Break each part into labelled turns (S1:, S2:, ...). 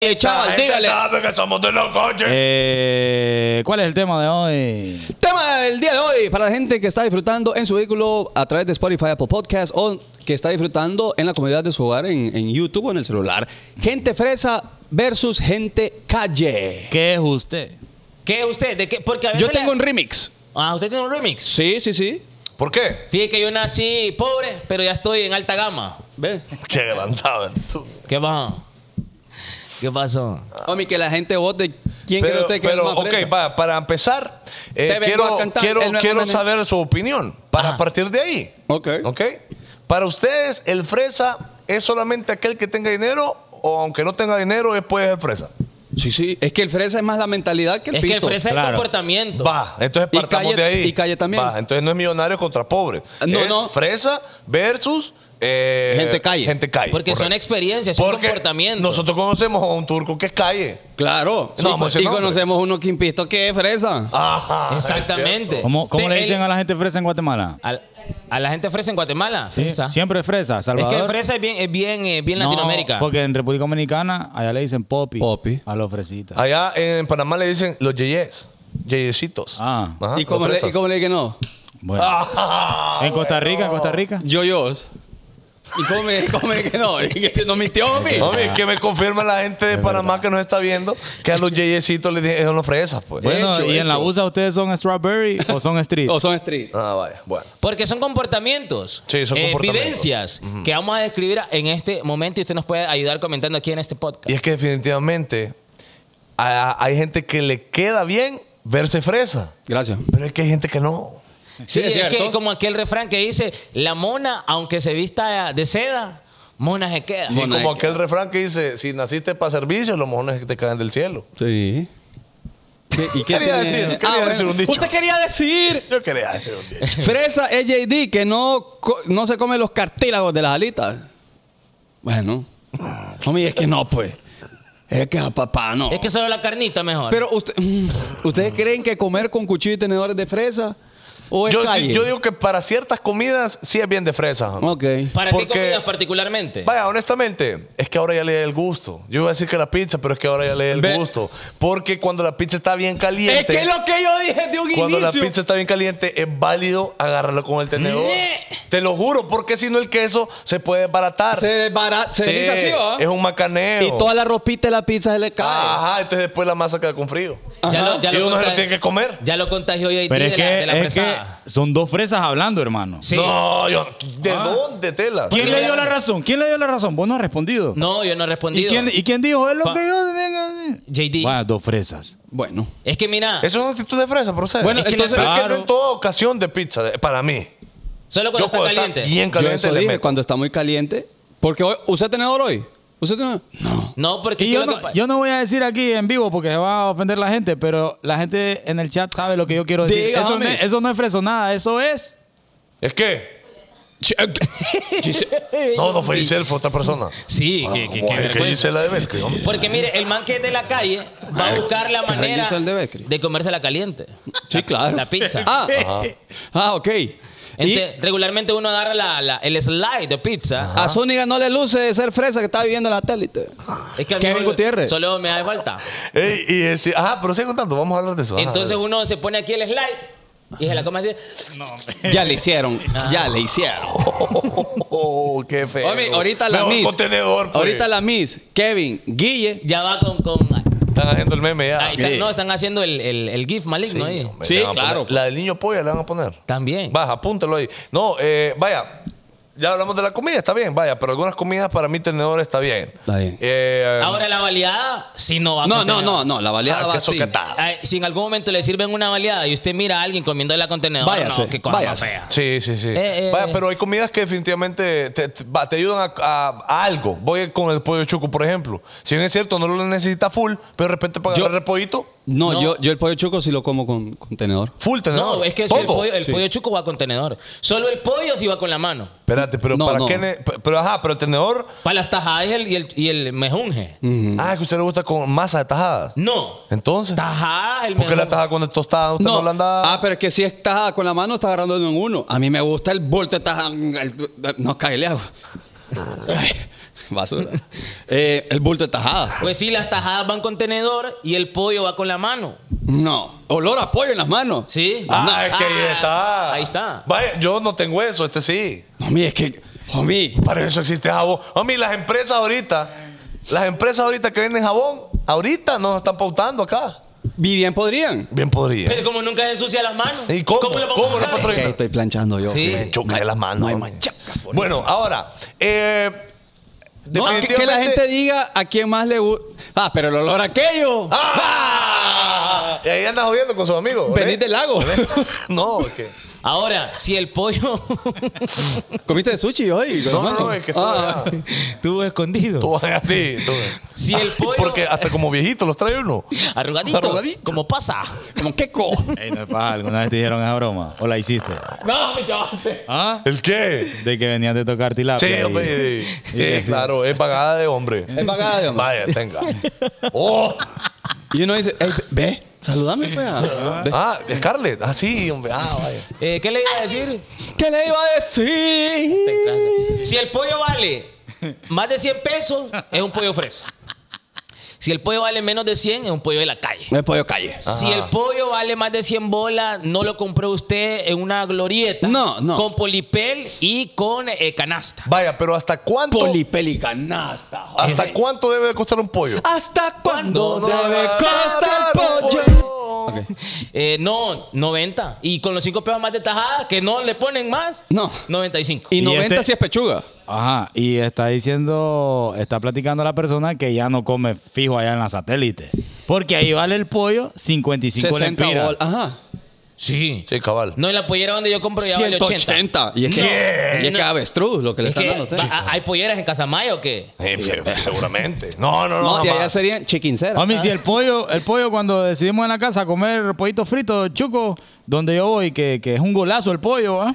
S1: Eh, chaval, dígale.
S2: Sabe que somos de la calle.
S3: Eh, ¿Cuál es el tema de hoy?
S1: Tema del día de hoy para la gente que está disfrutando en su vehículo a través de Spotify, Apple Podcast o que está disfrutando en la comunidad de su hogar en, en YouTube o en el celular. Gente fresa versus gente calle.
S3: ¿Qué es usted?
S4: ¿Qué usted? ¿De qué? Porque a veces
S1: Yo tengo un remix.
S4: le- Ah, usted tiene un remix.
S1: Sí, sí, sí.
S2: ¿Por qué?
S4: Fíjate que yo nací pobre, pero ya estoy en alta gama.
S1: Ve.
S2: Qué grandado tú.
S4: ¿Qué pasó? ¿Qué pasó?
S1: Homie, que la gente vote. ¿Quién cree
S2: Pero,
S1: usted que
S2: pero,
S1: es más
S2: ok,
S1: fresa?
S2: va, para empezar, eh,
S1: Te vengo
S2: quiero,
S1: a cantar,
S2: quiero,
S1: él no es
S2: quiero
S1: una-
S2: saber su opinión para
S4: Ajá.
S2: partir de ahí.
S1: Ok.
S2: ¿Ok? Para ustedes, ¿el fresa es solamente aquel que tenga dinero o aunque no tenga dinero, después es pues, el fresa?
S1: Sí, sí. Es que el fresa es más la mentalidad que el
S4: Es que
S1: pisto.
S4: ofrece el
S3: claro.
S4: comportamiento.
S2: Va, entonces
S1: Y
S2: partamos
S1: calle-
S2: de ahí.
S1: y calle también. Ah,
S2: Va, entonces no es millonario contra pobre.
S1: No,
S2: es
S1: no.
S2: fresa versus... eh,
S1: Gente calle.
S2: Gente calle.
S4: Porque son
S2: correcto.
S4: experiencias, son
S2: Porque
S4: comportamientos.
S2: Nosotros conocemos a un turco que es calle.
S1: Claro.
S2: No, vamos a decir
S1: y
S2: nombre.
S1: conocemos uno que impisto que es fresa.
S2: Ajá. es
S4: Exactamente.
S2: cierto.
S3: ¿Cómo, cómo
S4: Te-
S3: le
S4: el-
S3: dicen a la gente fresa en Guatemala?
S4: al- a la gente fresa en Guatemala?
S3: Sí,
S4: Fresa.
S3: Siempre fresa,
S4: Es
S3: Salvador.
S4: que fresa es bien, es bien, eh, bien
S3: No,
S4: Latinoamérica.
S3: Porque en República Dominicana, allá le dicen popi.
S1: Popi.
S3: A los fresitas.
S2: Allá en Panamá le dicen los yeyes. Yeyecitos.
S3: Ah.
S2: Ajá,
S1: ¿Y, cómo
S2: los
S1: le,
S2: fresas.
S1: ¿Y cómo le dije no?
S3: Bueno.
S2: Ah,
S3: en Costa Rica, en Costa Rica.
S1: Yoyos. ¿Y cómo me, cómo me dije que no? Y que no mintió, homie.
S2: Mami, que me confirma la gente de Panamá que nos está viendo que a los yeyecitos les dicen son los fresas, pues.
S1: Bueno.
S3: Bueno,
S1: hecho,
S3: ¿y
S1: de
S3: en la
S1: hecho.
S3: USA ustedes son strawberry o son street?
S1: O Oh, son street.
S2: Ah, vaya, bueno.
S4: Porque son comportamientos. Eh,
S2: Sí, son comportamientos.
S4: Vivencias que vamos a describir en este momento y usted nos puede ayudar comentando aquí en este podcast.
S2: Y es que definitivamente a- a- hay gente que le queda bien verse fresa,
S1: Gracias.
S2: pero es que hay gente que no.
S1: Sí,
S4: Sí,
S1: es
S4: es,
S1: cierto.
S4: que como aquel refrán que dice, la mona, aunque se vista de seda, mona se queda.
S2: Sí,
S1: Mona,
S2: como
S1: es que-
S2: aquel refrán que dice, si naciste para servicio, los mojones que te caen del cielo.
S1: Sí. ¿Y qué
S2: Quería
S1: tiene?
S2: decir, quería decir un dicho.
S1: Usted quería decir.
S2: Yo quería decir un día.
S1: Fresa es JD que no, co- no se come los cartílagos de las alitas. Bueno. Homie, es que no, pues. Es que a papá no.
S4: Es que solo la carnita mejor.
S1: Pero usted- mm, ustedes creen que comer con cuchillo y tenedores de fresa o es
S2: Yo,
S1: calle?
S2: yo digo que para ciertas comidas sí es bien de fresa. homie.
S1: Ok.
S4: ¿Para
S2: porque-
S4: qué comidas particularmente?
S2: Eh. Vaya, honestamente, es que ahora ya le da el gusto. Yo iba a decir que la pizza, pero es que ahora ya le da el
S1: Ve-
S2: gusto. Porque cuando la pizza está bien caliente.
S1: Es que lo que yo dije de un
S2: Cuando
S1: inicio.
S2: la pizza está bien caliente, es válido agarrarlo con el tenedor. Te lo juro, porque si no el queso se puede desbaratar.
S1: se desbarata, se ¿ah?
S2: Sí,
S1: desliza así, ¿va?
S2: Es un macaneo.
S1: Y toda la ropita de la pizza se le cae.
S2: Ajá, entonces después la masa queda con frío.
S4: Ya lo, ya
S2: y
S4: lo
S2: uno se lo
S4: contagi-
S2: tiene que comer.
S4: Ya lo contagió hoy
S3: Pero
S4: de,
S3: es
S4: la,
S3: que,
S4: de la
S3: es que
S4: fresada.
S3: son dos fresas hablando, hermano.
S4: Sí. No.
S2: No, yo, ¿de
S1: Ah.
S2: dónde, tela?
S3: ¿Quién le dio la razón? ¿Quién le dio la razón? Vos no has respondido.
S4: yo no he
S3: ¿Y,
S4: respondido.
S3: quién, ¿Y quién dijo? Es lo
S4: Pa-
S3: que yo tengo.
S4: JD.
S3: Vaya, dos fresas.
S1: Bueno.
S4: Es que mira,
S2: Eso es una actitud de fresa, pero ¿sabes?
S1: Bueno,
S2: es que,
S1: entonces-
S2: pero es que
S3: Claro.
S2: no en toda ocasión de pizza, de- para mí.
S4: solo cuando
S2: Yo
S4: está
S2: puedo
S4: caliente.
S2: estar bien
S1: Yo
S2: caliente.
S1: eso
S2: le
S1: dije,
S2: meto.
S1: cuando está muy caliente. Porque hoy, ¿usted tenedor hoy? ¿Usted tenedor? No.
S4: No, porque
S3: Y
S4: ¿qué
S3: yo
S4: es lo
S3: no,
S4: que pa-
S3: yo no voy a decir aquí en vivo porque se va a ofender la gente, pero la gente en el chat sabe lo que yo quiero decir.
S1: Dígame.
S3: Eso no, es, eso no es fresonada, eso es.
S2: Es que.
S1: eh, Giselle-
S2: No, no fue Giselle, fue otra persona.
S4: Sí,
S2: Ah,
S4: que, que-
S2: como es
S4: que
S2: que
S4: vergüenza.
S2: Giselle la de Belki, hombre.
S4: Porque mire, el man que es de la calle va a buscar la
S1: ¿qué
S4: manera
S1: hizo el de Becri?
S4: de comerse la caliente.
S1: Sí,
S4: La-
S1: claro.
S4: La pizza.
S1: Ah, ah ok. Y
S4: Ente- regularmente uno agarra la, la- el slide de pizza.
S1: a Zúñiga no le luce de ser fresa que está viviendo en la tele.
S4: Es que a mí
S1: Kevin
S4: solo-
S1: Gutiérrez.
S4: Solo me hace falta.
S2: Ey, y decía, ajá, pero sigue contando, vamos a hablar de eso. ajá,
S4: Entonces
S2: dale.
S4: uno se pone aquí el slide y se la come así.
S1: Ya le hicieron. Ya le hicieron.
S2: Oh, qué feo.
S1: Homie, ahorita la
S2: Mejor
S1: Miss.
S2: con tenedor, pues.
S1: Ahorita la Miss. Kevin, Guille.
S4: Ya va con. con
S2: Están haciendo el meme ya.
S4: ahí está-
S2: Sí.
S4: no, están haciendo el, el- el GIF maligno ahí.
S2: hombre,
S1: Ah, Sí,
S2: le van a
S1: claro.
S2: poner- La del niño polla le van a poner.
S4: También.
S2: Baja, apúntalo ahí. No, eh, vaya. Ya hablamos de la comida, está bien, vaya, pero algunas comidas para mí tenedor está bien.
S1: Está bien.
S2: Eh,
S4: Ahora la baleada, si no va
S1: No,
S4: con
S1: no,
S4: tenedor.
S1: no, no. La baleada
S2: Ah,
S1: va
S2: que eso
S1: así.
S2: que está.
S4: Ay, si en algún momento le sirven una baleada y usted mira a alguien comiendo la contenedor,
S1: Váyase,
S4: no, qué cosa más
S1: váyase.
S4: fea.
S2: Sí, sí, sí.
S4: Eh, eh,
S2: Vaya,
S4: eh.
S2: pero hay comidas que definitivamente te, te- va, te ayudan a, a- a algo. Voy con el pollo chuco, por ejemplo. Si bien es cierto, no lo necesita full, pero de repente para
S1: Yo-
S2: agarrar el pollito,
S1: No,
S4: No.
S1: Yo, yo el pollo choco sí lo como con, con tenedor.
S2: full tenedor.
S4: No, es que si
S2: Todo.
S4: el pollo, el
S1: Sí.
S4: pollo chuco va con tenedor. Solo el pollo si va con la mano.
S2: Espérate, pero
S1: No,
S2: ¿para
S1: no.
S2: qué? ne- pe- Pero ajá, pero el tenedor.
S4: Para las tajadas y el, y el, y el mejunje.
S1: Mm.
S2: Ah, es que a usted le gusta con masa de tajadas.
S4: No.
S2: Entonces.
S4: Tajada, el
S2: ¿Por qué
S4: mejunje.
S2: la tajada cuando es tostada? Usted no, la anda.
S1: Ah, pero es que si es tajada con la mano, está agarrando en uno. A mí me gusta el bulto de tajada. el- No, cae, le hago. ah. Ay, Basura. Eh, el bulto de tajada.
S4: Pues sí, las tajadas van con tenedor y el pollo va con la mano.
S1: No. Olor a pollo en las manos.
S4: Sí.
S2: Ah, es que ahí
S4: Ah,
S2: está.
S4: Ahí está.
S2: Vaya, yo no tengo eso, este sí.
S1: Homie, es que. Homie.
S2: Para eso existe jabón. Homie, las empresas ahorita, las empresas ahorita que venden jabón, ahorita nos están pautando acá.
S1: Bien podrían.
S2: Bien podría.
S4: Pero como nunca se ensucia las manos.
S2: ¿Y cómo?
S4: lo vamos
S2: ¿Cómo
S4: a
S2: lo
S4: saber?
S2: patrón-
S1: Que ahí estoy planchando yo.
S4: Sí.
S1: fíjate.
S2: Choca de las manos.
S1: eh, No hay
S2: homie.
S1: manchaca, por
S2: Bueno, ahora, eh,
S1: No, que, que la gente diga a quién más le gusta. Ah, pero el olor a aquello.
S2: ¡Ah! Y ahí andas jodiendo con sus amigos. ¿olé?
S1: Venís del lago.
S2: No, es que.
S4: Ahora, si el pollo
S1: ¿Comiste sushi hoy?
S2: No, no,
S1: hermano?
S2: no, es que estuve
S1: Ah.
S2: allá.
S4: estuvo escondido.
S2: Tú vas así. Tú.
S4: Si el pollo-
S2: Porque hasta como viejito los trae uno.
S4: Arrugadito.
S2: Arrugadito.
S4: Como pasa.
S1: Como queco.
S3: Ey, no es paja, ¿alguna vez te dijeron esa broma? ¿O la hiciste?
S4: No, me llamaste.
S3: ¿Ah?
S2: ¿El qué?
S3: De que venías de tocar
S1: Ah,
S3: tilapia.
S2: Sí,
S3: y-
S2: hombre. sí,
S3: y que-
S2: claro, es pagada de hombre.
S1: Es pagada, digamos.
S2: Vaya, tenga. ¡Oh!
S1: Y uno dice, "Ey, ve, saludame, pues. ah. Ve.
S2: Ah, Scarlett. Ah, sí, hombre. Ah, vaya.
S4: Eh, ¿Qué le iba a decir?
S1: ¿Qué le iba a decir?
S4: Si el pollo vale más de 100 pesos, es un pollo fresa. Si el pollo vale menos de 100, es un pollo de la calle.
S1: Me pollo calle.
S4: Si el pollo vale más de 100 bolas, no lo compró usted en una glorieta.
S1: No, no.
S4: Con polipel y con eh, canasta.
S2: Vaya, pero ¿hasta cuánto?
S1: Polipelicanasta.
S2: ¿Hasta cuánto debe de costar un pollo?
S1: ¿Hasta cuándo
S2: No, no,
S1: debe
S2: no,
S1: costar
S2: no, no,
S1: el
S2: no,
S1: pollo?
S2: no.
S4: Eh, no, 90. Y con los 5 pesos más de tajada, que no le ponen más.
S1: No.
S4: 95.
S1: Y
S3: Y
S1: 90
S3: este-
S1: si es pechuga.
S3: Ajá, y está diciendo, está platicando la persona que ya no come fijo allá en la satélite. Porque ahí vale el pollo 55
S1: 60
S3: lempiras.
S1: bol- Ajá.
S4: Sí.
S2: Sí, cabal.
S4: No, en la pollera donde yo compro ya vale 80.
S1: 180. Y es que,
S2: Yeah.
S1: y es que
S4: No.
S1: avestruz lo que le
S4: Es
S1: están
S4: que
S1: dando a usted.
S4: va- a- hay polleras en Casamayo que...
S2: Sí, sí, seguramente. No, no, no.
S1: No, y allá
S2: jamás.
S1: serían chiquinceras.
S3: Homie, si el pollo, el pollo cuando decidimos en la casa comer pollito frito, chuco, donde yo voy, que, que es un golazo el pollo, ¿ah?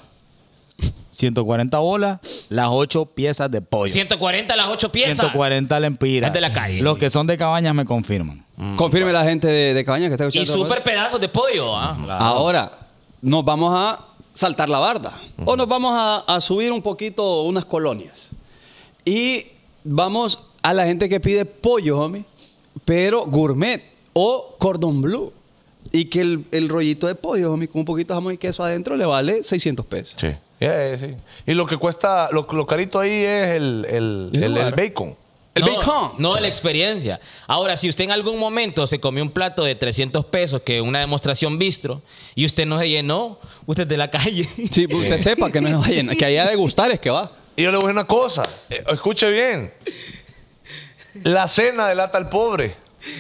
S3: 140 bolas, las 8 piezas de pollo.
S4: 140 las 8 piezas.
S3: 140 lempiras.
S4: Es de la calle.
S3: Los que son de cabañas me confirman.
S1: Confirme la gente de, de Cabañas que está
S4: Y
S1: escuchando.
S4: súper pedazos de pollo. ¿ah?
S1: Ahora, nos vamos a saltar la barda. O nos vamos a, a subir un poquito unas colonias. Y vamos a la gente que pide pollo, homie, pero gourmet o cordon bleu. Y que el, el rollito de pollo, homie, con un poquito de jamón y queso adentro le vale 600 pesos.
S2: Sí. Yeah, yeah, sí. Y lo que cuesta, lo, lo carito ahí es el, el,
S1: El
S2: el- el
S1: lugar.
S2: bacon.
S1: El
S4: no,
S1: bacon.
S4: No, la experiencia. Ahora, si usted en algún momento se comió un plato de 300 pesos, que una demostración bistro, y usted no se llenó, usted es de la calle.
S1: Sí, pues usted sepa que no es ballena, que allá de gustar es que va.
S2: Y yo le voy a decir una cosa. eh, Escuche bien. La cena delata al pobre.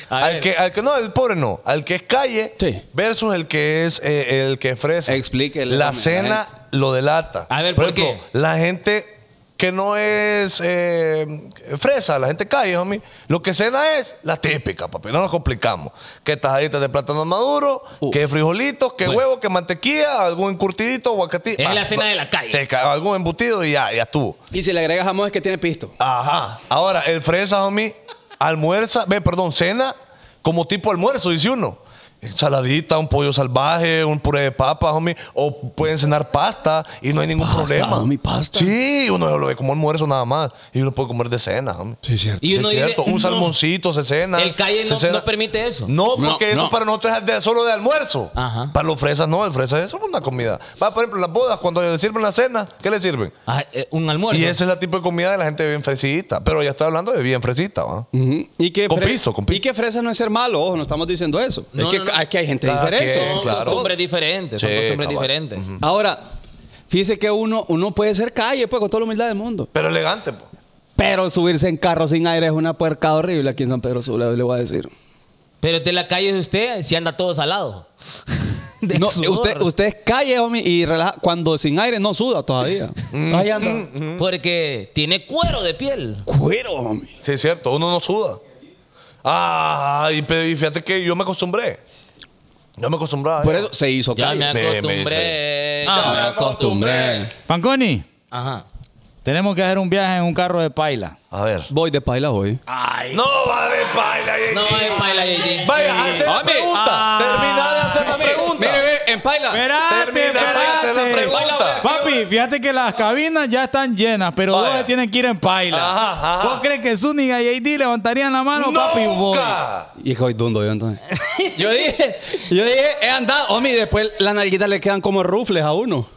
S4: A
S2: Al
S4: ver.
S2: que, al que no, al pobre no. Al que es calle
S1: Sí.
S2: versus el que es eh, el que ofrece.
S1: Explíquele a
S2: La
S1: la
S2: cena lo delata.
S4: A ver, ¿por qué?
S2: la gente que no es eh, fresa, la gente calle, homie, lo que cena es la típica, papi. No nos complicamos. Que tajaditas de plátano maduro,
S1: Uh.
S2: que frijolitos, que
S4: Bueno.
S2: huevo, que mantequilla, algún encurtidito, aguacatito.
S4: Es la cena de la calle.
S2: Se ca- algún embutido y ya, ya estuvo.
S1: Y si le agregas jamón es que tiene pisto.
S2: Ajá. Ahora, el fresa, homie, almuerza, ve, perdón, cena como tipo almuerzo, dice uno. Ensaladita, un pollo salvaje, un puré de papa, homie. O pueden cenar pasta y no hay ningún
S1: Pasta,
S2: problema.
S1: homie, pasta.
S2: Sí, uno lo ve como almuerzo nada más. Y uno puede comer de cena, homie. Sí,
S1: cierto.
S4: Y uno dice,
S2: un
S4: no,
S2: salmoncito se cena.
S4: El calle
S2: se
S4: no,
S2: cena.
S4: no permite eso.
S2: No,
S1: No,
S2: porque eso
S1: no.
S2: para nosotros es de- solo de almuerzo.
S4: Ajá.
S2: Para los fresas no, el fresa es solo una comida. Va, por ejemplo, las bodas, cuando le sirven la cena, ¿qué le sirven?
S4: Ah, eh, un almuerzo.
S2: Y ese es el tipo de comida de la gente bien fresita. Pero ya estoy hablando de bien fresita, ¿va?
S1: Ujú. y que
S2: Con
S1: fre-
S2: pisto, con
S1: Y
S2: pisto.
S1: que fresa no es ser malo, ojo, no estamos diciendo eso.
S4: No,
S1: es que
S4: no, no.
S1: aquí hay gente
S2: Cada
S1: diferente.
S2: quien,
S4: son
S2: claro.
S4: costumbres diferentes. Son
S2: Sí,
S4: costumbres
S2: cabal.
S4: diferentes.
S1: Ahora, fíjese que uno, uno puede ser calle, pues, con toda la humildad del mundo.
S2: Pero elegante, pues. po.
S1: Pero subirse en carro sin aire es una puerca horrible aquí en San Pedro Sula, le voy a decir.
S4: Pero de la calle de usted, si anda todo salado. De
S1: No,
S4: sudor.
S1: usted, usted es calle, homie, y relaja- cuando sin aire no suda todavía.
S4: Mm.
S1: Mm. Ahí anda.
S4: Porque tiene cuero de piel.
S1: Cuero, homie.
S2: Sí, es cierto. Uno no suda. Ah, y, pe- y fíjate que yo me acostumbré. Yo me acostumbraba.
S1: Por
S2: ya.
S1: eso se hizo
S4: Ya
S1: calle.
S4: me
S2: Me- me
S4: acostumbré.
S2: dice.
S4: ya me
S2: Ah.
S1: acostumbré.
S3: Fanconi,
S4: Ajá.
S3: tenemos que hacer un viaje en un carro de paila.
S2: A ver.
S1: Voy de paila hoy.
S4: Ah,
S2: No va de paila,
S4: No, eh,
S2: JT.
S4: es baila, JJ.
S2: Vaya, hace la
S1: Hombre.
S2: pregunta.
S4: Ah.
S2: Termina de hacer la pregunta.
S1: Mire, ve, en paila.
S3: Espérate,
S2: Termina, hacer la
S3: espérate.
S2: pregunta.
S3: Papi, fíjate que las cabinas ya están llenas, pero
S2: Vaya.
S3: dos se tienen que ir en paila.
S2: Ajá, ajá.
S3: ¿Vos crees que Zúñiga y AD levantarían la mano, papi? Voy.
S2: ¡Nunca!
S1: Y es que hoy dundo yo entonces. Yo dije, yo dije, he andado. Homie, después las narguitas le quedan como rufles a uno.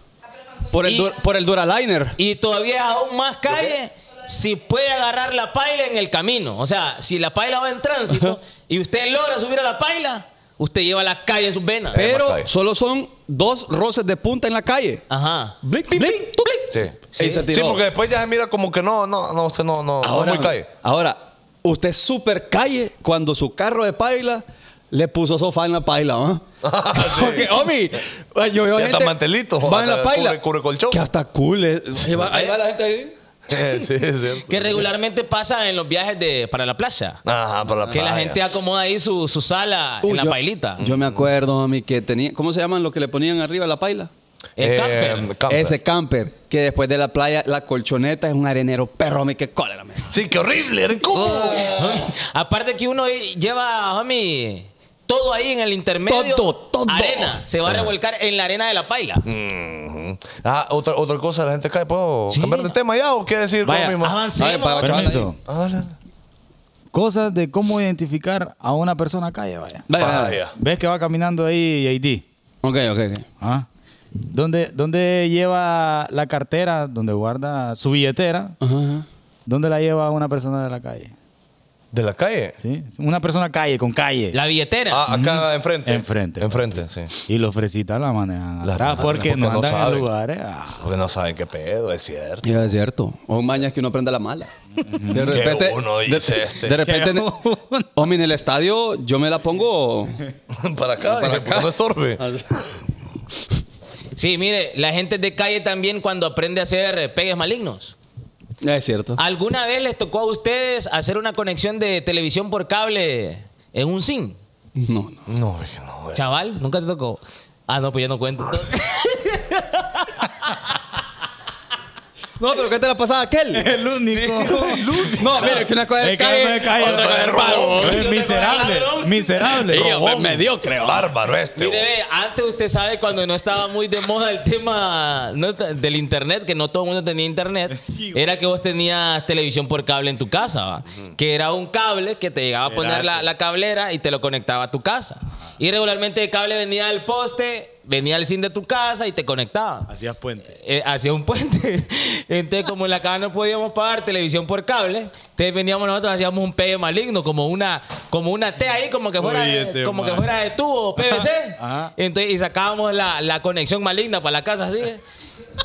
S1: Por el,
S4: Ah, Y-
S1: dur- por el Duraliner.
S4: Y todavía aún más calle si puede agarrar la paila en el camino. O sea, si la paila va en tránsito y usted logra subir a la paila, usted lleva la calle en sus venas.
S1: Pero
S2: Macay.
S1: solo son dos roces de punta en la calle.
S4: Ajá.
S1: Blick, blick, blick, tu blick.
S2: Sí.
S1: Sí, se
S2: Sí,
S1: tiró.
S2: porque después ya se mira como que no, no, no, usted no, no, no es muy calle.
S1: Ahora, usted es súper calle cuando su carro de paila le puso sofá en la paila, ¿ah? Porque, homie, pues, yo veo
S2: Ya
S1: gente-
S2: está mantelito,
S1: Va en la
S2: hasta
S1: paila.
S2: cubre- cubre colchón.
S1: Que hasta cool es. Ahí va, ahí va la gente ahí.
S2: sí, es cierto.
S4: Que regularmente pasa en los viajes de, para la playa.
S2: Ajá, para la
S4: Que la
S2: playa.
S4: gente acomoda ahí su, su sala
S1: Uy,
S4: en la
S1: yo-
S4: pailita.
S1: Yo me acuerdo, homie, que tenía... ¿Cómo se llaman lo que le ponían arriba a la paila?
S4: el
S2: Eh,
S4: camper.
S2: camper.
S1: Ese camper. Que después de la playa, la colchoneta es un arenero perro, homie, que cólera, man.
S2: Sí, qué horrible, era incómodo.
S4: Aparte que uno lleva, homie, todo ahí en el intermedio.
S1: Todo, todo.
S4: Arena. Se va a revolcar en la arena de la paila.
S2: Mm. Ujú. Ah, otra, otra cosa, la gente cae. ¿Puedo
S4: Sí.
S2: cambiar de tema ya o quieres decir
S3: Vaya,
S2: mismo?
S4: avancemos.
S1: Vaya, para-
S3: Permiso.
S2: Ah, dale, dale.
S3: Cosas de cómo identificar a una persona calle, vaya.
S1: Vaya, vaya.
S2: Vaya.
S3: Ves que va caminando ahí AD.
S1: Ok, ok, ok.
S3: ¿Ah? ¿Dónde, dónde lleva la cartera, donde guarda su billetera?
S1: Ajá, ajá.
S3: ¿Dónde la lleva una persona de la calle?
S2: ¿De la calle?
S3: ¿Sí? Una persona calle, con calle.
S4: La billetera.
S2: Ah, acá enfrente.
S3: Enfrente.
S2: Enfrente, sí.
S3: Y los fresitas la manejan
S2: La
S3: atrás
S2: manejan
S3: porque,
S2: porque
S3: no
S2: no
S3: andan
S2: saben.
S3: en lugares. ah.
S2: Porque no saben qué pedo, es cierto.
S1: Ya, es cierto. O mañas que uno aprende la mala. De
S2: uno dice
S1: de,
S2: este.
S1: de repente, en,
S3: Qué uno.
S1: homie, en el estadio yo me la pongo.
S2: para acá, para acá. No estorbe.
S4: Sí, mire, la gente de calle también cuando aprende a hacer eh, pegues malignos.
S1: Ya, es cierto.
S4: ¿Alguna vez les tocó a ustedes hacer una conexión de televisión por cable en un SIM?
S1: No, no.
S2: No, es que no, güey.
S4: Chaval, nunca te tocó. Ah, no, pues yo no cuento.
S1: No, pero ¿qué te la pasaba aquel?
S3: El único.
S1: No, mira, que una cosa
S3: Es
S1: es
S3: que no me
S1: calle.
S3: calle,
S2: otra
S3: otra
S2: cosa
S3: es
S2: es robo.
S3: robo. Es miserable.
S4: Ladrón.
S3: Miserable.
S2: Ey, hombre,
S3: Robón.
S2: mediocre, va. bárbaro este.
S4: Mire,
S2: güey.
S4: ve, antes usted sabe cuando no estaba muy de moda el tema no ta- del internet, que no todo el mundo tenía internet, era que vos tenías televisión por cable en tu casa, ¿va? que era un cable que te llegaba a poner la, la cablera y te lo conectaba a tu casa. Y regularmente el cable venía del poste, venía al zinc de tu casa y te conectaba.
S3: Hacías puente.
S4: Eh, hacia un puente. Entonces, como en la casa no podíamos pagar televisión por cable, entonces veníamos nosotros, hacíamos un pegue maligno, como una, como una T ahí, como que fuera,
S3: Oye,
S4: de-
S3: este
S4: como que
S3: man.
S4: fuera de tubo PVC.
S3: Ajá.
S4: Entonces, y sacábamos la, la conexión maligna para la casa así.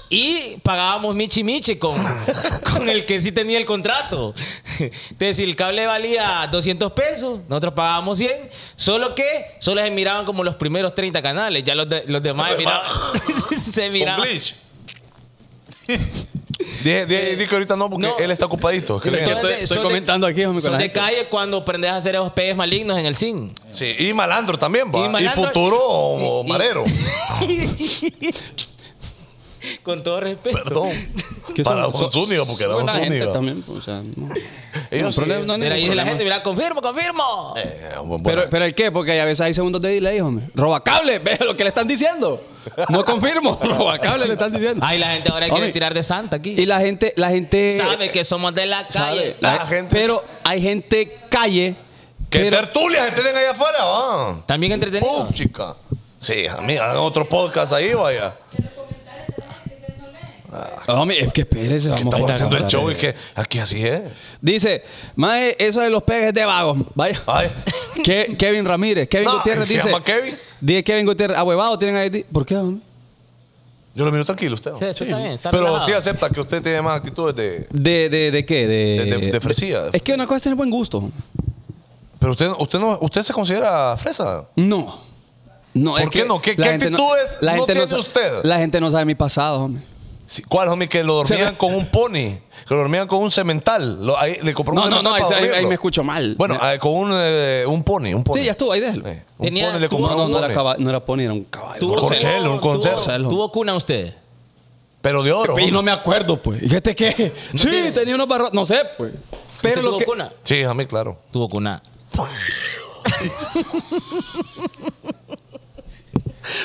S4: Y pagábamos Michi Michi con, con el que sí tenía el contrato. Entonces, si el cable valía 200 pesos, nosotros pagábamos 100. Solo que solo se miraban como los primeros 30 canales. Ya los, de- los demás
S2: Los
S4: miraban- se
S2: Con
S4: miraban.
S2: glitch. Dije, dije- dije que ahorita no, porque
S4: No.
S2: él está ocupadito. es que
S4: Entonces,
S2: viene.
S1: estoy
S4: son de-
S1: comentando aquí, homie, con
S4: Son
S1: la
S4: de
S1: gente.
S4: calle cuando aprendes a hacer esos pegues malignos en el zinc.
S2: Sí, y malandro también, va.
S4: Y
S2: Y,
S4: malandro-
S2: futuro o
S4: y- y-
S2: marero.
S4: Con todo respeto.
S2: Perdón.
S1: Que son-
S2: Para
S1: son-
S2: Don Zúñiga, porque era Don
S1: Buena gente
S2: Zúñiga.
S1: también, pues, o sea, no.
S2: Ellos
S1: No,
S2: sí,
S1: problema, no hay
S4: Mira, ahí
S1: ningún
S4: dice la
S1: problema.
S4: gente, mira, confirmo, confirmo.
S2: Eh, bueno,
S1: Pero, pero el qué, porque a veces hay segundos de delay, hombre. Robacable, ve lo que le están diciendo. No confirmo, robacable le están diciendo.
S4: Ay, la gente ahora quiere
S1: Homie.
S4: tirar de santa aquí.
S1: Y la gente, la gente
S4: Sabe que somos de la calle.
S1: sabe.
S2: La
S1: La-
S2: gente-
S1: Pero hay gente calle.
S2: que
S1: pero-
S2: tertulias que tienen allá afuera, va.
S4: También entretenido.
S2: Oh, chica. Sí, a mí, hagan otro podcast ahí, vaya.
S1: Homie, es que espérese, vamos
S2: Estamos
S1: ahorita,
S2: haciendo el
S1: vamos,
S2: show
S1: dale.
S2: y que aquí así es.
S1: Dice, mae, eso de los pegues de vagos. Vaya.
S2: Ay.
S1: Ke- Kevin Ramírez, Kevin
S2: Ah. No,
S1: Gutiérrez
S2: ¿se
S1: dice.
S2: llama Kevin?
S1: Dice Kevin Gutiérrez, ahuevado tienen ahí. ¿Por qué, homie?
S2: Yo lo miro tranquilo usted.
S4: Sí, está bien, está
S2: Pero
S4: relajado.
S2: sí acepta que usted tiene más actitudes de...
S1: ¿De, de, de qué? De,
S2: De- de- de fresilla.
S1: Es que una cosa es tener buen gusto.
S2: Pero usted, usted, no, usted se considera fresa.
S1: No. No,
S2: ¿Por
S1: es
S2: qué
S1: que
S2: no? ¿Qué-
S1: la
S2: qué
S1: gente
S2: actitudes
S1: la
S2: no
S1: gente
S2: tiene
S1: sa-
S2: usted?
S1: La gente no sabe mi pasado, hombre.
S2: Sí, ¿Cuál, homie? Que lo
S1: Se
S2: dormían
S1: ve-
S2: con un pony. Que lo dormían con un cemental. Lo- ahí, le compró
S1: No,
S2: un
S1: no, no,
S2: semental
S1: ahí,
S2: para
S1: ahí- ahí
S2: dormirlo.
S1: me escucho mal.
S2: Bueno,
S1: Me-
S2: ah, con un, eh, un pony, un pony.
S1: sí, ya estuvo, ahí déjalo.
S2: Eh, un
S4: Tenía-
S2: pony le
S4: tuvo-
S1: No,
S2: compraron
S1: no,
S2: un
S1: no era,
S2: pony.
S1: caba- no era pony, era un caballo.
S2: Un corcelo, un corcelo.
S4: tuvo, tuvo cuna usted.
S2: Pero de oro.
S1: Y
S2: homie.
S1: no me acuerdo, pues. Fíjate que. sí,
S4: tiene-
S1: tenía unos barros. No sé, pues. Pero
S4: ¿Usted
S1: lo
S4: tuvo
S1: que.
S4: cuna.
S2: Sí, a mí, claro.
S4: Tuvo cuna.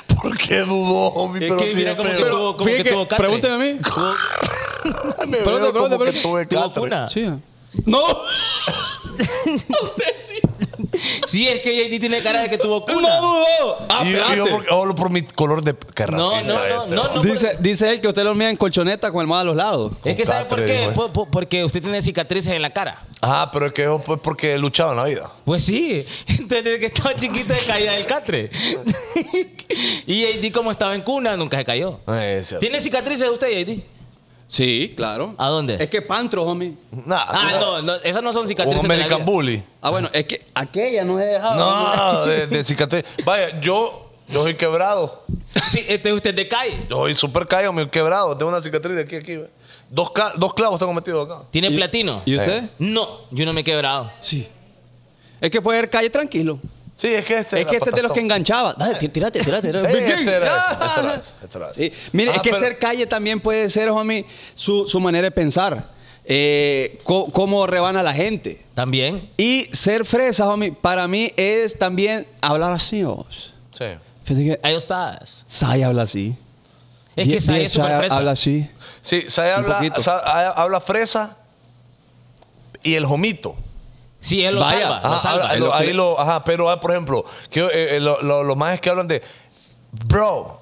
S2: ¿Por Qué dudó, homie,
S4: Es
S2: pero
S4: que
S2: sí
S4: mira
S2: es
S4: como que
S2: feo.
S4: tuvo, como que
S1: Fíjate que-
S4: tuvo catre. Ah.
S1: pregúnteme a mí.
S2: Me
S1: Pero te-
S2: veo
S1: pero te-
S2: como que
S1: pero-
S2: tuve
S4: tuvo
S2: catre.
S4: cuna.
S1: Ah, Sí. No.
S4: Sí, es que JD tiene cara de que tuvo
S1: No
S4: cuna.
S1: dudó.
S4: Ah,
S2: Y yo, y yo por, oh, por mi color de... Qué
S4: No,
S2: racista
S4: no, no,
S2: este,
S4: no,
S2: va.
S4: no.
S1: Dice, dice él que usted lo mira en colchoneta con el más a los lados.
S4: Es que
S2: Con
S4: ¿sabe por
S2: catre,
S4: qué?
S2: dijo él.
S4: Po- po- Porque usted tiene cicatrices en la cara.
S2: Ah, pero es que es porque luchaba en la vida.
S4: Pues sí, entonces desde que estaba chiquito se caía del catre. y JD como estaba en cuna, nunca se cayó.
S2: Eh, es cierto.
S4: ¿Tiene cicatrices usted, JD?
S1: Sí, claro.
S4: ¿A dónde?
S1: Es que Pantro, homie.
S2: Nah,
S4: Ah,
S2: una-
S4: no, no, esas no son
S2: Un
S4: cicatrices. de la
S2: American
S4: vida.
S2: Bully.
S1: Ah, bueno, es que aquella no he dejado.
S2: No, de, de cicatriz. Vaya, yo, yo soy quebrado.
S4: Sí, este usted de calle.
S2: Yo soy súper callo, me quebrado. Tengo una cicatriz de aquí a aquí. ve. Dos, ca- dos clavos tengo metidos acá.
S4: ¿Tiene platino?
S1: ¿Y usted?
S2: Eh.
S4: No, yo no me he quebrado.
S1: Sí. Es que puede haber calle tranquilo.
S2: Sí, es que este
S1: es que este es de los que
S2: engañan.
S1: enganchaba. Dale, tí- tírate, tírate. tírate.
S2: Sí, este era ese,
S1: Ah.
S2: este era ese, este era ese.
S1: Sí. Mire,
S2: Ah,
S1: es que
S2: pero-
S1: ser calle también puede ser, homie, su, su manera de pensar. Eh, co- cómo rebana la gente.
S4: También.
S1: Y ser fresa, homie, para mí es también hablar así, vos.
S2: Sí.
S1: Fíjate que
S4: Ahí estás.
S1: Sai habla así.
S4: Es que
S1: Die-
S4: Sai
S1: Die
S4: es súper fresa.
S1: Habla así.
S2: Sí, Sai
S1: Un
S2: habla,
S1: poquito.
S2: Sai habla fresa y el jomito.
S4: Sí, él lo
S1: Vaya.
S4: salva.
S2: Ajá,
S4: lo salva.
S2: habla- ah, lo- ahí lo, ajá, pero ah, por ejemplo, que, eh, eh, lo- lo- los más que hablan de bro.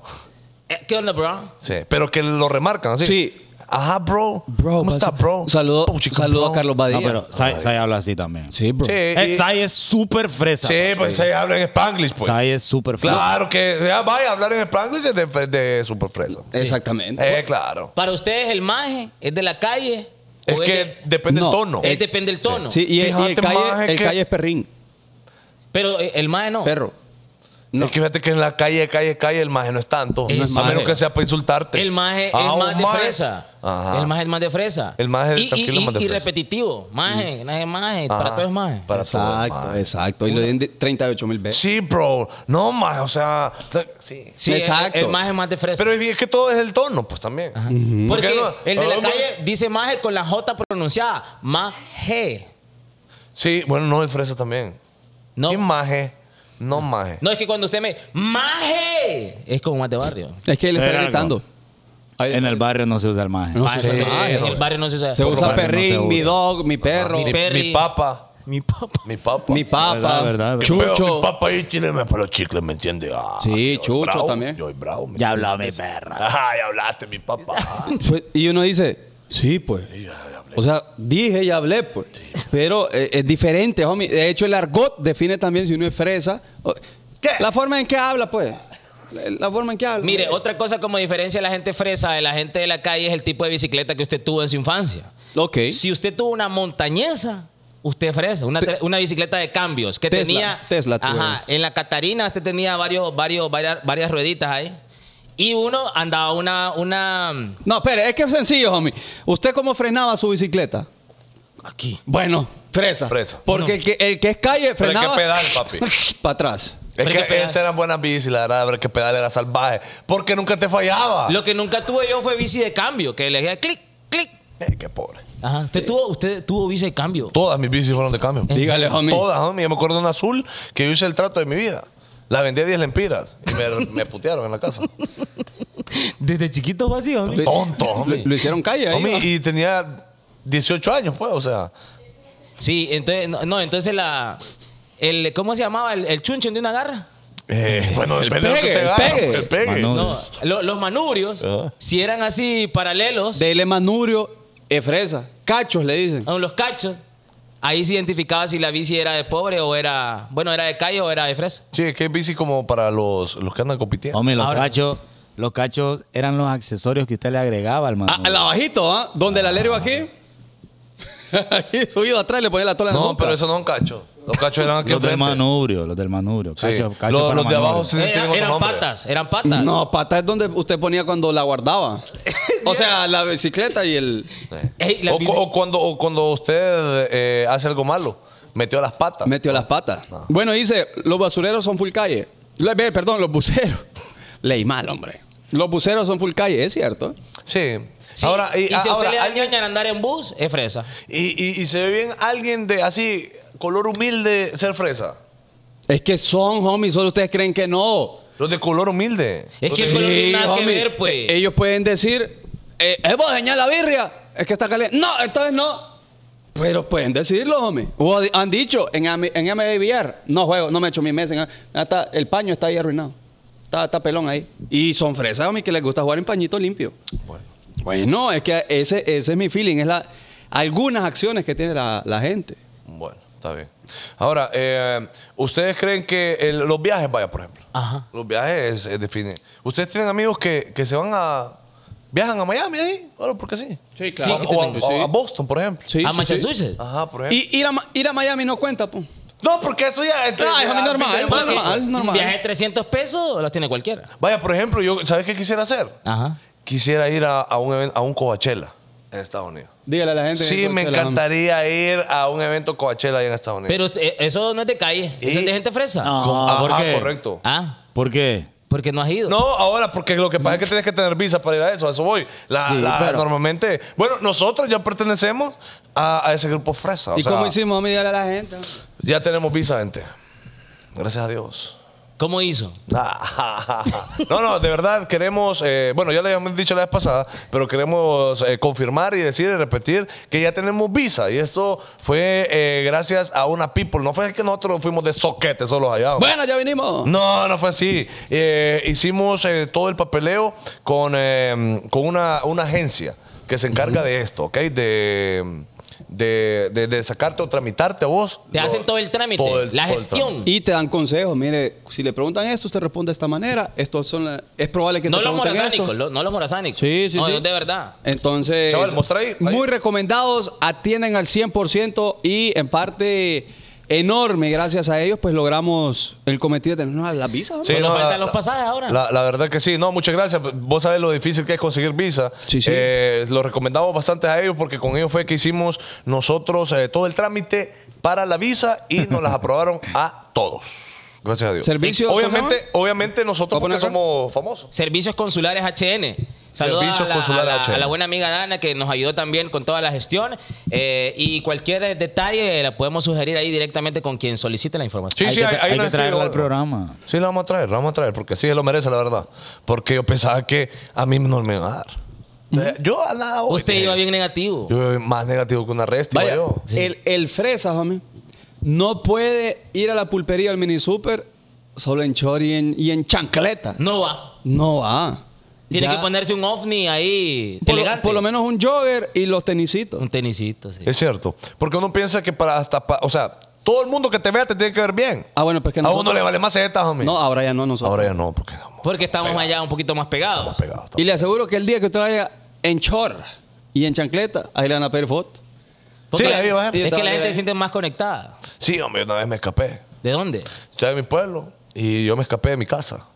S4: Eh, ¿Qué onda, bro?
S2: Sí, pero que lo remarcan así.
S1: Sí.
S2: Ajá, bro. ¿Cómo
S1: pasa-
S2: estás, bro?
S1: pues, Saludo,
S2: Oh, chico,
S1: saludo
S2: bro.
S1: a Carlos Badía.
S3: No, pero Sai Sai habla así también.
S1: Sí, bro.
S2: Sí,
S3: Eh,
S2: y-
S3: Sai es súper fresa.
S2: sí, pues se habla en Spanglish, pues.
S3: Sai es súper fresa.
S2: Claro que ya vaya a hablar en Spanglish es de, fre- de super fresa.
S1: Exactamente.
S2: Eh, claro.
S4: Para ustedes el maje es de la calle. o
S2: Es que
S4: de-
S2: depende
S1: No.
S2: del tono.
S4: él depende del tono.
S1: Sí, y, el- y el,
S2: Fíjate, maje,
S1: calle, el
S2: que-
S1: calle es perrín,
S4: Pero eh, el maje no.
S1: perro. No.
S2: Es que fíjate que en la calle, calle, calle, el maje no es tanto.
S4: No es
S2: a menos
S4: maje.
S2: que sea para insultarte.
S4: El maje
S2: Ah,
S4: es
S2: un
S4: más de
S2: maje.
S4: fresa.
S2: Ajá.
S4: El maje es más de fresa.
S2: El maje es
S4: y,
S2: tranquilo,
S4: y- y-
S2: más de
S4: y
S2: fresa. Mm.
S4: repetitivo. Maje, maje, maje.
S2: Ajá.
S4: Para todo es maje.
S2: Para todo es
S1: Exacto,
S2: maje.
S1: exacto. Y lo den de 38 mil veces.
S2: Sí, bro. No, maje, o sea. la- Sí.
S4: Sí, el-
S1: Exacto.
S4: El, maje es más de fresa.
S2: Pero es que todo es el tono, pues también.
S4: Porque
S2: ¿Por qué no?
S4: el de la
S2: Ah,
S4: calle dice maje con la J pronunciada. Maje.
S2: Sí, bueno, no, el fresa también.
S4: No.
S2: ¿Quién maje? No maje.
S4: No, es que cuando usted me... ¡Maje! Es como más de barrio.
S1: Es que él está
S3: Era algo.
S1: gritando. Ahí-
S3: En el barrio no se usa el maje.
S1: No.
S4: Maje,
S1: se usa
S4: no se-
S2: maje,
S4: en
S2: no.
S4: el barrio no se usa.
S1: se
S3: Por
S1: usa
S3: barrio no
S1: perrín,
S3: se usa.
S1: mi dog, mi perro,
S2: Mi,
S1: mi,
S4: Perry.
S2: mi papa.
S4: Mi papá.
S2: papa.
S1: papa,
S3: Verdad, verdad, verdad.
S2: Yo veo a
S1: Chucho.
S2: Mi papá ahí tiene más para los chicles, ¿me entiendes? Ah,
S1: Sí,
S2: yo soy
S1: Chucho
S2: bravo,
S1: también.
S2: Yo soy bravo. ¿me
S3: Ya
S2: entiendes?
S3: habló mi perra.
S2: Ajá, ya hablaste, mi papá.
S1: Pues, y uno dice, sí, pues. O sea, dije y hablé, pues. Pero eh, es diferente, homie. De hecho, el argot define también si uno es fresa. O-
S2: ¿Qué?
S1: La forma en que habla, pues. La, la forma en que habla.
S4: Mire, otra cosa como diferencia de la gente fresa de la gente de la calle es el tipo de bicicleta que usted tuvo en su infancia.
S1: Ok.
S4: Si usted tuvo una montañesa, usted es fresa. Una, tre- una bicicleta de cambios que
S1: Tesla,
S4: tenía.
S1: Tesla tuve.
S4: Ajá. En la Catarina, usted tenía varios, varios, varias, varias rueditas ahí. Y uno andaba una. una
S1: No, espere, es que es sencillo, homie. ¿Usted cómo frenaba su bicicleta?
S4: aquí.
S1: Bueno, fresa.
S2: Fresa.
S1: Porque el, que, el que es calle
S2: Pero hay
S1: frenaba.
S2: que pedal, papi.
S1: Para atrás.
S2: Es
S4: Pero hay que
S2: que
S4: pedal.
S2: esas eran buenas bicis, la verdad, ver que pedal era salvaje. Porque nunca te fallaba.
S4: Lo que nunca tuve yo fue bici de cambio, que le decía clic, clic.
S2: Eh, qué pobre.
S4: Ajá. Usted, tuvo, usted tuvo bici de cambio.
S2: Todas mis bicis fueron de cambio.
S1: Dígale, homie.
S2: Todas, homie. Yo me acuerdo de una azul que yo hice el trato de mi vida. La vendí a 10 lempiras y me, me putearon en la casa.
S4: Desde chiquito fue así, hombre.
S2: Tonto, homie.
S1: Lo, lo hicieron calle ahí.
S2: Homie,
S1: ¿no?
S2: y tenía 18 años, pues, o sea.
S4: Sí, entonces, no, no, entonces la. El, ¿Cómo se llamaba? El, el chunchon de una garra.
S2: eh, bueno,
S1: El
S2: depende de lo que
S1: pegue,
S2: te
S1: el
S2: agarra,
S1: pegue.
S2: El pegue.
S3: Manu-
S4: No, lo- los manubrios,
S2: Ajá.
S4: si eran así paralelos,
S1: Dele manubrio, es fresa. Cachos le dicen.
S4: a los cachos, ahí se identificaba si la bici era de pobre o era. Bueno, era de calle o era de fresa.
S2: Sí, es que es bici como para los, los que andan compitiendo.
S3: Hombre, los
S4: Ahora-
S3: cachos, los cachos eran los accesorios que usted le agregaba al
S1: Ah,
S3: manual.
S1: el abajito, ¿ah? Donde el alero aquí. aquí subido atrás le ponía la tola en la
S2: No,
S1: nuca.
S2: pero eso no son cachos. Los cachos eran aquí
S3: Los del
S2: enfrente.
S3: manubrio, los del manubrio.
S2: Sí.
S3: Cacho-
S2: Los-
S3: cacho para
S2: los de
S3: manubrio.
S2: abajo sí.
S4: Era-
S2: tienen otro
S4: eran
S2: nombre.
S4: patas, eran patas.
S1: No, pata es donde usted ponía cuando la guardaba. o sea, la bicicleta y el.
S4: Ey, la
S2: o,
S4: bici-
S2: cu- o cuando, o cuando usted eh, hace algo malo, metió las patas.
S1: Metió las patas. Bueno, dice: los basureros son full calle. Le- ve, Perdón, los buceros. Leí mal, hombre. Los buceros son full calle, es cierto.
S2: sí.
S4: Sí,
S2: Ahora, y,
S4: y si a
S2: ahora,
S4: usted le da
S2: alguien-
S4: ñaña en andar en bus, es fresa.
S2: y- y- y se ve bien alguien de así, color humilde, ser fresa.
S1: Es que son, homies, solo ustedes creen que no.
S2: Los de color humilde.
S4: Es que no
S1: Sí,
S4: tiene nada que
S1: homie.
S4: ver, pues.
S1: Eh, Ellos pueden decir, eh, eh, vos dañás la birria, es que está caliente. No, entonces no. Pero pueden decirlo, homie. O di- han dicho en, AM en MBVR, no juego, no me echo mi mesa. en- hasta el paño está ahí arruinado. Está, está pelón ahí. Y son fresas, homie, que les gusta jugar en pañito limpio.
S2: Bueno.
S1: Bueno, es que ese, ese es mi feeling. Es la, algunas acciones que tiene la, la gente.
S2: Bueno, está bien. Ahora, eh, ¿ustedes creen que el- los viajes, vaya, por ejemplo?
S4: Ajá.
S2: Los viajes eh, definen. ¿Ustedes tienen amigos que, que se van a. viajan a Miami ahí? Claro, porque sí.
S1: Sí,
S4: claro. Sí,
S2: O, a,
S4: que
S1: tengo,
S2: o a
S1: sí.
S2: Boston, por ejemplo.
S1: Sí,
S4: a
S1: sí, sí.
S4: Massachusetts.
S2: Ajá, por ejemplo.
S1: Y ir a, Ma- ir a Miami no cuenta, pues.
S2: no, porque eso ya. este,
S1: Ah, es a mí
S2: al
S1: normal,
S2: fin de
S1: es
S2: cuentas-
S1: normal.
S4: Un viaje de 300 pesos los tiene cualquiera.
S2: Vaya, por ejemplo, yo, ¿sabes qué quisiera hacer?
S4: Ajá.
S2: Quisiera ir a, a un, even- a un Coachella en Estados Unidos.
S1: Dígale a la gente.
S2: Sí, me
S1: Coachella, homie.
S2: encantaría ir a un evento Coachella ahí en Estados Unidos.
S4: Pero eh, eso no es de calle, eso
S2: Y-
S4: es de gente fresa.
S3: No.
S2: Ah,
S3: ¿por qué?
S2: correcto.
S4: Ah,
S3: ¿Por qué?
S4: porque no has ido.
S2: No, ahora, porque lo que pasa es que tienes que tener visa para ir a eso, a eso voy. La,
S3: Sí,
S2: la-
S3: pero-
S2: Normalmente, bueno, nosotros ya pertenecemos a, a ese grupo fresa. o
S1: ¿Y
S2: sea,
S1: cómo hicimos? Homie, dígale a la gente.
S2: Ya tenemos visa, gente. Gracias a Dios.
S4: ¿Cómo hizo?
S2: No, no, de verdad queremos, eh, bueno, ya le habíamos dicho la vez pasada, pero queremos eh, confirmar y decir y repetir que ya tenemos visa. Y esto fue eh, gracias a una people. No fue que nosotros fuimos de soquete solos allá. hombre.
S1: Bueno, ya vinimos.
S2: No, no fue así. Eh, hicimos eh, todo el papeleo con, eh, con una, una agencia que se encarga de esto, ¿ok? De, de, de- de sacarte o tramitarte a vos.
S4: Te
S2: lo-
S4: hacen todo el trámite, la
S2: todo el
S4: gestión.
S2: trámite.
S1: Y te dan consejos. Mire, si le preguntan esto, usted responde de esta manera. Estos son la- es probable que
S4: No
S1: te
S4: los
S1: pregunten esto.
S4: morazánicos, lo- no los morazánicos.
S1: Sí, sí,
S4: No,
S1: sí.
S4: yo de verdad.
S1: Entonces,
S2: Chaval, mostra ahí, ahí.
S1: muy recomendados, atienden al 100% y en parte enorme, gracias a ellos, pues logramos el cometido de tener una- la visa. ¿no?
S4: Sí. Solo Pues faltan los pasajes ahora.
S2: La, la verdad que sí. No, muchas gracias. Vos sabés lo difícil que es conseguir visa.
S1: Sí, sí.
S2: Eh, lo recomendamos bastante a ellos porque con ellos fue que hicimos nosotros eh, todo el trámite para la visa y nos las aprobaron a todos. Gracias a Dios.
S1: Servicios,
S2: Obviamente,
S1: ¿cómo
S2: obviamente nosotros
S1: ¿Cómo
S2: porque
S1: se llama?
S2: somos famosos.
S4: Servicios Consulares HN. Saludos
S2: Servicios
S4: a, la,
S2: Consulares
S4: a la-
S2: HN.
S4: a la buena amiga Dana que nos ayudó también con toda la gestión. Eh, y cualquier eh, detalle la podemos sugerir ahí directamente con quien solicite la información.
S2: Sí,
S3: hay
S2: sí,
S3: que,
S2: ahí-
S3: tra-
S2: ahí
S3: hay
S2: nos
S3: que traerlo al
S2: escribe, bueno.
S3: programa.
S2: Sí, la vamos a traer, la vamos a traer, porque sí, él lo merece, la verdad. Porque yo pensaba que a mí no me iba a dar. Eh, Yo a nada voy.
S4: Usted iba bien negativo.
S2: Yo iba más negativo que una resta,
S1: Vaya,
S2: yo.
S1: el, el fresa, homie, no puede ir a la pulpería al mini super solo en chori y en, y en chancleta.
S2: Mm.
S4: No va.
S1: No va.
S4: Tiene
S1: Ya-
S4: que ponerse un ovni ahí.
S1: por lo,
S4: elegante.
S1: por lo menos un jogger y los tenisitos.
S4: Un tenisito, sí.
S2: Es cierto. Porque uno piensa que para hasta. pa- o sea, todo el mundo que te vea te tiene que ver bien.
S1: Ah, bueno, pues que
S2: a uno
S1: nosotros-
S2: le vale más esta, homie.
S1: No, ahora ya no nosotros.
S2: Ahora ya no, porque no.
S4: Porque estamos allá un poquito más pegados.
S2: Estamos pegados. estamos-
S1: Y le aseguro que el día que usted vaya en chor y en chancleta, ahí le van a pedir foto.
S4: Porque
S2: Sí,
S4: la-
S2: ahí va.
S4: Es que la gente
S1: Ahí.
S4: se siente más conectada.
S2: Sí, hombre, una vez me escapé.
S4: ¿De dónde?
S2: Estaba en mi pueblo y yo me escapé de mi casa.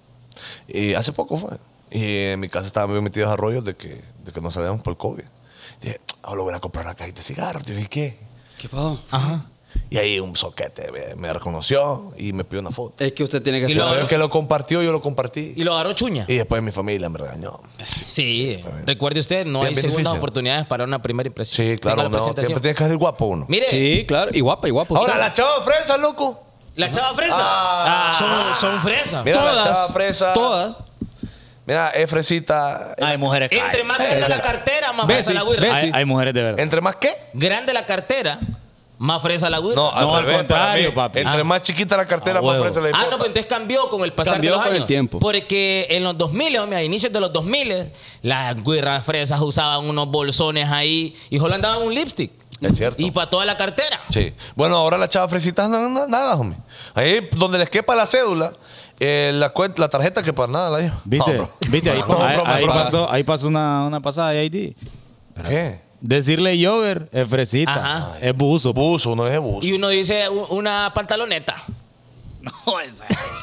S2: Y hace poco fue. Y en mi casa estaban bien metidos a rollos de que, de que no salíamos por el COVID. Dije, ahora lo voy a comprar una cajita de cigarros. Dije, ¿y qué?
S1: ¿Qué pasó?
S4: Ajá.
S2: Y ahí un soquete me, me reconoció y me pidió una foto.
S1: Es que usted tiene que
S4: Y
S1: estar.
S4: lo-
S2: Pero el que lo compartió, yo lo compartí.
S4: ¿Y lo agarró chuña?
S2: Y después mi familia me regañó.
S4: Sí. Recuerde usted, no
S2: Bien,
S4: hay
S2: bien
S4: segundas
S2: difícil.
S4: oportunidades para una primera impresión.
S2: Sí,
S4: Tenga
S2: claro,
S4: la
S2: no,
S4: presentación.
S2: siempre tienes que ser guapo uno.
S4: Mire,
S1: Sí, claro. Y guapa, y guapa.
S2: Ahora,
S1: usted.
S2: la chava fresa, loco.
S4: la chava fresa.
S2: Ah.
S4: Ah, son, son fresas.
S2: Mira, la
S1: Todas.
S2: chava fresa.
S1: Todas.
S2: Mira, es fresita.
S3: Hay mujeres que-
S4: Entre
S3: hay,
S4: más grande la cartera, más
S1: Bessie,
S4: fresa la guirra.
S1: Bessie.
S3: hay mujeres de verdad.
S2: ¿Entre más qué?
S4: Grande la cartera, más fresa la guirra.
S3: No, al
S2: para
S3: contrario,
S2: mí.
S3: papi.
S2: Entre
S4: Ah.
S2: más chiquita la cartera,
S3: Ah,
S2: más
S3: huevo.
S2: fresa la
S4: Ah, no,
S2: hipota.
S4: pero entonces cambió con el pasar
S1: Cambió
S4: de los
S1: con
S4: años.
S1: el tiempo.
S4: Porque en los 2000, homie, a inicios de los 2000, las guirras fresas usaban unos bolsones ahí y solo andaban un lipstick.
S2: Es cierto.
S4: Y para toda la cartera.
S2: Sí. Bueno, ahora las chavas fresitas no, no, nada, homie. Ahí donde les quepa la cédula, eh, la, cuenta, la tarjeta que para nada la dijo.
S3: ¿Viste?
S2: No, bro.
S3: ¿Viste? Ahí,
S2: No,
S3: ahí-
S2: broma,
S3: ahí
S2: broma.
S3: pasó, ahí pasó una, una pasada de Haití.
S2: ¿Qué?
S3: Decirle jogger es fresita.
S4: Ajá.
S3: Es buzo.
S2: Buzo, no es buzo.
S4: Y uno dice u- una pantaloneta.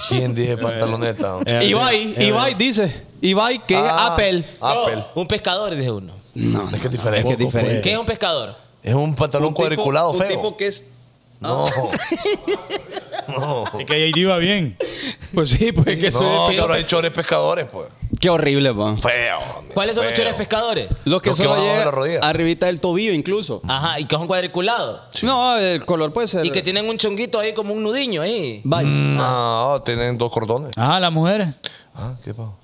S2: ¿Quién dice pantaloneta? homie?
S3: Eh,
S1: Ibai,
S3: eh,
S1: Ibai
S3: eh,
S1: dice. Ibai, que
S2: Ah,
S1: es Apple.
S2: Apple.
S4: No, un pescador, dice uno.
S1: No,
S2: es que es diferente.
S1: es que es diferente.
S4: ¿Qué es un pescador?
S2: Es un pantalón cuadriculado
S1: tipo,
S2: feo.
S1: Un tipo Ah. que es.
S2: No. no.
S3: Es que Haití va bien.
S1: Pues sí, pues que eso
S2: No,
S1: es.
S2: pero hay chores pescadores, pues.
S1: Qué horrible, pa.
S2: Feo. homie,
S4: ¿Cuáles son los
S2: feo.
S4: choles pescadores?
S1: Los que
S2: Los que
S1: solo
S2: van abajo de
S1: llegan
S2: la rodilla.
S1: arribita del tobillo incluso.
S4: Ajá, y que son cuadriculados.
S1: No, el color puede ser...
S4: Y que tienen un chonguito ahí como un nudiño ahí.
S1: Vaya.
S2: Mm, No, tienen dos cordones.
S3: Ajá, las mujeres.
S2: Ah, qué pavo.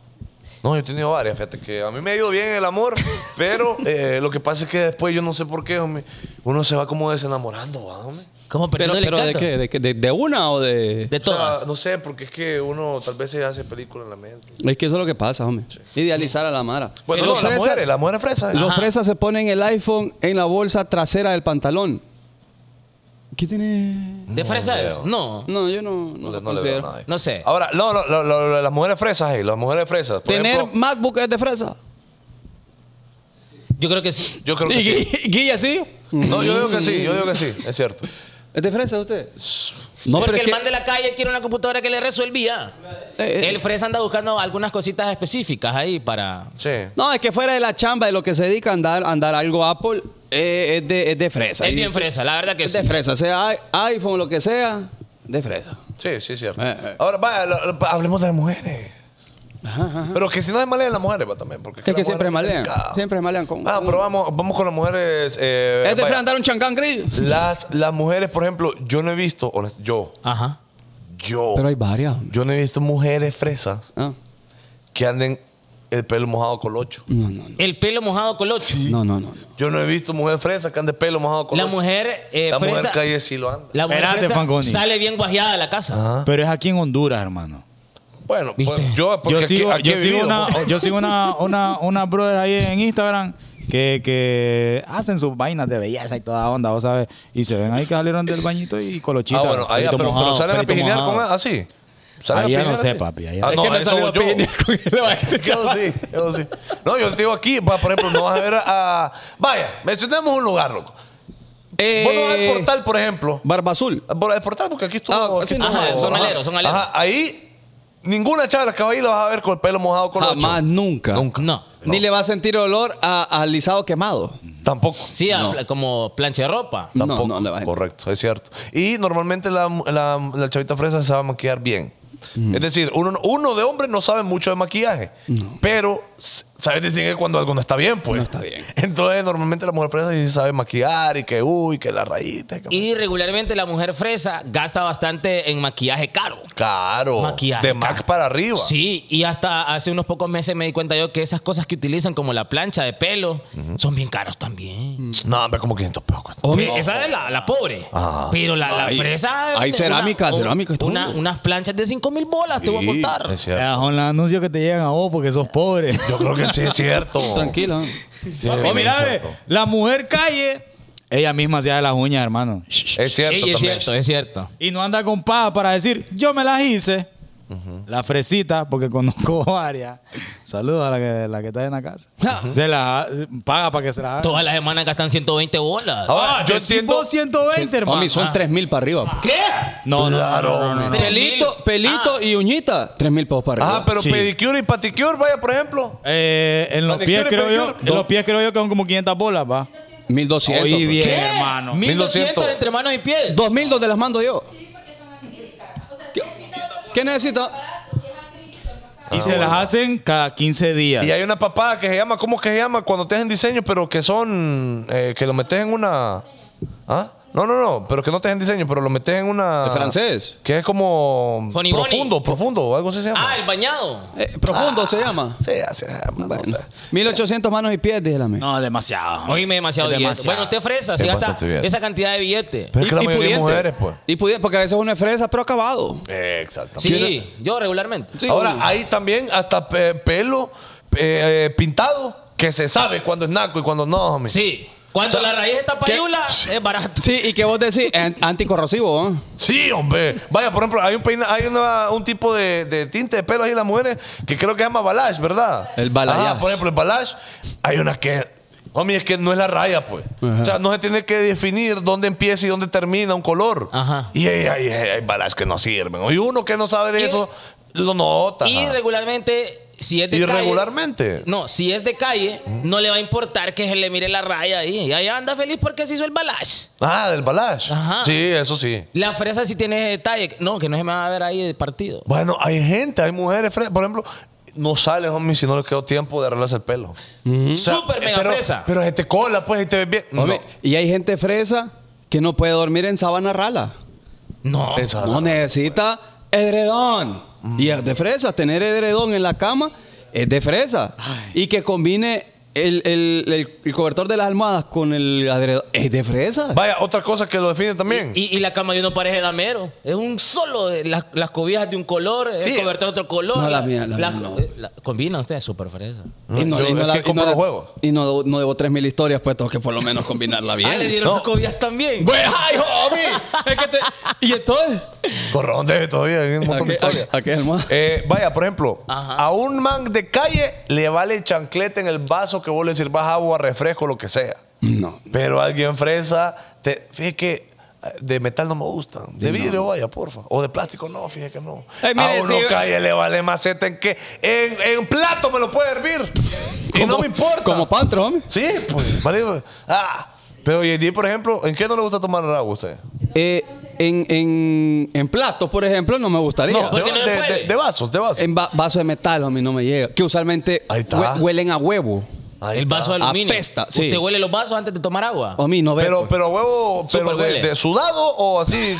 S2: No, yo he tenido varias, fíjate que a mí me ha ido bien el amor, pero eh, lo que pasa es que después yo no sé por qué, hombre, uno se va como desenamorando, ¿va, hombre?
S4: ¿Cómo
S1: Pero,
S4: perdiendo el
S1: pero ¿de
S4: encanto?
S1: qué? ¿De, qué? ¿De- de una o de...?
S4: De
S2: O sea,
S4: todas. Eh,
S2: no sé, porque es que uno tal vez se hace película en la mente.
S1: Es que eso es lo que pasa, hombre. Idealizar a la mara.
S2: Bueno,
S1: Los
S2: no, las
S1: fresas-
S2: mujeres, las mujeres fresas.
S1: Los
S4: Ajá.
S1: fresas se ponen el iPhone en la bolsa trasera del pantalón. ¿Qué tiene...?
S4: ¿De
S2: No,
S4: fresa
S2: veo.
S4: es? No.
S1: No, yo no, no lo
S2: No, le- no le veo
S1: considero.
S2: nada.
S4: No sé.
S2: Ahora, no, no, lo- lo- lo- las mujeres fresas, hey, las mujeres fresas. Por
S1: ¿Tener
S2: ejemplo,
S1: MacBook es de fresa?
S4: Yo creo que sí.
S2: yo creo que
S1: ¿Y
S2: sí.
S1: Gui- Guilla sí?
S2: No, yo digo que sí, yo digo que sí, es cierto.
S1: ¿Es de fresa usted? No,
S4: Porque
S1: pero es
S4: el
S1: que-
S4: man de la calle quiere una computadora que le resuelvía.
S1: Eh, eh.
S4: El fresa anda buscando algunas cositas específicas ahí para...
S2: Sí.
S1: No, es que fuera de la chamba, de lo que se dedica a andar, a andar algo Apple, eh, es, de, es de fresa.
S4: Es
S1: Y-
S4: bien fresa, la verdad que
S1: Es
S4: sí.
S1: de fresa, sea i- iPhone, lo que sea, de fresa.
S2: Sí, sí, es cierto.
S1: Eh, eh.
S2: Ahora, vaya, lo- lo- hablemos de las mujeres. Pero que si no es malean las mujeres, va también. Porque
S1: Es
S2: las
S1: que siempre
S2: mujeres
S1: malean.
S2: delicadas.
S1: Siempre malean con.
S2: Ah, pero vamos, vamos con las mujeres. eh,
S1: Es de
S2: vaya.
S1: fresa andar un chancán gris.
S2: Las, las mujeres, por ejemplo, yo no he visto, honest- yo,
S4: Ajá.
S2: yo,
S1: Pero hay varias. hombre.
S2: yo no he visto mujeres fresas
S1: Ah,
S2: que anden el pelo mojado con locho.
S1: No, no, no.
S4: El pelo mojado con locho.
S1: No, no, no. no.
S2: Yo no he visto mujer fresa que ande pelo mojado con
S4: La
S2: locho.
S4: mujer eh,
S2: la
S4: fresa...
S2: mujer calle sí lo anda.
S4: La mujer
S3: Espérate,
S4: fresa
S3: Fanconi. Ah.
S4: sale bien guajeada de la casa.
S2: Ajá.
S3: Pero es aquí en Honduras, hermano.
S2: Bueno,
S4: ¿Viste?
S2: pues, yo, porque
S3: yo sigo,
S2: aquí, aquí
S3: yo
S2: he
S3: sigo
S2: vivido,
S3: una,
S2: pues.
S3: yo sigo una, una, una brother ahí en Instagram que, que hacen sus vainas de belleza y toda onda, vos sabes. Y se ven ahí que salieron del bañito y colochitas.
S2: ah, bueno, ahí,
S3: pelito
S2: pero, pero
S3: mojado,
S2: salen a
S3: pelito
S2: pijinear
S3: mojado.
S2: con ah, así. ¿Salen a
S3: Ahí ya no
S2: pijinear
S3: sé,
S2: así?
S3: papi, ahí ya
S2: Ah,
S3: no-
S2: no,
S1: Es que no
S2: eso
S1: salió
S2: voy
S1: a pijinear con él, va, ese
S2: Yo sí, yo sí. No, yo te digo aquí, va, por ejemplo, no vas a ver a... a- Vaya, mencionemos un lugar, loco.
S1: Eh,
S2: Vos no vas al portal, por ejemplo.
S1: Barba Azul.
S2: Por el portal, porque aquí estuvo...
S1: Ah, sí,
S2: aquí estuvo-
S4: ajá, son
S2: ajá.
S4: aleros, son aleros.
S2: Ajá, ahí ninguna chava que va ahí la vas a ver con el pelo mojado con
S1: Jamás,
S2: ocho.
S1: nunca.
S2: Nunca.
S4: No.
S1: Ni le va a sentir olor a, a lisado quemado.
S2: Tampoco.
S4: Sí, a-
S1: No.
S4: como plancha de ropa.
S1: No,
S2: Tampoco.
S1: no le va a sentir.
S2: Correcto, es cierto. Y normalmente la, la- la chavita fresa se va a maquillar bien.
S1: Mm.
S2: Es decir, uno, uno de hombre no sabe mucho de maquillaje, pero s- sabes distinguir cuando algo no está bien, pues.
S1: No está bien.
S2: Entonces, normalmente la mujer fresa sí sabe maquillar y que, uy, que la rayita. y que-
S4: Y regularmente la mujer fresa gasta bastante en maquillaje caro.
S2: Claro.
S4: Maquillaje,
S2: De
S4: claro.
S2: Mac para arriba.
S4: Sí, y hasta hace unos pocos meses me di cuenta yo que esas cosas que utilizan como la plancha de pelo son bien caros también.
S2: No, hombre, como 500 pesos. cuesta.
S4: Pe- Esa es la, la pobre.
S2: Ah.
S4: Pero la, la
S1: Hay-
S4: fresa...
S1: hay
S4: una-
S1: cerámica,
S4: un-
S1: cerámica y todo.
S4: una- unas planchas de 5 mil bolas, te voy a contar.
S2: Es cierto.
S3: Ya, Son los anuncios que te llegan a vos porque sos pobre.
S2: Yo creo que sí es cierto.
S1: Tranquila.
S2: Sí,
S3: Oh, mira,
S2: es
S3: ve,
S1: eh.
S2: cierto.
S3: la mujer calle, ella misma se hace las uñas, hermano.
S2: Es cierto
S4: Sí, es
S2: también.
S4: cierto, es cierto.
S3: Y no anda con paja para decir, yo me las hice. La fresita, porque conozco varias. Saludos a la que, la que está en la casa. Se las ha- paga para que se las haga.
S4: Todas las semanas gastan 120 bolas.
S2: Ahora, yo
S3: decís
S2: entiendo-
S3: vos 120, hermano.
S1: Mami, son
S3: Ah.
S1: 3 mil para arriba.
S4: ¿Qué?
S3: No, no,
S2: Claro,
S3: no, no, no, no,
S2: hombre.
S3: no.
S1: Pelito, pelito
S2: Ah.
S1: y uñita, Ah, 3 mil pesos para arriba.
S2: Ajá, pero
S3: Sí.
S2: pedicure y paticure, vaya, por ejemplo.
S3: Eh, en los pies
S2: Manicure,
S3: creo yo,
S2: pedicure.
S3: en los pies creo yo que son como 500 bolas, va.
S1: 1200.
S3: Oí
S1: pues.
S3: bien,
S4: ¿Qué?
S3: hermano.
S4: 1200
S2: 1200.
S4: entre manos y pies.
S1: 2000 donde las mando yo. ¿Qué, qué necesita?
S3: Y se las hacen cada 15 días.
S2: Y hay una papada que se llama, ¿cómo que se llama? Cuando te hacen diseño, pero que son, eh, que lo metes en una... ¿Ah? No, no, no, pero que no te hacen diseño, pero lo metes en una...
S1: ¿El francés?
S2: Que es como...
S4: Funny
S2: profundo, profundo, o algo así se llama.
S4: Ah, el bañado.
S1: Eh,
S2: Ah.
S1: profundo se llama.
S2: Sí, así se llama.
S1: Bueno,
S2: no sé.
S1: 1800 manos y pies, dígela a mí.
S3: No, demasiado.
S4: Ah, Oíme, demasiado
S3: Es
S4: billete.
S3: demasiado.
S4: Bueno, usted fresa, si
S2: Es
S4: gasta
S2: bastante bien.
S4: esa cantidad de billete.
S2: Pero es que la
S1: Y- y
S2: mayoría de
S1: pudiente.
S2: mujeres, pues.
S1: Y pudiente, porque a veces uno es fresa, pero acabado.
S2: Exacto.
S4: Sí, yo regularmente.
S1: Sí,
S2: Ahora,
S1: obvio.
S2: hay también hasta pe- pelo eh, eh, pintado que se sabe cuando es naco y cuando no, homie.
S4: Sí. Cuando la raíz está payula, es barato.
S1: Sí, y que vos decís, An- anticorrosivo, ¿eh?
S2: Sí, hombre. Vaya, por ejemplo, hay un peina- hay una- un tipo de, de tinte de pelo ahí en las mujeres que creo que se llama balash, ¿verdad?
S1: El balayage.
S2: Ajá, por ejemplo, el balash, hay unas que. Homie, es que no es la raya, pues. O sea, no se tiene que definir dónde empieza y dónde termina un color.
S4: Ajá.
S2: Y hay, hay, hay- hay balash que no sirven. Y uno que no sabe de
S4: Y-
S2: eso lo nota.
S4: Y
S2: ajá.
S4: regularmente, si es de
S2: Y
S4: calle.
S2: regularmente.
S4: No, si es de calle, no le va a importar que se le mire la raya ahí. Y ahí anda feliz porque se hizo el balash.
S2: Ah, del balash.
S4: Ajá.
S2: Sí, eso sí.
S4: La fresa sí tiene ese detalle. No, que no se me va a ver ahí el partido.
S2: Bueno, hay gente, hay mujeres, fre- por ejemplo, no sale, homie, si no le quedó tiempo de arreglarse el pelo.
S1: Mm-hmm.
S2: O sea,
S4: Súper mega
S2: pero,
S4: fresa.
S2: Pero se te cola, pues, y te ves bien. No,
S1: Hombre, Y hay gente fresa que no puede dormir en sabana rala.
S4: No.
S2: esa- Mm.
S1: No necesita edredón. Y es de fresa. Tener edredón en la cama es de fresa. Y que combine el, el- el- el cobertor de las almohadas con el edredón es de fresa.
S2: Vaya, otra cosa que lo define también.
S4: Y, y la cama de uno parece damero. Es un solo. de- Las, las cobijas de un color,
S2: Sí.
S4: el cobertor de otro color.
S1: No, la
S4: la-
S1: mía- la
S4: la-
S1: mía no.
S4: eh, la- combina usted, súper fresa.
S1: Y no,
S2: Yo
S1: y no
S2: es
S1: la-
S2: que
S1: y
S2: compro
S1: no la-
S2: los juegos.
S1: Y no, no debo 3.000 historias, pues tengo que por lo menos combinarla bien.
S4: Ah, le dieron
S2: No.
S4: las cobijas también.
S1: Güey, ay, homie, es que te- ¿Y entonces?
S2: Corrón de todavía, hay un
S1: ¿A
S2: montón de
S1: qué,
S2: historias.
S1: a- a qué almohada?
S2: Eh, vaya, por ejemplo,
S4: Ajá.
S2: a un man de calle le vale chancleta en el vaso que vos le sirvas agua, refresco, lo que sea.
S1: No.
S2: Pero alguien fresa, te, fíjate que eh, de metal no me gustan. De vidrio, vaya, porfa. O de plástico, no, fíjate que no.
S1: Eh, mire,
S2: a uno
S1: si-
S2: calle le vale maceta en que en, en plato me lo puede hervir. Y no
S1: Como-
S2: me importa.
S1: Como pantro, homie.
S2: Sí, pues, vale. pues. Ah, pero JD, por ejemplo, ¿en qué no le gusta tomar agua a usted?
S1: Eh, en, en, en platos, por ejemplo, no me gustaría.
S2: No, de,
S4: porque no le
S2: de-
S4: puede.
S2: de- de vasos, de vasos.
S1: En va- vaso de metal, a mí no me llega. Que usualmente
S2: Ahí está.
S1: hue- huelen a huevo.
S2: Ahí
S4: el
S2: está.
S4: vaso de aluminio.
S1: Apesta, sí.
S4: ¿Usted huele los vasos antes de tomar agua?
S1: A mí no pues. veo.
S2: Pero, pero huevo,
S4: Súper
S2: pero de,
S4: huele.
S2: de sudado o así.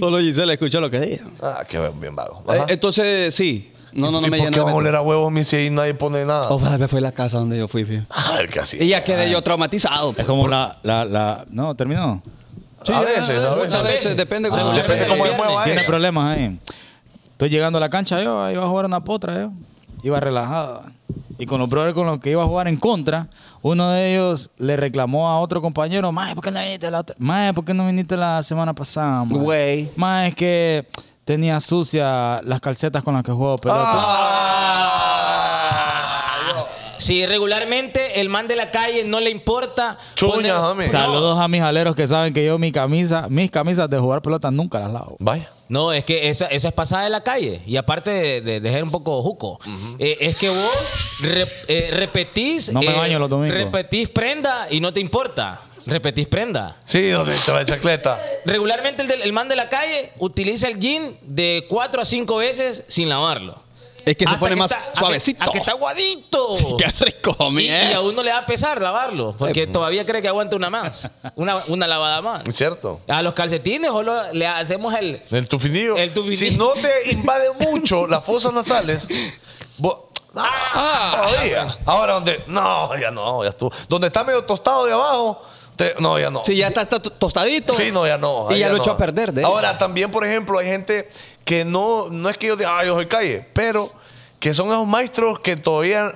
S1: Solo Gisela escucha lo que diga.
S2: Ah, qué bien vago. Ajá.
S1: entonces, sí. Eh, No, no, no
S2: ¿Y
S1: me
S2: por qué
S1: llena.
S2: van a
S1: de-
S2: oler a huevos, mi si ahí nadie pone nada?
S1: O tal vez fue la casa donde yo fui, fío.
S2: A ver, qué así.
S1: Y ya quedé yo traumatizado. pues.
S3: Es como la, la, la. No, terminó.
S2: a veces, a eh, veces.
S1: Muchas veces, depende
S3: Ah,
S1: cómo.
S2: Depende cómo se
S4: Viernes.
S2: mueva
S3: Tiene
S2: ella.
S3: problemas ahí. Estoy llegando a la cancha yo, iba a jugar una potra yo. Iba relajado. Y con los brothers con los que iba a jugar en contra, uno de ellos le reclamó a otro compañero, mae, ¿por qué no viniste la, otra- mae, ¿por qué no viniste la semana pasada, mae?
S1: Güey.
S3: Mae, es que tenía sucia las calcetas con las que juego pelota.
S2: Ah,
S4: Si regularmente el man de la calle no le importa.
S2: Chuña,
S4: poner-
S2: homie.
S3: Saludos a mis aleros que saben que yo mi camisa, mis camisas de jugar pelota nunca las lavo.
S2: Vaya.
S4: No, es que esa, esa es pasada de la calle. Y aparte de, de, de ser un poco juco, eh, es que vos re- eh, repetís.
S3: No me
S4: eh,
S3: baño los domingos.
S4: Repetís prenda y no te importa. Repetís prenda.
S2: Sí, donde está la chancleta.
S4: Regularmente el, del- el man de la calle utiliza el jean de 4 a 5 veces sin lavarlo.
S1: Es que se
S4: Hasta
S1: pone más
S4: está- Ah, a que-
S1: suavecito.
S4: A que está aguadito.
S1: Sí, Qué rico,
S4: y,
S1: homie, eh.
S4: y a uno le da pesar lavarlo, porque todavía cree que aguanta una más. Una, una lavada más.
S2: Es cierto.
S4: A los calcetines solo le hacemos el...
S2: El tufinillo.
S4: El tufinillo.
S2: Si no te invade mucho las fosas nasales, vos. Ah, todavía. Ahora donde. No, ya no, ya estuvo. Donde está medio tostado de abajo, te- no, ya no.
S1: Sí, ya está, está to- tostadito.
S2: Sí, no, ya no.
S1: Y
S2: ahí
S1: ya lo
S2: no.
S1: echó a perder, de
S2: Ahora, también, por ejemplo, hay gente que no, no es que yo diga, ah, yo soy calle, pero que son esos maestros que todavía,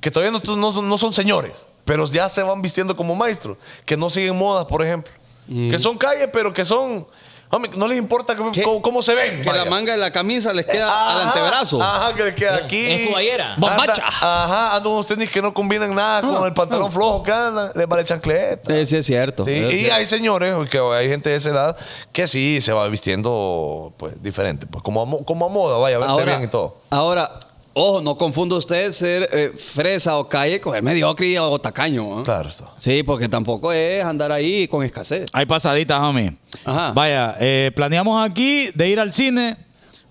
S2: que todavía no, no son- no son señores, pero ya se van vistiendo como maestros, que no siguen modas, por ejemplo. Que son calle, pero que son. hombre, no les importa que-
S1: Mm. Que-
S2: cómo, cómo se ven.
S1: Que la
S2: vaya. Ah,
S1: manga de la camisa les queda al
S2: Ajá,
S1: antebrazo.
S2: Ajá, que les queda aquí.
S4: Es coballera.
S2: Anda-
S1: Bombacha.
S2: Ajá, andan unos tenis que no combinan nada con el pantalón flojo que andan, les vale chancleta.
S1: Ah, Sí, sí, es cierto.
S2: Sí,
S1: Es
S2: y
S1: cierto.
S2: hay señores, o que hay gente de esa edad que sí se va vistiendo pues diferente, pues como a, mo- como a moda, vaya, verse bien y todo.
S1: Ahora, ojo, no confunda usted ser eh, fresa o calle con el mediocre o tacaño. ¿ah?
S2: Claro, está.
S1: Sí, porque tampoco es andar ahí con escasez.
S3: Hay pasaditas, homie.
S1: Ajá.
S3: Vaya, eh, planeamos aquí de ir al cine.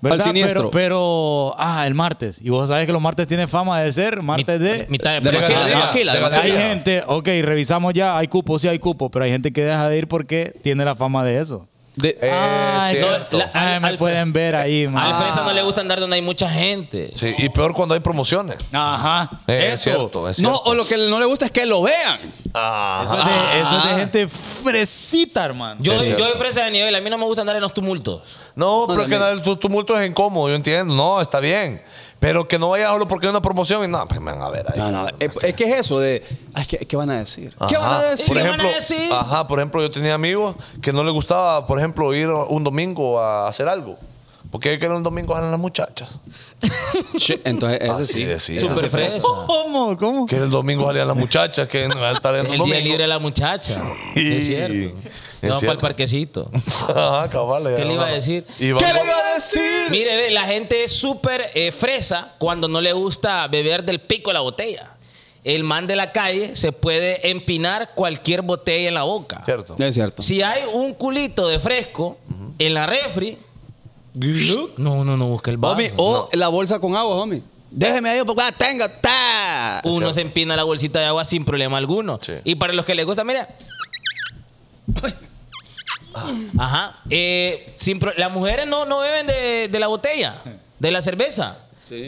S3: ¿verdad?
S1: Al siniestro.
S3: Pero, pero, ah, el martes. Y vos sabés que los martes tiene fama de ser martes de.
S4: mitad de
S1: De
S4: plaza.
S1: Baquila, de
S2: Baquila,
S1: Baquila, de
S2: de
S1: Baquila.
S3: hay
S2: batería.
S3: gente, ok, revisamos ya, hay cupo, sí hay cupo, pero hay gente que deja de ir porque tiene la fama de eso.
S1: De-
S2: Eh,
S3: Ay, no,
S2: cierto.
S4: Ah, la-
S3: Ay,
S4: al-
S3: me
S4: al-
S3: pueden ver ahí, man.
S1: Ah.
S4: Al fresa no le gusta andar donde hay mucha gente.
S2: Sí, y peor cuando hay promociones.
S3: Ajá.
S2: Eh, es
S3: eso.
S2: cierto, es
S1: no,
S2: cierto.
S1: o lo que no le gusta es que lo vean.
S2: Ajá.
S3: Eso es, de, eso es de
S1: Ah.
S3: gente fresita, hermano.
S4: Yo,
S2: Es
S4: yo
S2: cierto.
S4: de fresa de nivel, a mí no me gusta andar en los tumultos.
S2: No,
S1: Bueno,
S2: pero es que
S1: mira.
S2: el tu- tumulto es incómodo, yo entiendo. No, está bien. Pero que no vaya solo porque hay una promoción y no, pues me van a ver ahí.
S1: No, no, es, es que es eso de, ay, ¿qué, qué van a decir? ¿Qué
S2: Ajá.
S1: van a decir?
S2: Por
S4: ¿Qué van a
S2: ejemplo,
S4: decir?
S2: Ajá, por ejemplo, yo tenía amigos que no les gustaba, por ejemplo, ir un domingo a hacer algo. Porque ellos que un domingo eran las muchachas.
S1: Che, Entonces, ese
S2: Así
S1: sí.
S2: de- sí,
S4: Súper
S2: ese sí.
S4: fresa.
S3: ¿Cómo? ¿Cómo?
S2: Que el domingo salían las muchachas, que no al estar en
S4: El
S2: el
S4: día
S2: domingo.
S4: libre de la muchacha.
S2: Sí,
S4: Es cierto.
S2: es
S4: Vamos para el
S2: cierto.
S4: parquecito.
S2: Ajá, cabal, ya
S4: ¿Qué le
S2: no
S4: iba a
S2: la-
S4: decir?
S2: Y
S1: ¿Qué
S2: vamos-
S1: le iba a decir?
S4: Mire, ve, la gente es súper eh, fresa cuando no le gusta beber del pico de la botella. El man de la calle se puede empinar cualquier botella en la boca.
S2: Cierto.
S1: Es cierto.
S4: Si hay un culito de fresco en la refri, No, no, no, busca el vaso.
S1: Homie, o la bolsa con agua, homie. Déjeme ahí, porque ah, tenga, ta.
S4: Uno se empina la bolsita de agua sin problema alguno.
S2: Sí.
S4: Y para los que les gusta, mira. Ajá. Eh, sin pro- las mujeres no, no beben de, de la botella, de la cerveza.